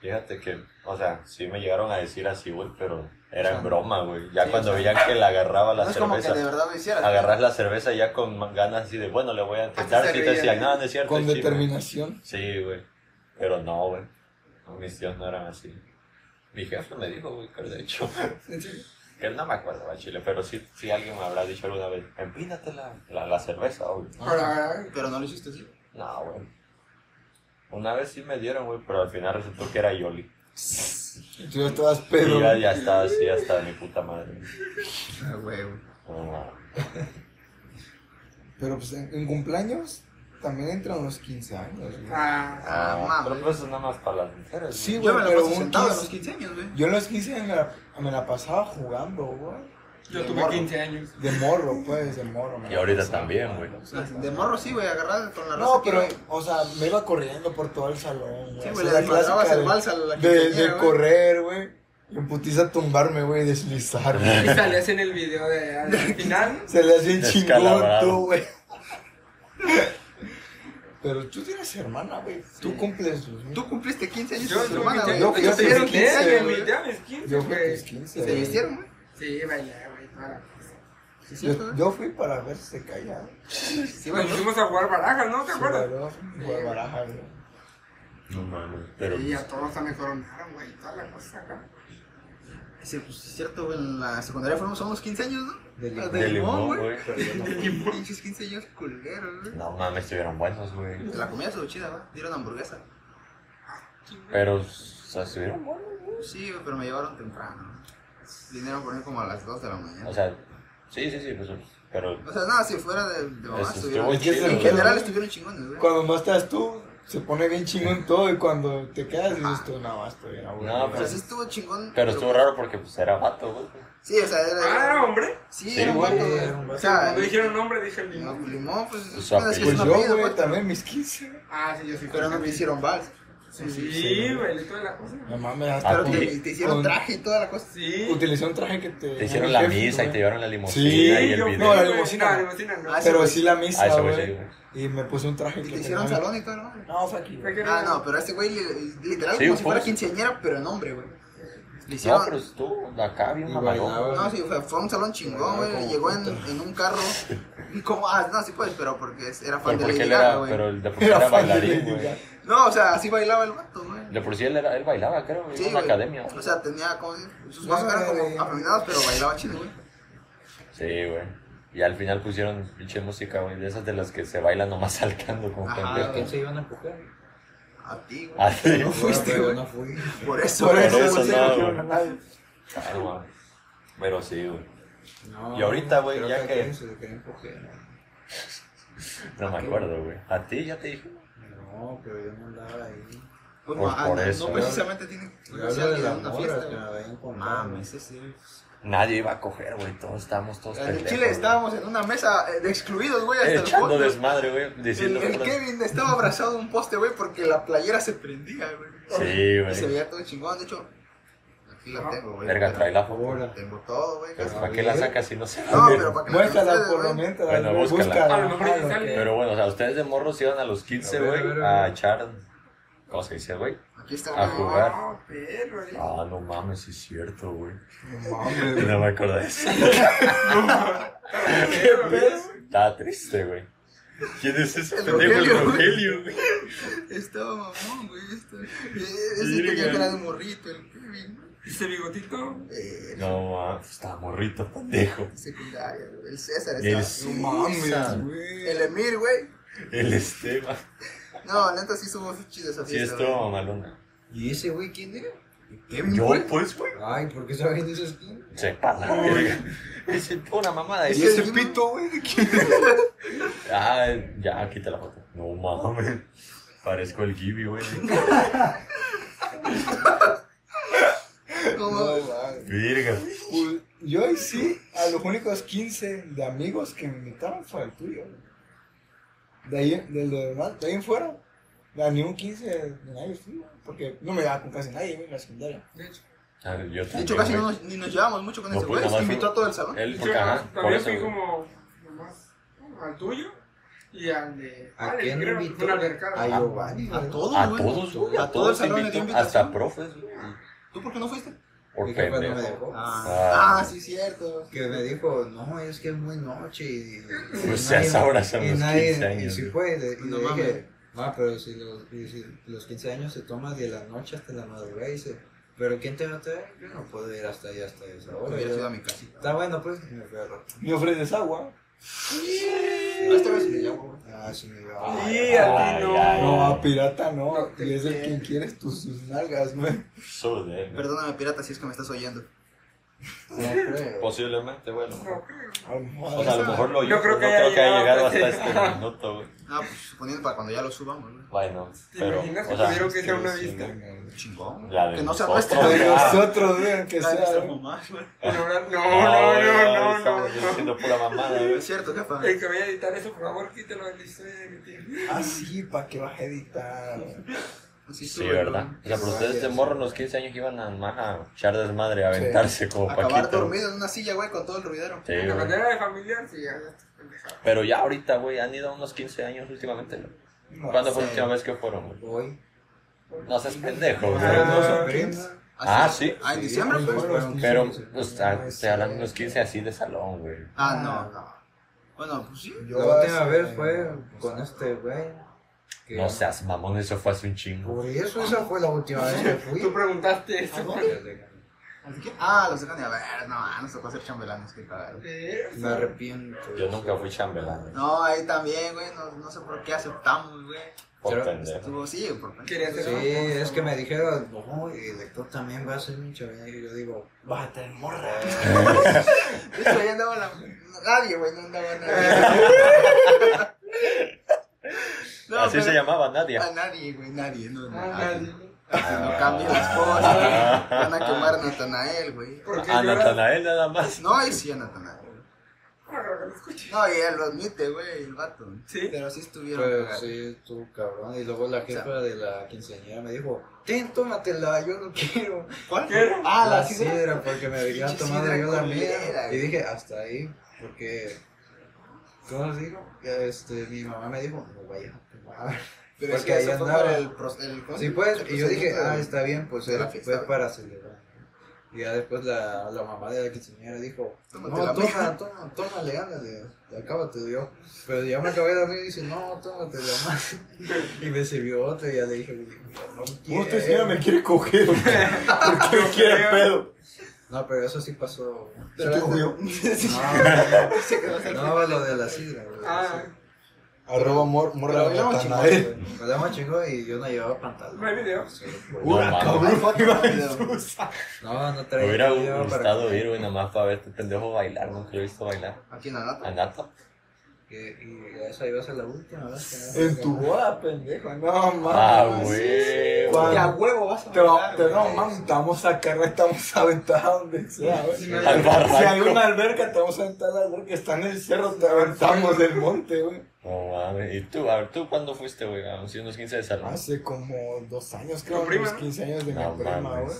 Speaker 2: Fíjate que, o sea, sí me llegaron a decir así, güey, pero
Speaker 3: O
Speaker 2: era
Speaker 3: sea,
Speaker 2: en broma, güey. Ya
Speaker 3: sí,
Speaker 2: cuando
Speaker 3: o sea,
Speaker 2: veían que le agarraba la
Speaker 3: No es como que
Speaker 2: cerveza,
Speaker 3: de verdad lo hicieran.
Speaker 2: agarras la cerveza ya con man- ganas así de, bueno, le voy a intentar.
Speaker 5: se
Speaker 2: Si te
Speaker 5: reían,
Speaker 2: decían,
Speaker 5: ¿eh?
Speaker 2: no, no es cierto.
Speaker 1: Con
Speaker 2: es chisme".
Speaker 1: determinación.
Speaker 2: Sí, güey. Pero no, güey. No, mis tíos no eran así. Mi jefe me dijo, güey, que de
Speaker 1: *laughs*
Speaker 2: hecho, que él no me acordaba chile, pero sí, sí alguien me habrá dicho alguna vez, empínate la, la, la cerveza, güey.
Speaker 5: Ahora,
Speaker 3: Pero no lo hiciste así.
Speaker 2: No, güey. Una vez sí me dieron, güey, pero al final resultó que era Yoli.
Speaker 1: Y Tú ya estabas
Speaker 2: Y
Speaker 1: pedo.
Speaker 2: ya,
Speaker 1: güey.
Speaker 2: ya está, sí, ya está, mi puta madre.
Speaker 3: Ah, güey, güey.
Speaker 2: No, no.
Speaker 1: Pero pues en, en cumpleaños también entran los 15 años, güey.
Speaker 5: ah,
Speaker 3: Ah,
Speaker 2: No,
Speaker 3: mames.
Speaker 2: Pero pues eso nada más para las mujeres.
Speaker 1: Sí,
Speaker 2: güey.
Speaker 1: güey,
Speaker 3: Yo me la
Speaker 1: pero
Speaker 3: paso
Speaker 1: un
Speaker 3: sentado a los
Speaker 1: 15.
Speaker 3: 15 años, güey.
Speaker 1: Yo en los 15 años me la, me la pasaba jugando, güey.
Speaker 5: yo
Speaker 3: de
Speaker 5: tuve
Speaker 3: morro.
Speaker 5: 15 años.
Speaker 1: De morro, pues, de morro. me
Speaker 2: Y
Speaker 1: la
Speaker 2: ahorita
Speaker 1: pasaba.
Speaker 2: también, güey.
Speaker 3: O sea, De morro sí, güey, agarrar con la raza.
Speaker 1: No,
Speaker 3: que
Speaker 1: pero,
Speaker 3: iba.
Speaker 1: o sea, me iba corriendo por todo el salón, güey.
Speaker 3: Sí,
Speaker 1: O
Speaker 3: güey,
Speaker 1: sea,
Speaker 3: le
Speaker 1: la clásica
Speaker 3: desmadrabas el
Speaker 1: de-
Speaker 3: balsa a la
Speaker 1: De,
Speaker 3: quinceañera,
Speaker 1: de
Speaker 3: güey.
Speaker 1: correr, güey. Y en putiza tumbarme, güey, y
Speaker 5: Y
Speaker 2: *laughs*
Speaker 1: deslizarme.
Speaker 5: salías en el video de al
Speaker 1: *laughs*
Speaker 5: final.
Speaker 1: Se le hace un chingón
Speaker 2: Descalabrado.
Speaker 1: tú, güey. *laughs* Pero tú tienes hermana, güey. Tú cumples los míos.
Speaker 3: Tú cumpliste 15 años
Speaker 5: Yo
Speaker 3: con tu hermana, güey.
Speaker 1: yo-
Speaker 5: tuve 15
Speaker 1: yo
Speaker 5: años. Te dieron
Speaker 1: tuve 15,
Speaker 5: 15,
Speaker 1: güey.
Speaker 5: güey. Ya mis 15,
Speaker 1: Yo fui a tus
Speaker 5: güey.
Speaker 1: 15.
Speaker 3: ¿Se
Speaker 1: güey.
Speaker 3: vistieron, güey?
Speaker 5: Sí, bailé, güey. toda la cosa.
Speaker 3: Sí, sí,
Speaker 1: Yo,
Speaker 3: güey.
Speaker 1: yo fui para ver si se caía. güey.
Speaker 3: Sí, güey.
Speaker 5: Nos pusimos a jugar barajas, ¿no? ¿Te
Speaker 1: Se
Speaker 5: acuerdas?
Speaker 1: paró, fue a barajar, güey.
Speaker 2: No mames. Pero
Speaker 5: Y a todos se me coronaron, güey. Toda la cosa acá.
Speaker 3: Sí, pues es cierto, güey, en la secundaria fuimos a unos 15 años, ¿no?
Speaker 4: De limón.
Speaker 2: Ah, de limón, güey.
Speaker 3: De
Speaker 2: *laughs*
Speaker 3: limón. Pinches 15 años culeros, güey.
Speaker 2: No mames, estuvieron buenos, güey.
Speaker 3: La comida estuvo chida, güey. Dieron hamburguesa.
Speaker 2: Pero, o sea, estuvieron buenos.
Speaker 3: Uh, Sí, güey, pero me llevaron temprano. Vinieron por mí como a las 2 de la mañana.
Speaker 2: O sea, Sí, sí, sí, pues, pero
Speaker 3: O sea, no, si fuera de, de mamá,
Speaker 2: Eso
Speaker 3: estuvieron-
Speaker 2: estuvo
Speaker 1: Es que es
Speaker 2: chido,
Speaker 1: el
Speaker 3: En
Speaker 2: güey.
Speaker 3: general estuvieron chingones, güey.
Speaker 1: Cuando no estás tú, se pone bien chingón todo y cuando te quedas dices tú, no, estoy bien aburrido.
Speaker 2: No, pues,
Speaker 3: O sea, sí estuvo chingón.
Speaker 2: Pero estuvo raro porque pues era vato, güey.
Speaker 3: Sí, o sea,
Speaker 5: Ah,
Speaker 3: era.
Speaker 5: era hombre.
Speaker 3: Sí,
Speaker 2: Sí,
Speaker 3: era un
Speaker 2: güey,
Speaker 3: vato, güey.
Speaker 4: era un
Speaker 3: O
Speaker 4: vato.
Speaker 3: sea,
Speaker 5: Cuando dijeron nombre, dije el mismo.
Speaker 3: no, Limón, pues.
Speaker 2: Pues,
Speaker 3: bueno, es que
Speaker 1: pues
Speaker 3: es un
Speaker 1: yo,
Speaker 3: apellido,
Speaker 1: güey,
Speaker 3: pues,
Speaker 1: también mis 15.
Speaker 5: Ah, sí, yo sí.
Speaker 3: Pero no me hicieron vals.
Speaker 5: Sí, sí, güey, le tuve la cosa.
Speaker 1: No mames, hasta
Speaker 3: Pero
Speaker 2: Ah,
Speaker 3: te,
Speaker 2: sí.
Speaker 3: te hicieron
Speaker 1: Con-
Speaker 3: traje y toda la cosa.
Speaker 5: Sí.
Speaker 1: utilicé un traje que te.
Speaker 2: Te hicieron la
Speaker 1: jefe,
Speaker 2: misa y te
Speaker 1: güey.
Speaker 2: llevaron la limusina
Speaker 1: Sí,
Speaker 2: y el
Speaker 5: yo-
Speaker 1: vi,
Speaker 2: video.
Speaker 1: no, la
Speaker 5: güey,
Speaker 1: limusina
Speaker 5: no,
Speaker 1: no.
Speaker 5: la limusina no.
Speaker 3: Ah, sí,
Speaker 1: Pero sí la misa,
Speaker 2: Ah, ese güey, sí,
Speaker 1: güey.
Speaker 2: güey.
Speaker 1: Y me puse un traje
Speaker 3: Y
Speaker 1: que
Speaker 3: te hicieron
Speaker 1: tenía-
Speaker 3: salón y todo, ¿no?
Speaker 1: No, fue aquí.
Speaker 5: Fue que-
Speaker 3: Ah, no, pero a este güey, le- literal,
Speaker 2: Sí,
Speaker 3: como si fuera
Speaker 2: pues.
Speaker 3: quinceañera, pero en hombre, güey. Le
Speaker 2: No,
Speaker 3: hicieron.
Speaker 2: pero estuvo acá bien
Speaker 1: Y
Speaker 2: mamalón.
Speaker 1: bailaba.
Speaker 3: No, sí, fue, fue un salón chingón,
Speaker 1: Ah,
Speaker 3: güey.
Speaker 1: como
Speaker 3: Llegó en,
Speaker 1: puta.
Speaker 3: en un carro. Y como, ah, no, sí, pues, pero porque es- era fan
Speaker 2: Pero
Speaker 3: de
Speaker 2: porque
Speaker 3: Lady
Speaker 2: él
Speaker 3: Gaga,
Speaker 2: era,
Speaker 3: güey.
Speaker 2: pero el de por sí
Speaker 1: Era
Speaker 2: era
Speaker 1: fan de
Speaker 2: bailarín,
Speaker 1: Lady
Speaker 2: güey.
Speaker 1: Gaga.
Speaker 3: No, o sea, así bailaba el vato, güey.
Speaker 2: De por sí él, era, él bailaba, creo, en
Speaker 3: Sí,
Speaker 2: una
Speaker 3: güey.
Speaker 2: academia.
Speaker 3: O sea, tenía como. Sus pasos eran como afeminados, pero bailaba chido, güey.
Speaker 2: Sí, güey. Y al final pusieron pinche música, güey, de esas de las que se bailan nomás *laughs* saltando como
Speaker 3: Ajá,
Speaker 4: ¿A
Speaker 2: pendejo.
Speaker 4: quién se iban a coger?
Speaker 3: A ti, güey.
Speaker 2: Así.
Speaker 4: fuiste, güey. No fui.
Speaker 3: Por eso,
Speaker 1: Por
Speaker 3: güey,
Speaker 1: eso,
Speaker 2: Ah, eso
Speaker 1: por
Speaker 2: no,
Speaker 1: eso no
Speaker 2: güey.
Speaker 1: dijeron a nadie.
Speaker 2: Claro, güey. Pero sí, güey.
Speaker 4: No,
Speaker 2: Y ahorita, güey,
Speaker 4: creo
Speaker 2: ya
Speaker 4: a
Speaker 2: que-
Speaker 4: quien se querían coger.
Speaker 2: No me acuerdo, güey. ¿A ti ya te dije?
Speaker 4: No, pero yo no andaba ahí.
Speaker 3: Pues,
Speaker 2: Pues,
Speaker 3: ma-
Speaker 2: por
Speaker 3: no,
Speaker 2: eso.
Speaker 3: No precisamente tiene que
Speaker 4: Yo hablo de
Speaker 3: ir
Speaker 4: la
Speaker 3: a una
Speaker 4: morra que me
Speaker 3: fiesta.
Speaker 4: habían
Speaker 3: güey.
Speaker 4: contado.
Speaker 3: Mames, ese.
Speaker 2: Nadie iba a coger, güey. Todos estábamos todos
Speaker 3: En el
Speaker 2: pendejos.
Speaker 3: Chile
Speaker 2: güey.
Speaker 3: estábamos en una mesa eh, de excluidos, güey, hasta el
Speaker 2: Echando
Speaker 3: fondo.
Speaker 2: desmadre, güey.
Speaker 3: El,
Speaker 2: Diciendo
Speaker 3: el
Speaker 2: puras-
Speaker 3: Kevin estaba abrazado a un poste, güey, porque la playera se prendía, güey. Y
Speaker 2: Sí,
Speaker 3: se
Speaker 2: güey.
Speaker 3: veía todo chingón, de hecho. Aquí la tengo, güey.
Speaker 2: Verga, trae la foto.
Speaker 4: Ahora.
Speaker 3: Tengo todo, güey.
Speaker 2: Pero
Speaker 3: casi.
Speaker 2: ¿para qué la sacas si no se
Speaker 3: No,
Speaker 2: ve?
Speaker 3: pero para que la
Speaker 1: Muéstrala
Speaker 3: ustedes,
Speaker 1: por lo
Speaker 3: güey.
Speaker 1: menos.
Speaker 2: Bueno,
Speaker 1: güey,
Speaker 2: búscala.
Speaker 5: A lo mejor
Speaker 1: ajá,
Speaker 5: sí
Speaker 1: lo
Speaker 5: sale.
Speaker 1: que-
Speaker 2: Pero bueno, o sea, ustedes de morros iban a los 15,
Speaker 4: A ver,
Speaker 2: güey,
Speaker 4: a ver, a ver.
Speaker 2: a echar, ¿cómo se dice, güey?
Speaker 3: Aquí está,
Speaker 2: A
Speaker 3: güey.
Speaker 2: jugar.
Speaker 5: No, perro, eh.
Speaker 2: Ah, no mames, sí es cierto, güey.
Speaker 1: No mames, güey.
Speaker 2: No me acuerdo de eso.
Speaker 5: Perro, eh.
Speaker 2: Estaba triste, güey. ¿Quién es ese
Speaker 3: El
Speaker 2: pendejo? El
Speaker 3: Rogelio,
Speaker 2: Rogelio, güey.
Speaker 3: Estaba mamón, güey. Esto. Eh, Ese
Speaker 2: Mira,
Speaker 3: tenía
Speaker 2: güey.
Speaker 3: cara de morrito, el Kevin. güey.
Speaker 5: Ese bigotito.
Speaker 3: Eh,
Speaker 2: No mames, estaba morrito, pendejo.
Speaker 3: secundaria, güey. El César
Speaker 2: El
Speaker 3: estaba.
Speaker 2: César.
Speaker 1: No mames, güey.
Speaker 3: El Emir, güey.
Speaker 2: El Esteban.
Speaker 3: No, neta sí estuvo chido esa
Speaker 2: Sí,
Speaker 3: fiesta.
Speaker 2: esto, mamalona.
Speaker 4: ¿Y ese güey quién era?
Speaker 3: Kevin,
Speaker 2: Yo,
Speaker 3: güey.
Speaker 2: pues, güey.
Speaker 4: Ay, ¿por qué saben esa skin?
Speaker 2: Sepa la verga. Es una mamada.
Speaker 1: ¿Y
Speaker 2: eso.
Speaker 1: ese pito, güey? ¿De quién?
Speaker 2: Ah, ya, quita la foto. No mames. Parezco el Gibby, güey.
Speaker 3: No,
Speaker 1: No,
Speaker 3: mames.
Speaker 1: mames.
Speaker 2: Virga.
Speaker 1: Pues, Yo ahí sí, a los únicos 15 de amigos que me invitaron fue el tuyo. güey. De ahí, de lo demás, de ahí en fuera, a ni un 15 de nadie fui, güey, porque no me daba con casi nadie güey, en la secundaria.
Speaker 5: De hecho,
Speaker 2: Ah, yo
Speaker 3: De hecho,
Speaker 2: también,
Speaker 3: casi
Speaker 2: güey.
Speaker 3: no nos- ni nos llevamos mucho con
Speaker 2: No,
Speaker 3: ese
Speaker 2: pues,
Speaker 3: güey.
Speaker 2: nada más
Speaker 3: Invitó
Speaker 2: fue-
Speaker 3: a todo el salón.
Speaker 2: Él,
Speaker 5: yo
Speaker 2: porque, ajá, por
Speaker 5: también
Speaker 2: eso,
Speaker 5: fui
Speaker 2: güey.
Speaker 5: como nomás al tuyo y al de
Speaker 4: ¿A
Speaker 5: Alex,
Speaker 4: quién
Speaker 5: creo, que
Speaker 4: invitó?
Speaker 5: fue una albercada.
Speaker 4: A Giovanni.
Speaker 3: A
Speaker 4: güey.
Speaker 3: todos,
Speaker 2: A
Speaker 3: güey.
Speaker 2: todos, güey.
Speaker 3: A todo el salón le dio
Speaker 2: invitó,
Speaker 3: invitación.
Speaker 2: Hasta profes, güey.
Speaker 3: ¿Tú por qué no fuiste?
Speaker 2: Por
Speaker 4: Mi jefa no me
Speaker 2: pendejo.
Speaker 4: dejó.
Speaker 3: Ah, ah sí, cierto.
Speaker 4: Que me dijo, no, es que es muy noche y... y
Speaker 2: Pues
Speaker 4: nadie-
Speaker 2: a esa hora son
Speaker 4: y
Speaker 2: los
Speaker 4: nadie-
Speaker 2: 15
Speaker 4: Y
Speaker 2: años.
Speaker 4: si
Speaker 2: güey.
Speaker 4: fue, y le- y
Speaker 3: No
Speaker 4: le
Speaker 3: mames.
Speaker 4: dije, ah, pero si los, y si los 15 años se toman de la noche hasta la madrugada, y dice, pero ¿quién te va a traer? Yo no puedo ir hasta allá, hasta esa hora.
Speaker 3: Hubiera
Speaker 4: Yo-
Speaker 3: sido a mi casita.
Speaker 4: Está bueno, pues, me fui al rato.
Speaker 1: Me ofreces agua.
Speaker 3: No, Ah, esta vez sí le llamo, güey.
Speaker 4: Ah, sí, me iba.
Speaker 5: Sí, a ti
Speaker 2: Ay,
Speaker 5: no.
Speaker 2: ay.
Speaker 1: No, a pirata no.
Speaker 5: No te
Speaker 1: y es el
Speaker 5: quiero.
Speaker 1: quien quieres tus, sus nalgas, güey.
Speaker 2: So de-
Speaker 3: Perdóname, pirata, si es que me estás oyendo.
Speaker 4: No creo.
Speaker 2: Pues, Posiblemente, bueno.
Speaker 5: No, creo.
Speaker 1: A lo mejor-
Speaker 2: O sea, a lo mejor lo
Speaker 5: Yo
Speaker 2: yo
Speaker 5: creo
Speaker 2: no
Speaker 5: que
Speaker 2: creo
Speaker 5: ya
Speaker 2: que haya llegado
Speaker 5: llegaba
Speaker 2: hasta
Speaker 5: hasta
Speaker 2: este *laughs* minuto, güey.
Speaker 3: Ah, pues suponiendo para cuando ya lo subamos, güey.
Speaker 2: Bueno,
Speaker 5: ¿Te
Speaker 2: pero.
Speaker 5: imaginas que
Speaker 2: o sea,
Speaker 5: tuvieron que hacer una
Speaker 2: sí,
Speaker 5: vista?
Speaker 2: güey.
Speaker 3: Chingón.
Speaker 2: La de
Speaker 3: Que no sea
Speaker 2: nosotros,
Speaker 3: nuestra.
Speaker 1: de
Speaker 2: güey.
Speaker 1: nosotros, güey, *laughs* que
Speaker 3: La de
Speaker 1: sea.
Speaker 3: nuestra
Speaker 1: güey.
Speaker 3: mamá, güey.
Speaker 5: No, no,
Speaker 2: Ah,
Speaker 5: no, no, no,
Speaker 2: estamos
Speaker 5: no.
Speaker 2: diciendo pura mamada, güey.
Speaker 3: Es cierto, jefa.
Speaker 5: El que vaya a editar eso, por favor, quítelo de la historia de mi tío.
Speaker 1: Ah, sí, ¿para qué vas a editar? güey?
Speaker 3: Así
Speaker 2: Sí,
Speaker 3: súbelo.
Speaker 2: ¿verdad? O sea, pero ustedes de morro en los 15 años iban a, más a echar desmadre, a aventarse como
Speaker 3: Acabar
Speaker 2: Paquito.
Speaker 3: dormido en una silla, güey, con todo el ruidero.
Speaker 2: Sí,
Speaker 5: De
Speaker 2: güey.
Speaker 5: manera de familiar, sí, ya ya, pendejada.
Speaker 2: Pero ya ahorita, güey, han ido a unos 15 años últimamente. ¿no?
Speaker 1: No
Speaker 2: ¿Cuándo
Speaker 1: sé.
Speaker 2: fue la última vez que fueron, güey?
Speaker 4: Hoy.
Speaker 2: No seas pendejo, güey.
Speaker 1: Pero no
Speaker 5: Ah,
Speaker 1: sorprende.
Speaker 2: Ah, sí.
Speaker 3: Ah, en diciembre,
Speaker 4: Sí,
Speaker 3: pues.
Speaker 4: hoy fueron
Speaker 2: Pero,
Speaker 4: 15.
Speaker 2: o sea, te hablan de unos 15 así de salón, güey.
Speaker 3: Ah, no, no. Bueno, pues sí.
Speaker 1: Yo
Speaker 4: La última
Speaker 1: hace-
Speaker 4: vez fue con este güey. que-
Speaker 2: No seas mamón, eso fue hace un chingo.
Speaker 4: Por eso esa fue la última vez que fui.
Speaker 5: Tú preguntaste eso.
Speaker 3: Así que- Ah, los dejan de haber. No, nos tocó hacer chambelanes, qué cagado.
Speaker 5: Eh,
Speaker 4: Me arrepiento.
Speaker 2: Yo nunca fui chambelán.
Speaker 3: No, ahí también, güey. No, no sé por qué aceptamos, güey.
Speaker 2: Por
Speaker 4: Pero-
Speaker 2: pendejo.
Speaker 3: Estuvo sí, por
Speaker 5: *laughs* Quería hacer
Speaker 4: Sí, es que me dijeron, no, el lector
Speaker 2: *laughs*
Speaker 4: también va a ser mi chaval. Y yo digo, va a tener morra.
Speaker 3: De hecho, ahí andaba la, Nadie, güey, no andaba
Speaker 2: *laughs*
Speaker 3: nadie.
Speaker 5: Eh,
Speaker 3: No,
Speaker 2: Así
Speaker 3: pero- ah,
Speaker 2: se llamaba Nadia.
Speaker 3: A nadie, güey, nadie, no, no.
Speaker 5: nadie.
Speaker 3: Si no cambian las cosas, güey, van a quemar a Natanael,
Speaker 2: *laughs*
Speaker 3: güey.
Speaker 5: ¿Por qué
Speaker 2: A
Speaker 5: lloras?
Speaker 2: Ah, Natanael nada más.
Speaker 3: No, y sí a Natanael. güey.
Speaker 5: Ahora que lo escuche.
Speaker 3: No, y él lo admite, güey, el vato.
Speaker 5: Sí.
Speaker 3: Pero sí estuvieron.
Speaker 4: Pero
Speaker 3: cagados.
Speaker 4: Pues, sí, tú cabrón. Y luego la jefa de la quinceañera me dijo, ten, tómatela, yo no *laughs* quiero.
Speaker 3: ¿Cuál?
Speaker 5: ¿Qué?
Speaker 3: Ah, la
Speaker 4: sidra.
Speaker 3: sidra.
Speaker 4: porque me había
Speaker 3: Pinche
Speaker 4: tomado
Speaker 3: sidra
Speaker 4: yo la
Speaker 3: culera,
Speaker 4: mía. Y
Speaker 3: güey.
Speaker 4: dije, hasta ahí, porque, ¿cómo les digo? Este, mi mamá me dijo, no vayas a tomar.
Speaker 3: *laughs* Pero es
Speaker 4: Porque
Speaker 3: que
Speaker 4: ahí
Speaker 3: eso fue
Speaker 4: andaba.
Speaker 3: por el, pro- el ¿cómo se
Speaker 4: Sí,
Speaker 3: llama?
Speaker 4: pues,
Speaker 3: El
Speaker 4: y yo dije,
Speaker 3: procedimiento
Speaker 4: ah,
Speaker 3: de-
Speaker 4: está bien, pues
Speaker 3: de la
Speaker 4: era-
Speaker 3: fiesta,
Speaker 4: fue
Speaker 3: ¿no?
Speaker 4: para celebrar. Y ya después la, la mamá de la quinceañera dijo,
Speaker 3: Tómate
Speaker 4: no,
Speaker 3: la
Speaker 4: toma, toma, tómale, ándale, acábate, yo. Pero ya me acabé de reír y dice, no, tómate la más. *laughs* Y me sirvió otra y ya le dije, no quiero.
Speaker 1: Usted señora me quiere
Speaker 4: *laughs*
Speaker 1: coger, güey. ¿Por qué me quiere pedo?
Speaker 4: No, pero eso sí pasó.
Speaker 1: ¿Se te cogió? *laughs*
Speaker 4: No, no, lo de la sidra, güey.
Speaker 5: Ah,
Speaker 4: sí.
Speaker 1: Arroba mor, morra
Speaker 4: Pero
Speaker 1: de
Speaker 4: bailamos chingón,
Speaker 1: Natanael.
Speaker 4: güey. Bailamos chingón y yo no llevaba pantalón.
Speaker 5: ¿No hay video?
Speaker 4: Sí, güey.
Speaker 2: Uy.
Speaker 1: Ura,
Speaker 2: No,
Speaker 5: *laughs*
Speaker 1: cabrón,
Speaker 3: mames.
Speaker 1: iba a
Speaker 3: Video.
Speaker 1: ensusar.
Speaker 4: No, no
Speaker 2: Me
Speaker 4: traía.
Speaker 2: hubiera
Speaker 4: yo para-
Speaker 2: gustado ir, güey, nada más para ver este pendejo bailar. Nunca lo he visto bailar.
Speaker 3: Aquí en Anata.
Speaker 2: A Nata.
Speaker 4: que- Y esa iba a ser la última, ¿verdad? Que era-
Speaker 1: En tu boda, pendejo. No mames.
Speaker 2: Ah, güey.
Speaker 1: Cuando-
Speaker 3: Ya huevo vas a
Speaker 1: Te va- te- no
Speaker 3: güey.
Speaker 1: mames, te vamos a cargar, estamos aventados donde sea, güey.
Speaker 5: Sí.
Speaker 2: Al
Speaker 1: Si hay
Speaker 2: barranco.
Speaker 1: una alberca, te vamos a aventar a la alberca. Está en el cerro, te aventamos del monte, güey.
Speaker 2: No mames. ¿Y tú? A ver, ¿tú cuándo fuiste, güey? A unos 15 de
Speaker 3: Ah,
Speaker 2: salón.
Speaker 1: Hace como dos años,
Speaker 5: ¿Tu
Speaker 1: creo,
Speaker 5: prima?
Speaker 1: unos 15 años de
Speaker 2: No
Speaker 1: mi prima,
Speaker 2: mames.
Speaker 1: güey.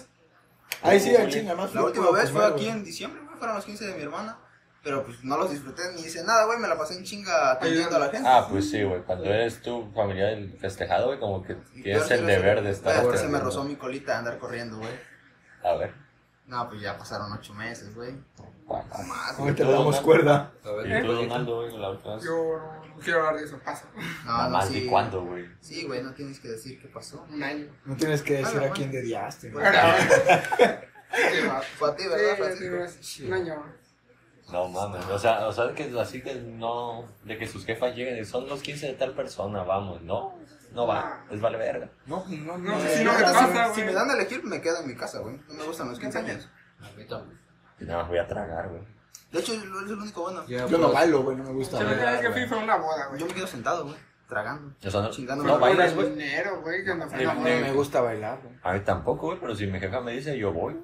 Speaker 1: Ahí sí, al
Speaker 2: Oye,
Speaker 1: chinga, más
Speaker 3: La última vez fue aquí en diciembre, güey, fueron los 15 de mi hermana. Pero pues no los disfruté ni hice nada, güey, me la pasé en chinga atendiendo a la gente.
Speaker 2: Ah, pues sí, güey. Cuando eres tú familiar del festejado, güey, como que
Speaker 3: Y
Speaker 2: tienes
Speaker 3: peor que
Speaker 2: el
Speaker 3: no
Speaker 2: deber
Speaker 3: se-
Speaker 2: de
Speaker 3: Güey,
Speaker 2: estar.
Speaker 3: es que se me
Speaker 2: atendiendo.
Speaker 3: rozó mi colita de andar corriendo, güey.
Speaker 2: A ver.
Speaker 3: No, pues ya pasaron 8 meses, güey. Ah,
Speaker 2: Ajá.
Speaker 3: Más,
Speaker 1: Hoy
Speaker 3: güey.
Speaker 1: te le damos cuerda.
Speaker 4: A ver,
Speaker 2: ¿Y tú,
Speaker 4: poquito.
Speaker 2: Donaldo, güey, la última vez?
Speaker 5: Yo no quiero hablar de eso, paso.
Speaker 3: ah, No, no,
Speaker 2: más
Speaker 3: sí.
Speaker 2: de cuándo, güey.
Speaker 3: Sí, güey, no tienes que decir qué pasó.
Speaker 5: Un año. Ah,
Speaker 1: No tienes que decir
Speaker 3: Ah,
Speaker 1: a quién dediaste, güey.
Speaker 3: Fue a ti, ¿verdad, Francisco?
Speaker 5: Sí, un año.
Speaker 2: No mames, o sea, o sea, que así que no, de que sus jefas lleguen y son los 15 de tal persona, vamos, no, no va, es vale verga.
Speaker 1: No, no,
Speaker 5: No,
Speaker 1: no.
Speaker 5: sí,
Speaker 3: Eh,
Speaker 5: no me
Speaker 3: neta,
Speaker 5: pasa,
Speaker 3: si me-
Speaker 5: güey.
Speaker 3: Si me dan a elegir, me quedo en mi casa, güey. No me gustan los 15 años.
Speaker 4: A mí también.
Speaker 2: Y nada más voy a tragar, güey.
Speaker 3: De hecho, es lo es lo único bueno.
Speaker 4: Ya,
Speaker 1: Yo no
Speaker 4: pues,
Speaker 1: bailo, güey, no me gusta
Speaker 5: La última vez
Speaker 1: bailar.
Speaker 5: que fui fue una boda, güey.
Speaker 3: Yo me quedo sentado, güey, tragando.
Speaker 2: O sea, no,
Speaker 3: Chingando,
Speaker 2: no
Speaker 3: me
Speaker 2: bailas,
Speaker 5: güey.
Speaker 2: güey.
Speaker 5: dinero, güey, que no fue
Speaker 2: Eh,
Speaker 5: una
Speaker 2: eh,
Speaker 1: güey. No
Speaker 5: boda.
Speaker 1: me gusta bailar, güey.
Speaker 2: A mí tampoco, güey, pero si mi jefa me dice, yo voy.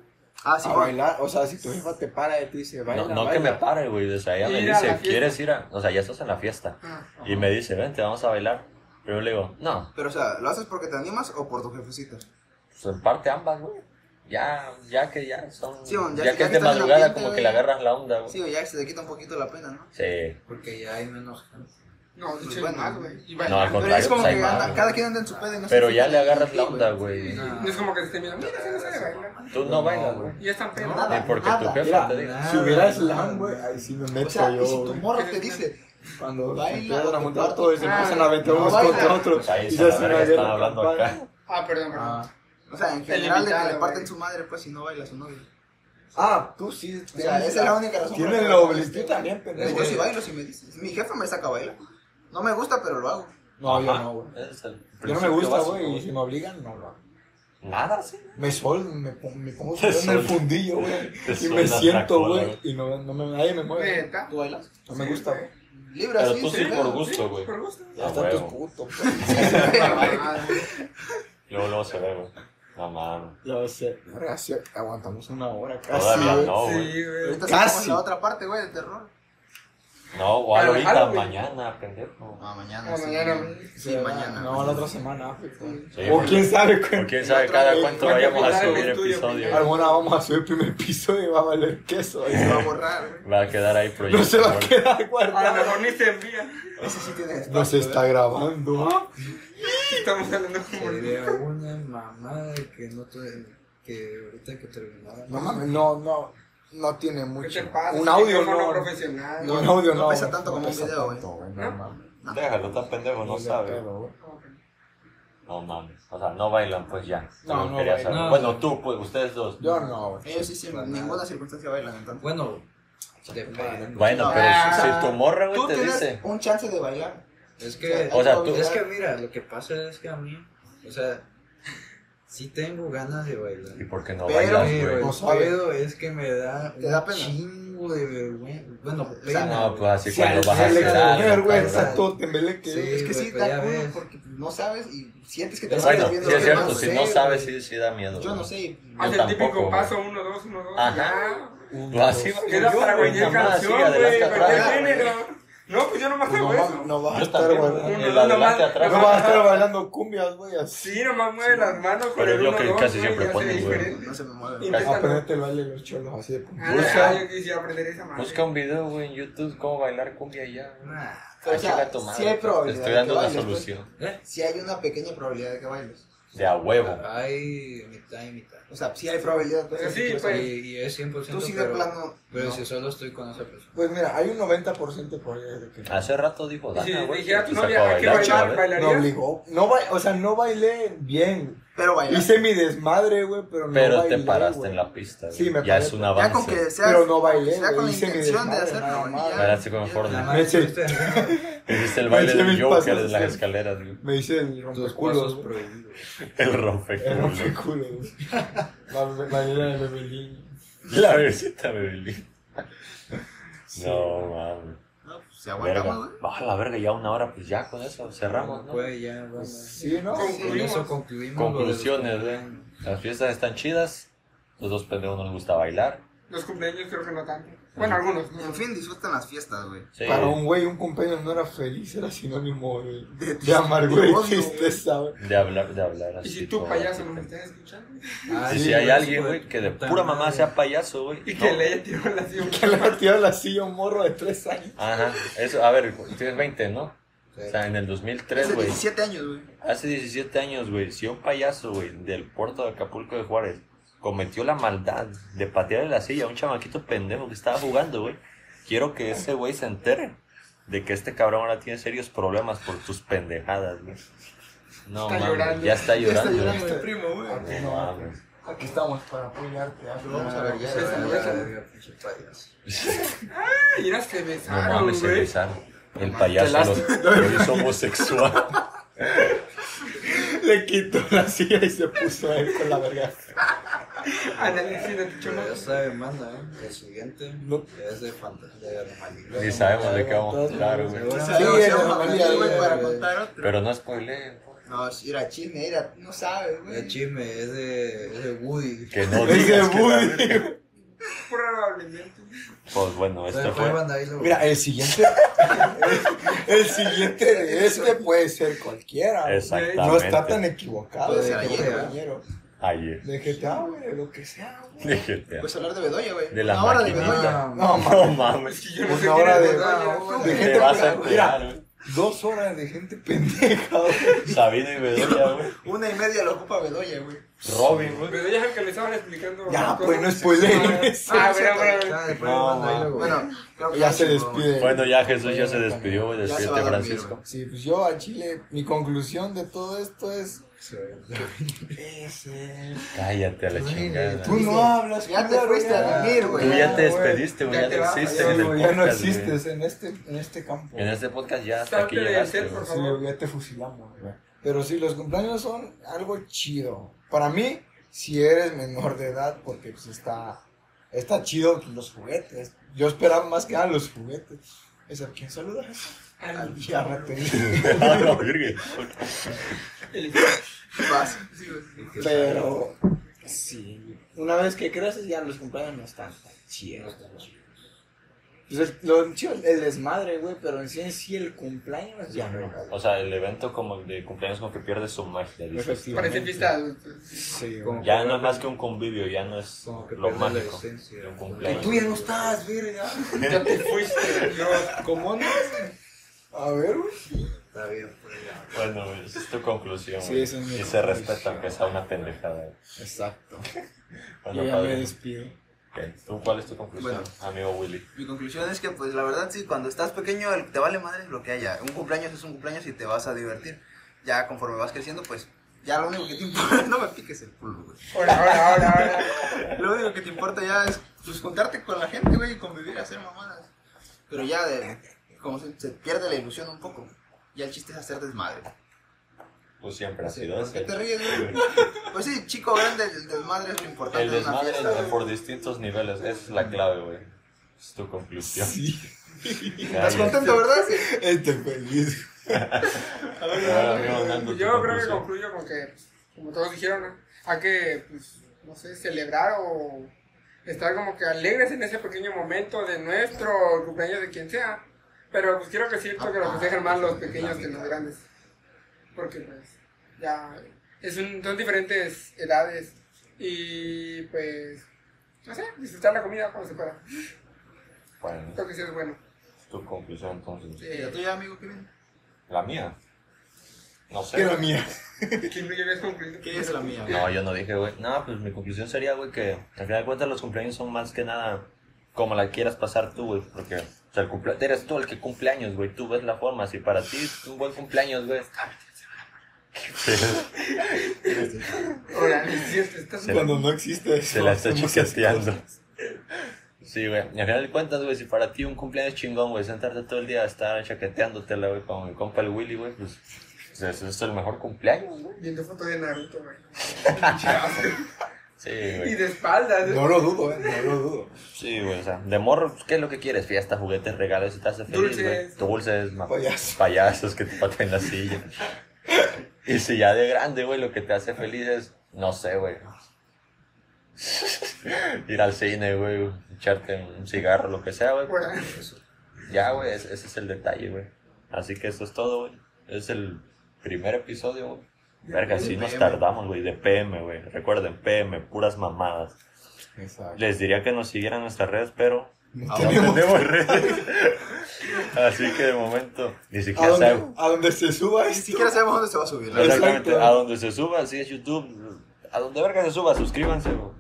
Speaker 3: Ah, sí,
Speaker 1: A
Speaker 3: güey.
Speaker 1: bailar, o sea, si tu jefa te para y te dice, baila,
Speaker 2: No, no
Speaker 1: baila.
Speaker 2: que me pare, güey, o sea, ella me
Speaker 5: Ir a la
Speaker 2: dice,
Speaker 5: fiesta.
Speaker 2: ¿quieres ir a...? O sea, ya estás en la fiesta.
Speaker 5: Ah,
Speaker 2: Y me dice, ven, te vamos a bailar. Pero yo le digo, no,
Speaker 3: Pero, o sea, ¿lo haces porque te animas o por tu jefecito?
Speaker 2: pues en parte ambas, güey. Ya, ya que ya son...
Speaker 3: Sí, bueno,
Speaker 2: ya,
Speaker 3: ya
Speaker 2: que,
Speaker 3: que- ya
Speaker 2: es
Speaker 3: que estás en
Speaker 2: de
Speaker 3: el
Speaker 2: madrugada,
Speaker 3: ambiente,
Speaker 2: como que
Speaker 3: güey.
Speaker 2: le agarras la onda, güey.
Speaker 3: Sí, güey, ya se te quita un poquito la pena, ¿no?
Speaker 2: sí.
Speaker 4: Porque ya hay menos gente.
Speaker 5: No, de hecho,
Speaker 3: Pues
Speaker 5: más,
Speaker 3: bueno.
Speaker 5: güey. Y
Speaker 2: No, al
Speaker 3: Pero
Speaker 5: bailando.
Speaker 2: contrario,
Speaker 3: es como
Speaker 2: pues,
Speaker 3: que
Speaker 2: hay más,
Speaker 3: anda-
Speaker 2: güey.
Speaker 3: cada quien anda en su pedo y no se
Speaker 2: Pero
Speaker 3: fijan
Speaker 2: ya le
Speaker 3: en
Speaker 2: agarras
Speaker 3: ti,
Speaker 2: la onda, güey.
Speaker 5: No es como que te esté mirando, mira, se no sabe bailar.
Speaker 2: Tú no bailas, güey.
Speaker 5: Y es tan pedo.
Speaker 2: Ni
Speaker 3: Nada.
Speaker 2: Ah, porque tu jefa
Speaker 1: Mira,
Speaker 2: te diga.
Speaker 1: si hubiera slam, güey, ahí sí me meto
Speaker 3: Ah. O sea,
Speaker 1: yo,
Speaker 3: y si tu
Speaker 1: güey.
Speaker 5: *laughs*
Speaker 3: morro te dice,
Speaker 1: Cuando
Speaker 3: Baila,
Speaker 1: se empiezan a
Speaker 3: te
Speaker 1: juntar
Speaker 3: parto.
Speaker 1: todos, se
Speaker 5: Ah,
Speaker 1: empiezan a aventar
Speaker 3: no,
Speaker 1: unos
Speaker 3: baila.
Speaker 1: contra otros.
Speaker 2: Pues ahí
Speaker 1: y
Speaker 2: se
Speaker 1: ya
Speaker 2: la
Speaker 1: se me
Speaker 2: verga,
Speaker 1: abrió
Speaker 2: están
Speaker 1: la
Speaker 2: hablando
Speaker 1: campana.
Speaker 2: acá.
Speaker 5: Ah, perdón, perdón.
Speaker 3: o sea, en
Speaker 5: Te
Speaker 3: general de que
Speaker 5: limitaba,
Speaker 3: le parten
Speaker 5: güey.
Speaker 3: su madre, pues, si no baila su novio.
Speaker 1: Ah, tú sí.
Speaker 3: O sea, esa es la única razón. por
Speaker 1: Tienen
Speaker 3: la
Speaker 1: la
Speaker 3: que-
Speaker 1: obligación también,
Speaker 3: Pues,
Speaker 1: pendejo.
Speaker 3: Yo sí bailo, si me dices. Mi jefa me saca a bailar. No me gusta, pero lo hago.
Speaker 1: No, yo
Speaker 2: Ajá.
Speaker 1: no, güey.
Speaker 2: Ese es el
Speaker 1: Yo no me
Speaker 2: principio
Speaker 1: gusta,
Speaker 2: básico,
Speaker 1: güey, y si me obligan, no, no.
Speaker 2: Nada, sí.
Speaker 1: Me sol, me, pon- me pongo
Speaker 2: Te
Speaker 1: sudor en el
Speaker 2: sol-
Speaker 1: fundillo, güey.
Speaker 2: te
Speaker 1: Y
Speaker 2: sol
Speaker 1: me
Speaker 2: la
Speaker 1: siento,
Speaker 2: tracola,
Speaker 1: güey, y no, no me, nadie me mueve.
Speaker 5: Neta.
Speaker 3: ¿Tú bailas?
Speaker 1: No me
Speaker 5: Sí,
Speaker 1: gusta,
Speaker 5: güey.
Speaker 1: güey.
Speaker 3: Libre,
Speaker 2: Pero
Speaker 3: así,
Speaker 2: tú sí
Speaker 3: sin *laughs*
Speaker 2: por
Speaker 3: pedo.
Speaker 2: gusto, güey.
Speaker 5: Por gusto.
Speaker 2: Ah,
Speaker 1: Hasta tus
Speaker 2: huevo.
Speaker 1: putos, pues.
Speaker 2: Luego, luego se ve, güey. No mames.
Speaker 1: *laughs* Lo sé. Verga, sí, Aguantamos una hora casi.
Speaker 2: Todavía
Speaker 1: güey.
Speaker 2: no, güey.
Speaker 5: Sí, güey.
Speaker 3: Ahorita
Speaker 1: Casi.
Speaker 3: sacamos la otra parte, güey, de terror.
Speaker 2: No, o a
Speaker 5: Pero
Speaker 2: ahorita,
Speaker 5: Halloween.
Speaker 2: mañana, pendejo.
Speaker 3: Ah, mañana.
Speaker 5: Ah,
Speaker 3: sí.
Speaker 5: mañana, güey.
Speaker 3: Sí, mañana.
Speaker 1: No, la otra semana. güey.
Speaker 2: Sí,
Speaker 1: o
Speaker 2: güey.
Speaker 1: quién sabe
Speaker 2: O
Speaker 1: cuándo.
Speaker 2: quién sabe cada cuánto
Speaker 5: Cuenta
Speaker 2: vayamos a
Speaker 5: final,
Speaker 2: subir
Speaker 5: güey, tuyo,
Speaker 2: episodio.
Speaker 5: final.
Speaker 1: Alguna vamos a subir el primer piso y va a valer queso.
Speaker 3: Ahí se va a borrar, güey.
Speaker 2: Va a quedar ahí proyecto.
Speaker 1: No se va a
Speaker 2: güey.
Speaker 1: quedar
Speaker 5: A lo
Speaker 1: guardado.
Speaker 5: mejor ni se envía.
Speaker 3: Ese sí tiene espacio.
Speaker 1: No se está grabando. ¿ah?
Speaker 5: Estamos hablando como
Speaker 4: Sería una mamada que no te. que ahorita que terminaba.
Speaker 1: No mames, no, no. No tiene
Speaker 5: ¿Qué
Speaker 1: mucho.
Speaker 5: te pasa?
Speaker 1: Un audio
Speaker 5: Micrófono
Speaker 1: no.
Speaker 5: profesional.
Speaker 1: No, un audio no.
Speaker 3: No pesa
Speaker 1: güey.
Speaker 3: tanto como un
Speaker 1: pesa
Speaker 3: video,
Speaker 1: tanto, No
Speaker 5: ¿No?
Speaker 1: mames.
Speaker 2: Déjalo, tan pendejo, no
Speaker 1: Ni de
Speaker 2: sabe.
Speaker 1: pedo, güey.
Speaker 2: No mames. O sea, no bailan, pues ya.
Speaker 1: No,
Speaker 2: Solo
Speaker 1: no
Speaker 2: quería
Speaker 1: bailan.
Speaker 2: saber.
Speaker 4: No.
Speaker 2: Bueno, tú, pues, ustedes dos.
Speaker 1: Yo no, güey.
Speaker 3: Ellos sí, sin ninguna circunstancia bailan, entonces.
Speaker 4: Bueno, depende.
Speaker 2: Bueno,
Speaker 3: No.
Speaker 2: pero si,
Speaker 5: Ah.
Speaker 2: si tu morra,
Speaker 3: Tú
Speaker 2: güey, te
Speaker 3: tienes
Speaker 2: dice.
Speaker 3: un chance de bailar.
Speaker 4: Es que.
Speaker 2: O sea, tú-
Speaker 4: Es que mira, lo que pasa es que a mí. O sea, sí tengo ganas de bailar.
Speaker 2: ¿Y por qué no
Speaker 3: Pero-
Speaker 2: bailas,
Speaker 4: Pero
Speaker 2: güey?
Speaker 4: el
Speaker 1: No sabe.
Speaker 4: pedo es que me da
Speaker 3: Te da
Speaker 4: un
Speaker 3: pena.
Speaker 4: chingo chingo de vergüenza. Bueno,
Speaker 3: sea,
Speaker 4: pena.
Speaker 2: No,
Speaker 4: güey.
Speaker 2: pues así
Speaker 1: Sí,
Speaker 2: cuando
Speaker 1: sí,
Speaker 2: vas a
Speaker 1: le-
Speaker 2: hacer
Speaker 1: le-
Speaker 2: algo,
Speaker 1: vergüenza,
Speaker 2: cabrón.
Speaker 1: todo tembleque.
Speaker 4: Sí.
Speaker 1: güey.
Speaker 3: Es que sí,
Speaker 4: güey, pero
Speaker 3: da
Speaker 4: ya
Speaker 3: culo
Speaker 4: ves.
Speaker 3: porque no sabes y sientes que te vas
Speaker 2: Bueno,
Speaker 3: viendo
Speaker 2: sí es
Speaker 3: que
Speaker 2: cierto,
Speaker 3: no
Speaker 2: si
Speaker 3: sé,
Speaker 2: no
Speaker 3: güey.
Speaker 2: sabes, sí, sí da miedo.
Speaker 3: Yo no
Speaker 2: güey.
Speaker 3: sé. y-
Speaker 5: Haz el
Speaker 2: tampoco,
Speaker 5: típico
Speaker 2: güey.
Speaker 5: paso 1, 2, 1, 2.
Speaker 2: Ajá.
Speaker 5: Ya.
Speaker 2: Pues así va-
Speaker 5: Era
Speaker 2: yo,
Speaker 5: para
Speaker 2: güey,
Speaker 5: cualquier
Speaker 2: nada más así,
Speaker 5: canción, güey.
Speaker 2: adelante,
Speaker 5: Cualquier
Speaker 2: atrás, güey.
Speaker 5: género. No, pues yo nomás
Speaker 1: Pues no,
Speaker 5: hago
Speaker 1: va,
Speaker 5: eso.
Speaker 1: no vas a
Speaker 2: Yo
Speaker 1: estar,
Speaker 2: también,
Speaker 1: güey.
Speaker 2: güey.
Speaker 5: Uno,
Speaker 2: El
Speaker 5: uno
Speaker 2: adelante
Speaker 5: más.
Speaker 2: atrás.
Speaker 1: No vas a estar bailando cumbias, güey. Así.
Speaker 5: Sí, nomás mueve las manos. con
Speaker 2: Pero
Speaker 5: el
Speaker 2: es lo
Speaker 5: uno,
Speaker 2: que
Speaker 5: dos,
Speaker 2: casi
Speaker 5: güey,
Speaker 2: siempre
Speaker 5: ya se
Speaker 2: ponen, güey.
Speaker 5: diferente.
Speaker 3: No se me mueve.
Speaker 5: Intenta-
Speaker 1: Aprendete el baile de los cholos, así de
Speaker 5: Ah,
Speaker 2: Busca-
Speaker 5: yo quisiera aprender esa madre.
Speaker 2: Busca un video, güey, en YouTube, cómo bailar cumbia y ya. güey.
Speaker 4: Nah.
Speaker 3: Pero, o sea,
Speaker 2: Ah, chinga tu madre,
Speaker 3: sí hay
Speaker 2: pues,
Speaker 3: probabilidad
Speaker 2: Te estoy
Speaker 3: de
Speaker 2: dando
Speaker 3: que
Speaker 2: la
Speaker 3: bailes, pues.
Speaker 2: solución.
Speaker 3: Si hay una pequeña probabilidad de que bailes.
Speaker 2: De a huevo.
Speaker 4: Hay mitad y mitad.
Speaker 3: O sea, sí hay probabilidad. pues,
Speaker 5: Sí,
Speaker 3: de que
Speaker 5: pues.
Speaker 4: Y, y es 100%.
Speaker 3: Tú sí de
Speaker 4: pero,
Speaker 3: plano.
Speaker 4: pero
Speaker 3: no.
Speaker 4: si solo estoy con esa persona.
Speaker 1: Pues mira, hay un 90% de probabilidad de que no.
Speaker 2: Hace rato dijo
Speaker 5: Y si
Speaker 2: Dana, güey.
Speaker 5: dijera
Speaker 2: que
Speaker 5: tu
Speaker 2: sacó
Speaker 5: novia, hay que
Speaker 2: bailar,
Speaker 5: bailar,
Speaker 2: chaval.
Speaker 1: Me
Speaker 5: bailaría.
Speaker 1: obligó. No ba- o sea, no bailé bien.
Speaker 3: Pero bailar.
Speaker 1: Hice mi desmadre, güey, pero no
Speaker 2: Pero
Speaker 1: bailé.
Speaker 2: te paraste
Speaker 1: güey.
Speaker 2: en la pista. güey.
Speaker 1: Sí, me
Speaker 2: Ya
Speaker 1: paré.
Speaker 2: es un
Speaker 3: Ya con que
Speaker 2: avance.
Speaker 3: sea,
Speaker 1: Pero no bailé,
Speaker 3: sea con
Speaker 1: güey,
Speaker 3: la
Speaker 1: hice mi
Speaker 3: intención de
Speaker 1: desmadre,
Speaker 3: hacerlo.
Speaker 1: nada
Speaker 3: y ya.
Speaker 1: más.
Speaker 2: Bailaste como Fortnite.
Speaker 4: Nada más
Speaker 1: Me-
Speaker 4: estuviste
Speaker 2: *laughs*
Speaker 4: en
Speaker 2: Hiciste el baile
Speaker 1: Hice mis
Speaker 2: del Joker
Speaker 1: pasos,
Speaker 2: en las
Speaker 1: sí.
Speaker 2: escaleras, güey.
Speaker 1: Me hice el
Speaker 4: tus
Speaker 1: rompeculos.
Speaker 4: pasos
Speaker 1: güey.
Speaker 4: prohibidos.
Speaker 2: El
Speaker 1: El
Speaker 2: rompeculo.
Speaker 1: rompeculos. güey. La bailé de Bebelín.
Speaker 2: La bebecita Bebelín.
Speaker 1: Sí.
Speaker 2: No, mames.
Speaker 3: No, pues, se aguantamos,
Speaker 2: Verga.
Speaker 3: güey.
Speaker 2: Baja la verga, ya una hora, pues ya con eso cerramos, ¿no?
Speaker 4: Pues ya, bueno.
Speaker 1: Sí, ¿no?
Speaker 5: Con-
Speaker 4: Con eso concluimos.
Speaker 2: Conclusiones, ¿eh?
Speaker 4: lo de los-
Speaker 2: güey. Las fiestas están chidas. Los dos pendejos nos gusta bailar.
Speaker 5: Los cumpleaños creo que no tanto. Bueno, algunos.
Speaker 3: En fin, disfrutan las fiestas, güey.
Speaker 2: Sí.
Speaker 1: Para un güey, un compañero no era feliz, era sinónimo de,
Speaker 3: De-
Speaker 1: de amargura
Speaker 3: de
Speaker 1: y
Speaker 3: odio,
Speaker 1: tristeza, güey.
Speaker 2: De hablar, de hablar así.
Speaker 5: Y si tú,
Speaker 2: todo,
Speaker 5: payaso, no me
Speaker 2: güey.
Speaker 5: estás escuchando.
Speaker 4: Ah,
Speaker 2: Y
Speaker 1: Sí,
Speaker 2: si hay
Speaker 4: güey,
Speaker 2: alguien,
Speaker 4: hijo de
Speaker 2: güey, que de
Speaker 4: puta
Speaker 2: pura mamá
Speaker 4: madre.
Speaker 2: sea payaso, güey.
Speaker 5: Y
Speaker 2: no.
Speaker 5: que le haya tirado la silla.
Speaker 1: Que *laughs* le ha tirado la silla a un morro de tres años.
Speaker 2: Ajá. Eso, a ver, tienes 20, ¿no?
Speaker 4: Sí.
Speaker 2: O sea, en el
Speaker 3: Hace
Speaker 2: 2003, güey.
Speaker 3: 17 años, güey.
Speaker 2: Hace 17 años, güey, si un payaso, güey, del puerto de Acapulco de Juárez cometió la maldad de patearle la silla a un chamaquito pendejo que estaba jugando, güey, quiero que ese güey se entere de que este cabrón ahora tiene serios problemas por tus pendejadas, güey. No,
Speaker 5: Está
Speaker 2: mames,
Speaker 5: llorando.
Speaker 2: ya está
Speaker 3: Ya está
Speaker 2: llorando.
Speaker 3: llorando
Speaker 2: güey.
Speaker 3: este primo, güey.
Speaker 2: No mames.
Speaker 1: Aquí estamos para apoyarte. hazlo.
Speaker 3: ¿ah? Vamos a ver, ya se
Speaker 5: Esa
Speaker 3: va,
Speaker 5: mujer
Speaker 3: ya.
Speaker 5: se- Ay, Mira, se
Speaker 2: No
Speaker 5: besaron,
Speaker 2: mames, se
Speaker 5: güey.
Speaker 2: besaron. El payaso lo, lo hizo homosexual.
Speaker 1: Le quitó la silla y se puso él con la verga.
Speaker 5: Ándale, sí, de tu
Speaker 4: Pero
Speaker 5: cholo.
Speaker 4: Esa demanda, ¿eh? El siguiente
Speaker 1: No.
Speaker 4: es de fantasía de anomalía.
Speaker 2: Ni sabemos de qué vamos a hablar, güey.
Speaker 3: Sí,
Speaker 1: Sí,
Speaker 3: sí,
Speaker 1: es
Speaker 3: vamos a
Speaker 1: anomalía,
Speaker 3: hablar, güey,
Speaker 1: güey,
Speaker 3: para
Speaker 4: güey.
Speaker 3: contar otro.
Speaker 2: Pero no spoileen.
Speaker 3: No, si era chisme, era, no sabes,
Speaker 4: Es
Speaker 3: güey.
Speaker 4: chisme, es de, es de Woody.
Speaker 2: Que no
Speaker 1: Es de
Speaker 2: digas que la
Speaker 1: Woody.
Speaker 2: verga.
Speaker 5: Probablemente.
Speaker 2: Pues bueno, esto
Speaker 4: Entonces
Speaker 2: fue...
Speaker 4: fue Vandalilo.
Speaker 1: Mira, el siguiente. *laughs* el siguiente de este puede ser cualquiera. güey.
Speaker 2: Exactamente.
Speaker 1: No está tan equivocado
Speaker 3: Puede
Speaker 1: de
Speaker 3: ser ayer,
Speaker 1: compañero.
Speaker 2: Ayer.
Speaker 1: De GTA, güey, de lo que sea, güey.
Speaker 2: De GTA.
Speaker 3: Puedes Pues hablar de Bedoya, güey.
Speaker 2: De la
Speaker 3: Una hora de
Speaker 2: maquinita.
Speaker 4: Ah,
Speaker 3: Bedoya.
Speaker 2: No
Speaker 1: No, mames.
Speaker 5: Es
Speaker 2: mames.
Speaker 5: que yo no
Speaker 1: Una
Speaker 5: sé quién
Speaker 1: hora
Speaker 5: es
Speaker 1: de-
Speaker 5: Bedoya, tú.
Speaker 1: de-
Speaker 2: Te vas a
Speaker 1: pendeja,
Speaker 2: enterar, güey.
Speaker 1: Dos horas de gente *laughs* pendeja, güey.
Speaker 2: Sabino y Bedoya, güey.
Speaker 3: Una y media lo ocupa Bedoya, güey.
Speaker 2: Robin, güey.
Speaker 5: Bedoya es el que le estaban explicando.
Speaker 1: Ya,
Speaker 5: las
Speaker 1: pues,
Speaker 5: cosas.
Speaker 1: no spoileen.
Speaker 5: Ah, bueno, bueno.
Speaker 4: Ya, después
Speaker 2: No,
Speaker 4: de Vandalilo, güey.
Speaker 3: Bueno, creo que
Speaker 1: Ya se
Speaker 3: chingó, güey.
Speaker 1: despide.
Speaker 2: Bueno, ya Jesús ya se despidió, güey.
Speaker 3: Ya se
Speaker 2: Despídete,
Speaker 3: va a dormir,
Speaker 2: Francisco.
Speaker 3: güey.
Speaker 1: Sí, pues yo a Chile, mi conclusión de todo esto es.
Speaker 4: Sí.
Speaker 1: es, eh,
Speaker 2: Cállate a la chingada.
Speaker 1: Tú no
Speaker 3: Dice,
Speaker 1: hablas,
Speaker 3: ya te
Speaker 1: culero, Ah,
Speaker 3: fuiste a dormir, güey.
Speaker 2: Tú ya te
Speaker 1: güey.
Speaker 2: despediste, güey.
Speaker 5: Ya
Speaker 2: Ya
Speaker 5: te
Speaker 2: no
Speaker 5: vas,
Speaker 2: existes
Speaker 5: ya,
Speaker 2: en el
Speaker 1: güey, ya no
Speaker 2: podcast, güey.
Speaker 1: existes en este, en este campo.
Speaker 2: En este podcast ya hasta aquí
Speaker 5: Salte de
Speaker 2: llegaste,
Speaker 5: ser, por
Speaker 2: güey.
Speaker 1: Sí, güey, ya te fusilamos, güey. Pero sí, los cumpleaños son algo chido. Para mí, si eres menor de edad, porque pues está, está chido los juguetes. Yo esperaba más que nada los juguetes. Es a quien saluda. Al diablo.
Speaker 2: *laughs* Ah, la verga.
Speaker 3: Vas. Sí, güey.
Speaker 1: Pero sí, una vez que creces ya los cumpleaños no están tan chidos. Pues el, lo chido es el desmadre, güey, pero en sí en sí el cumpleaños ya no.
Speaker 2: O sea, el evento como el de cumpleaños como que pierde su magia, dices.
Speaker 5: Parece fiesta. adulta.
Speaker 1: Sí,
Speaker 4: Como
Speaker 2: Ya no es más que un convivio, ya no es
Speaker 4: Como que
Speaker 2: lo
Speaker 4: pierde la
Speaker 2: mágico.
Speaker 4: esencia.
Speaker 2: de un
Speaker 1: Y
Speaker 2: cumpleaños.
Speaker 1: tú ya no estás, verga.
Speaker 5: Ya te fuiste. Yo,
Speaker 1: ¿Cómo no? A ver, güey.
Speaker 4: Está bien, pues ya.
Speaker 2: *laughs* Bueno, güey, esa es tu conclusión.
Speaker 1: Sí,
Speaker 2: güey.
Speaker 1: esa es mi
Speaker 2: y se
Speaker 1: conclusión.
Speaker 2: respeta, aunque sea una pendejada. güey.
Speaker 1: Exacto.
Speaker 2: Bueno,
Speaker 1: Yo ya me
Speaker 2: padre,
Speaker 1: despido.
Speaker 2: ok. ¿Tú cuál es tu conclusión,
Speaker 3: Bueno.
Speaker 2: amigo Willy?
Speaker 3: Mi conclusión es que, pues, la verdad, sí, cuando estás pequeño el- te vale madre lo que haya. Un cumpleaños es un cumpleaños y te vas a divertir. Ya conforme vas creciendo, pues, ya lo único que te importa... *laughs* No me piques el culo, güey.
Speaker 5: ahora, ahora, ahora, ahora.
Speaker 3: Lo único que te importa ya es, pues, juntarte con la gente, güey, y convivir, hacer mamadas. Pero ya, de, como se, se pierde la ilusión un poco. Ya el chiste es hacer desmadre.
Speaker 2: Tú siempre has
Speaker 3: Sí,
Speaker 2: sido
Speaker 3: ¿Por qué
Speaker 2: ese.
Speaker 3: te ríes, güey? Pues sí, chico grande, el desmadre es lo importante
Speaker 2: El
Speaker 3: de una
Speaker 2: desmadre
Speaker 3: fiesta,
Speaker 2: de-
Speaker 3: güey.
Speaker 2: por distintos niveles, esa es la clave, güey. Es tu conclusión.
Speaker 1: Sí.
Speaker 2: Cállate.
Speaker 3: ¿Estás contento, verdad?
Speaker 1: Este feliz.
Speaker 2: Ahora mismo dando tu
Speaker 5: Yo creo que
Speaker 2: conclusión.
Speaker 5: concluyo con que, pues, como todos dijeron, ¿no? hay que, pues, no sé, celebrar o estar como que alegres en ese pequeño momento de nuestro cumpleaños de quien sea. Pero pues quiero que es cierto que lo festejen más los pequeños que los grandes. Porque pues ya es un- son diferentes edades y pues, no sé, disfrutar la comida cuando se pueda.
Speaker 2: Bueno,
Speaker 5: Creo que sí es bueno.
Speaker 2: tu conclusión entonces.
Speaker 5: Sí.
Speaker 3: ¿La tuya, amigo Kevin?
Speaker 2: La mía. No sé.
Speaker 1: Que la mía.
Speaker 5: ¿Quién no lleves concluido?
Speaker 3: ¿Qué es la mía?
Speaker 2: No, yo no dije, güey. No, pues mi conclusión sería, güey, que al final de cuentas los cumpleaños son más que nada como la quieras pasar tú, güey. Porque, o sea, el cumplea- eres tú el que cumpleaños, güey. Tú ves la forma. Si para ti es un buen cumpleaños, güey. Qué pedo.
Speaker 5: Hola, es cierto, estás
Speaker 2: Se la-
Speaker 1: *laughs* Cuando no existe eso.
Speaker 2: Se la está
Speaker 1: hacemos
Speaker 2: chiqueteando.
Speaker 1: esas cosas.
Speaker 2: *laughs* Sí, güey. Y al final de cuentas, güey, si para ti un cumpleaños chingón, güey, sentarte todo el día a estar chaqueteándotela, güey, con mi compa el Willy, güey, pues. pues, Eso es el mejor cumpleaños, güey.
Speaker 5: viendo fotos de Naruto, güey.
Speaker 2: Sí,
Speaker 5: Y
Speaker 2: güey.
Speaker 5: de espaldas.
Speaker 1: No lo dudo, eh, no lo dudo.
Speaker 2: Sí, güey. O sea, de morro, pues, ¿qué es lo que quieres? Fiesta, juguetes, regalos, si te hace feliz, güey.
Speaker 5: Dulces.
Speaker 2: Dulces, ma-
Speaker 1: Payaso.
Speaker 2: payasos que te paten la silla. Y si ya de grande, güey, lo que te hace feliz es, no sé, güey. *laughs* Ir al cine, güey, echarte un cigarro, lo que sea, güey.
Speaker 5: Bueno.
Speaker 2: Ya, güey, ese, ese es el detalle, güey. Así que eso es todo, güey. Es el primer episodio, güey. Verga, sí nos tardamos, güey, de PM, güey. Recuerden, PM, puras mamadas.
Speaker 1: Exacto.
Speaker 2: Les diría que nos siguieran en nuestras redes, pero
Speaker 1: No
Speaker 2: no
Speaker 1: tenemos-
Speaker 2: tenemos redes. Así que de momento, ni
Speaker 1: a,
Speaker 2: siquiera sabemos.
Speaker 1: donde, a donde se suba
Speaker 3: Ni
Speaker 1: esto.
Speaker 3: siquiera sabemos dónde se va a subir. la verdad.
Speaker 2: Exactamente,
Speaker 1: Exacto.
Speaker 2: a donde se suba, si es YouTube, a donde verga se suba, suscríbanse, güey.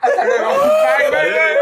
Speaker 5: Hasta luego. Bye, bye, bye.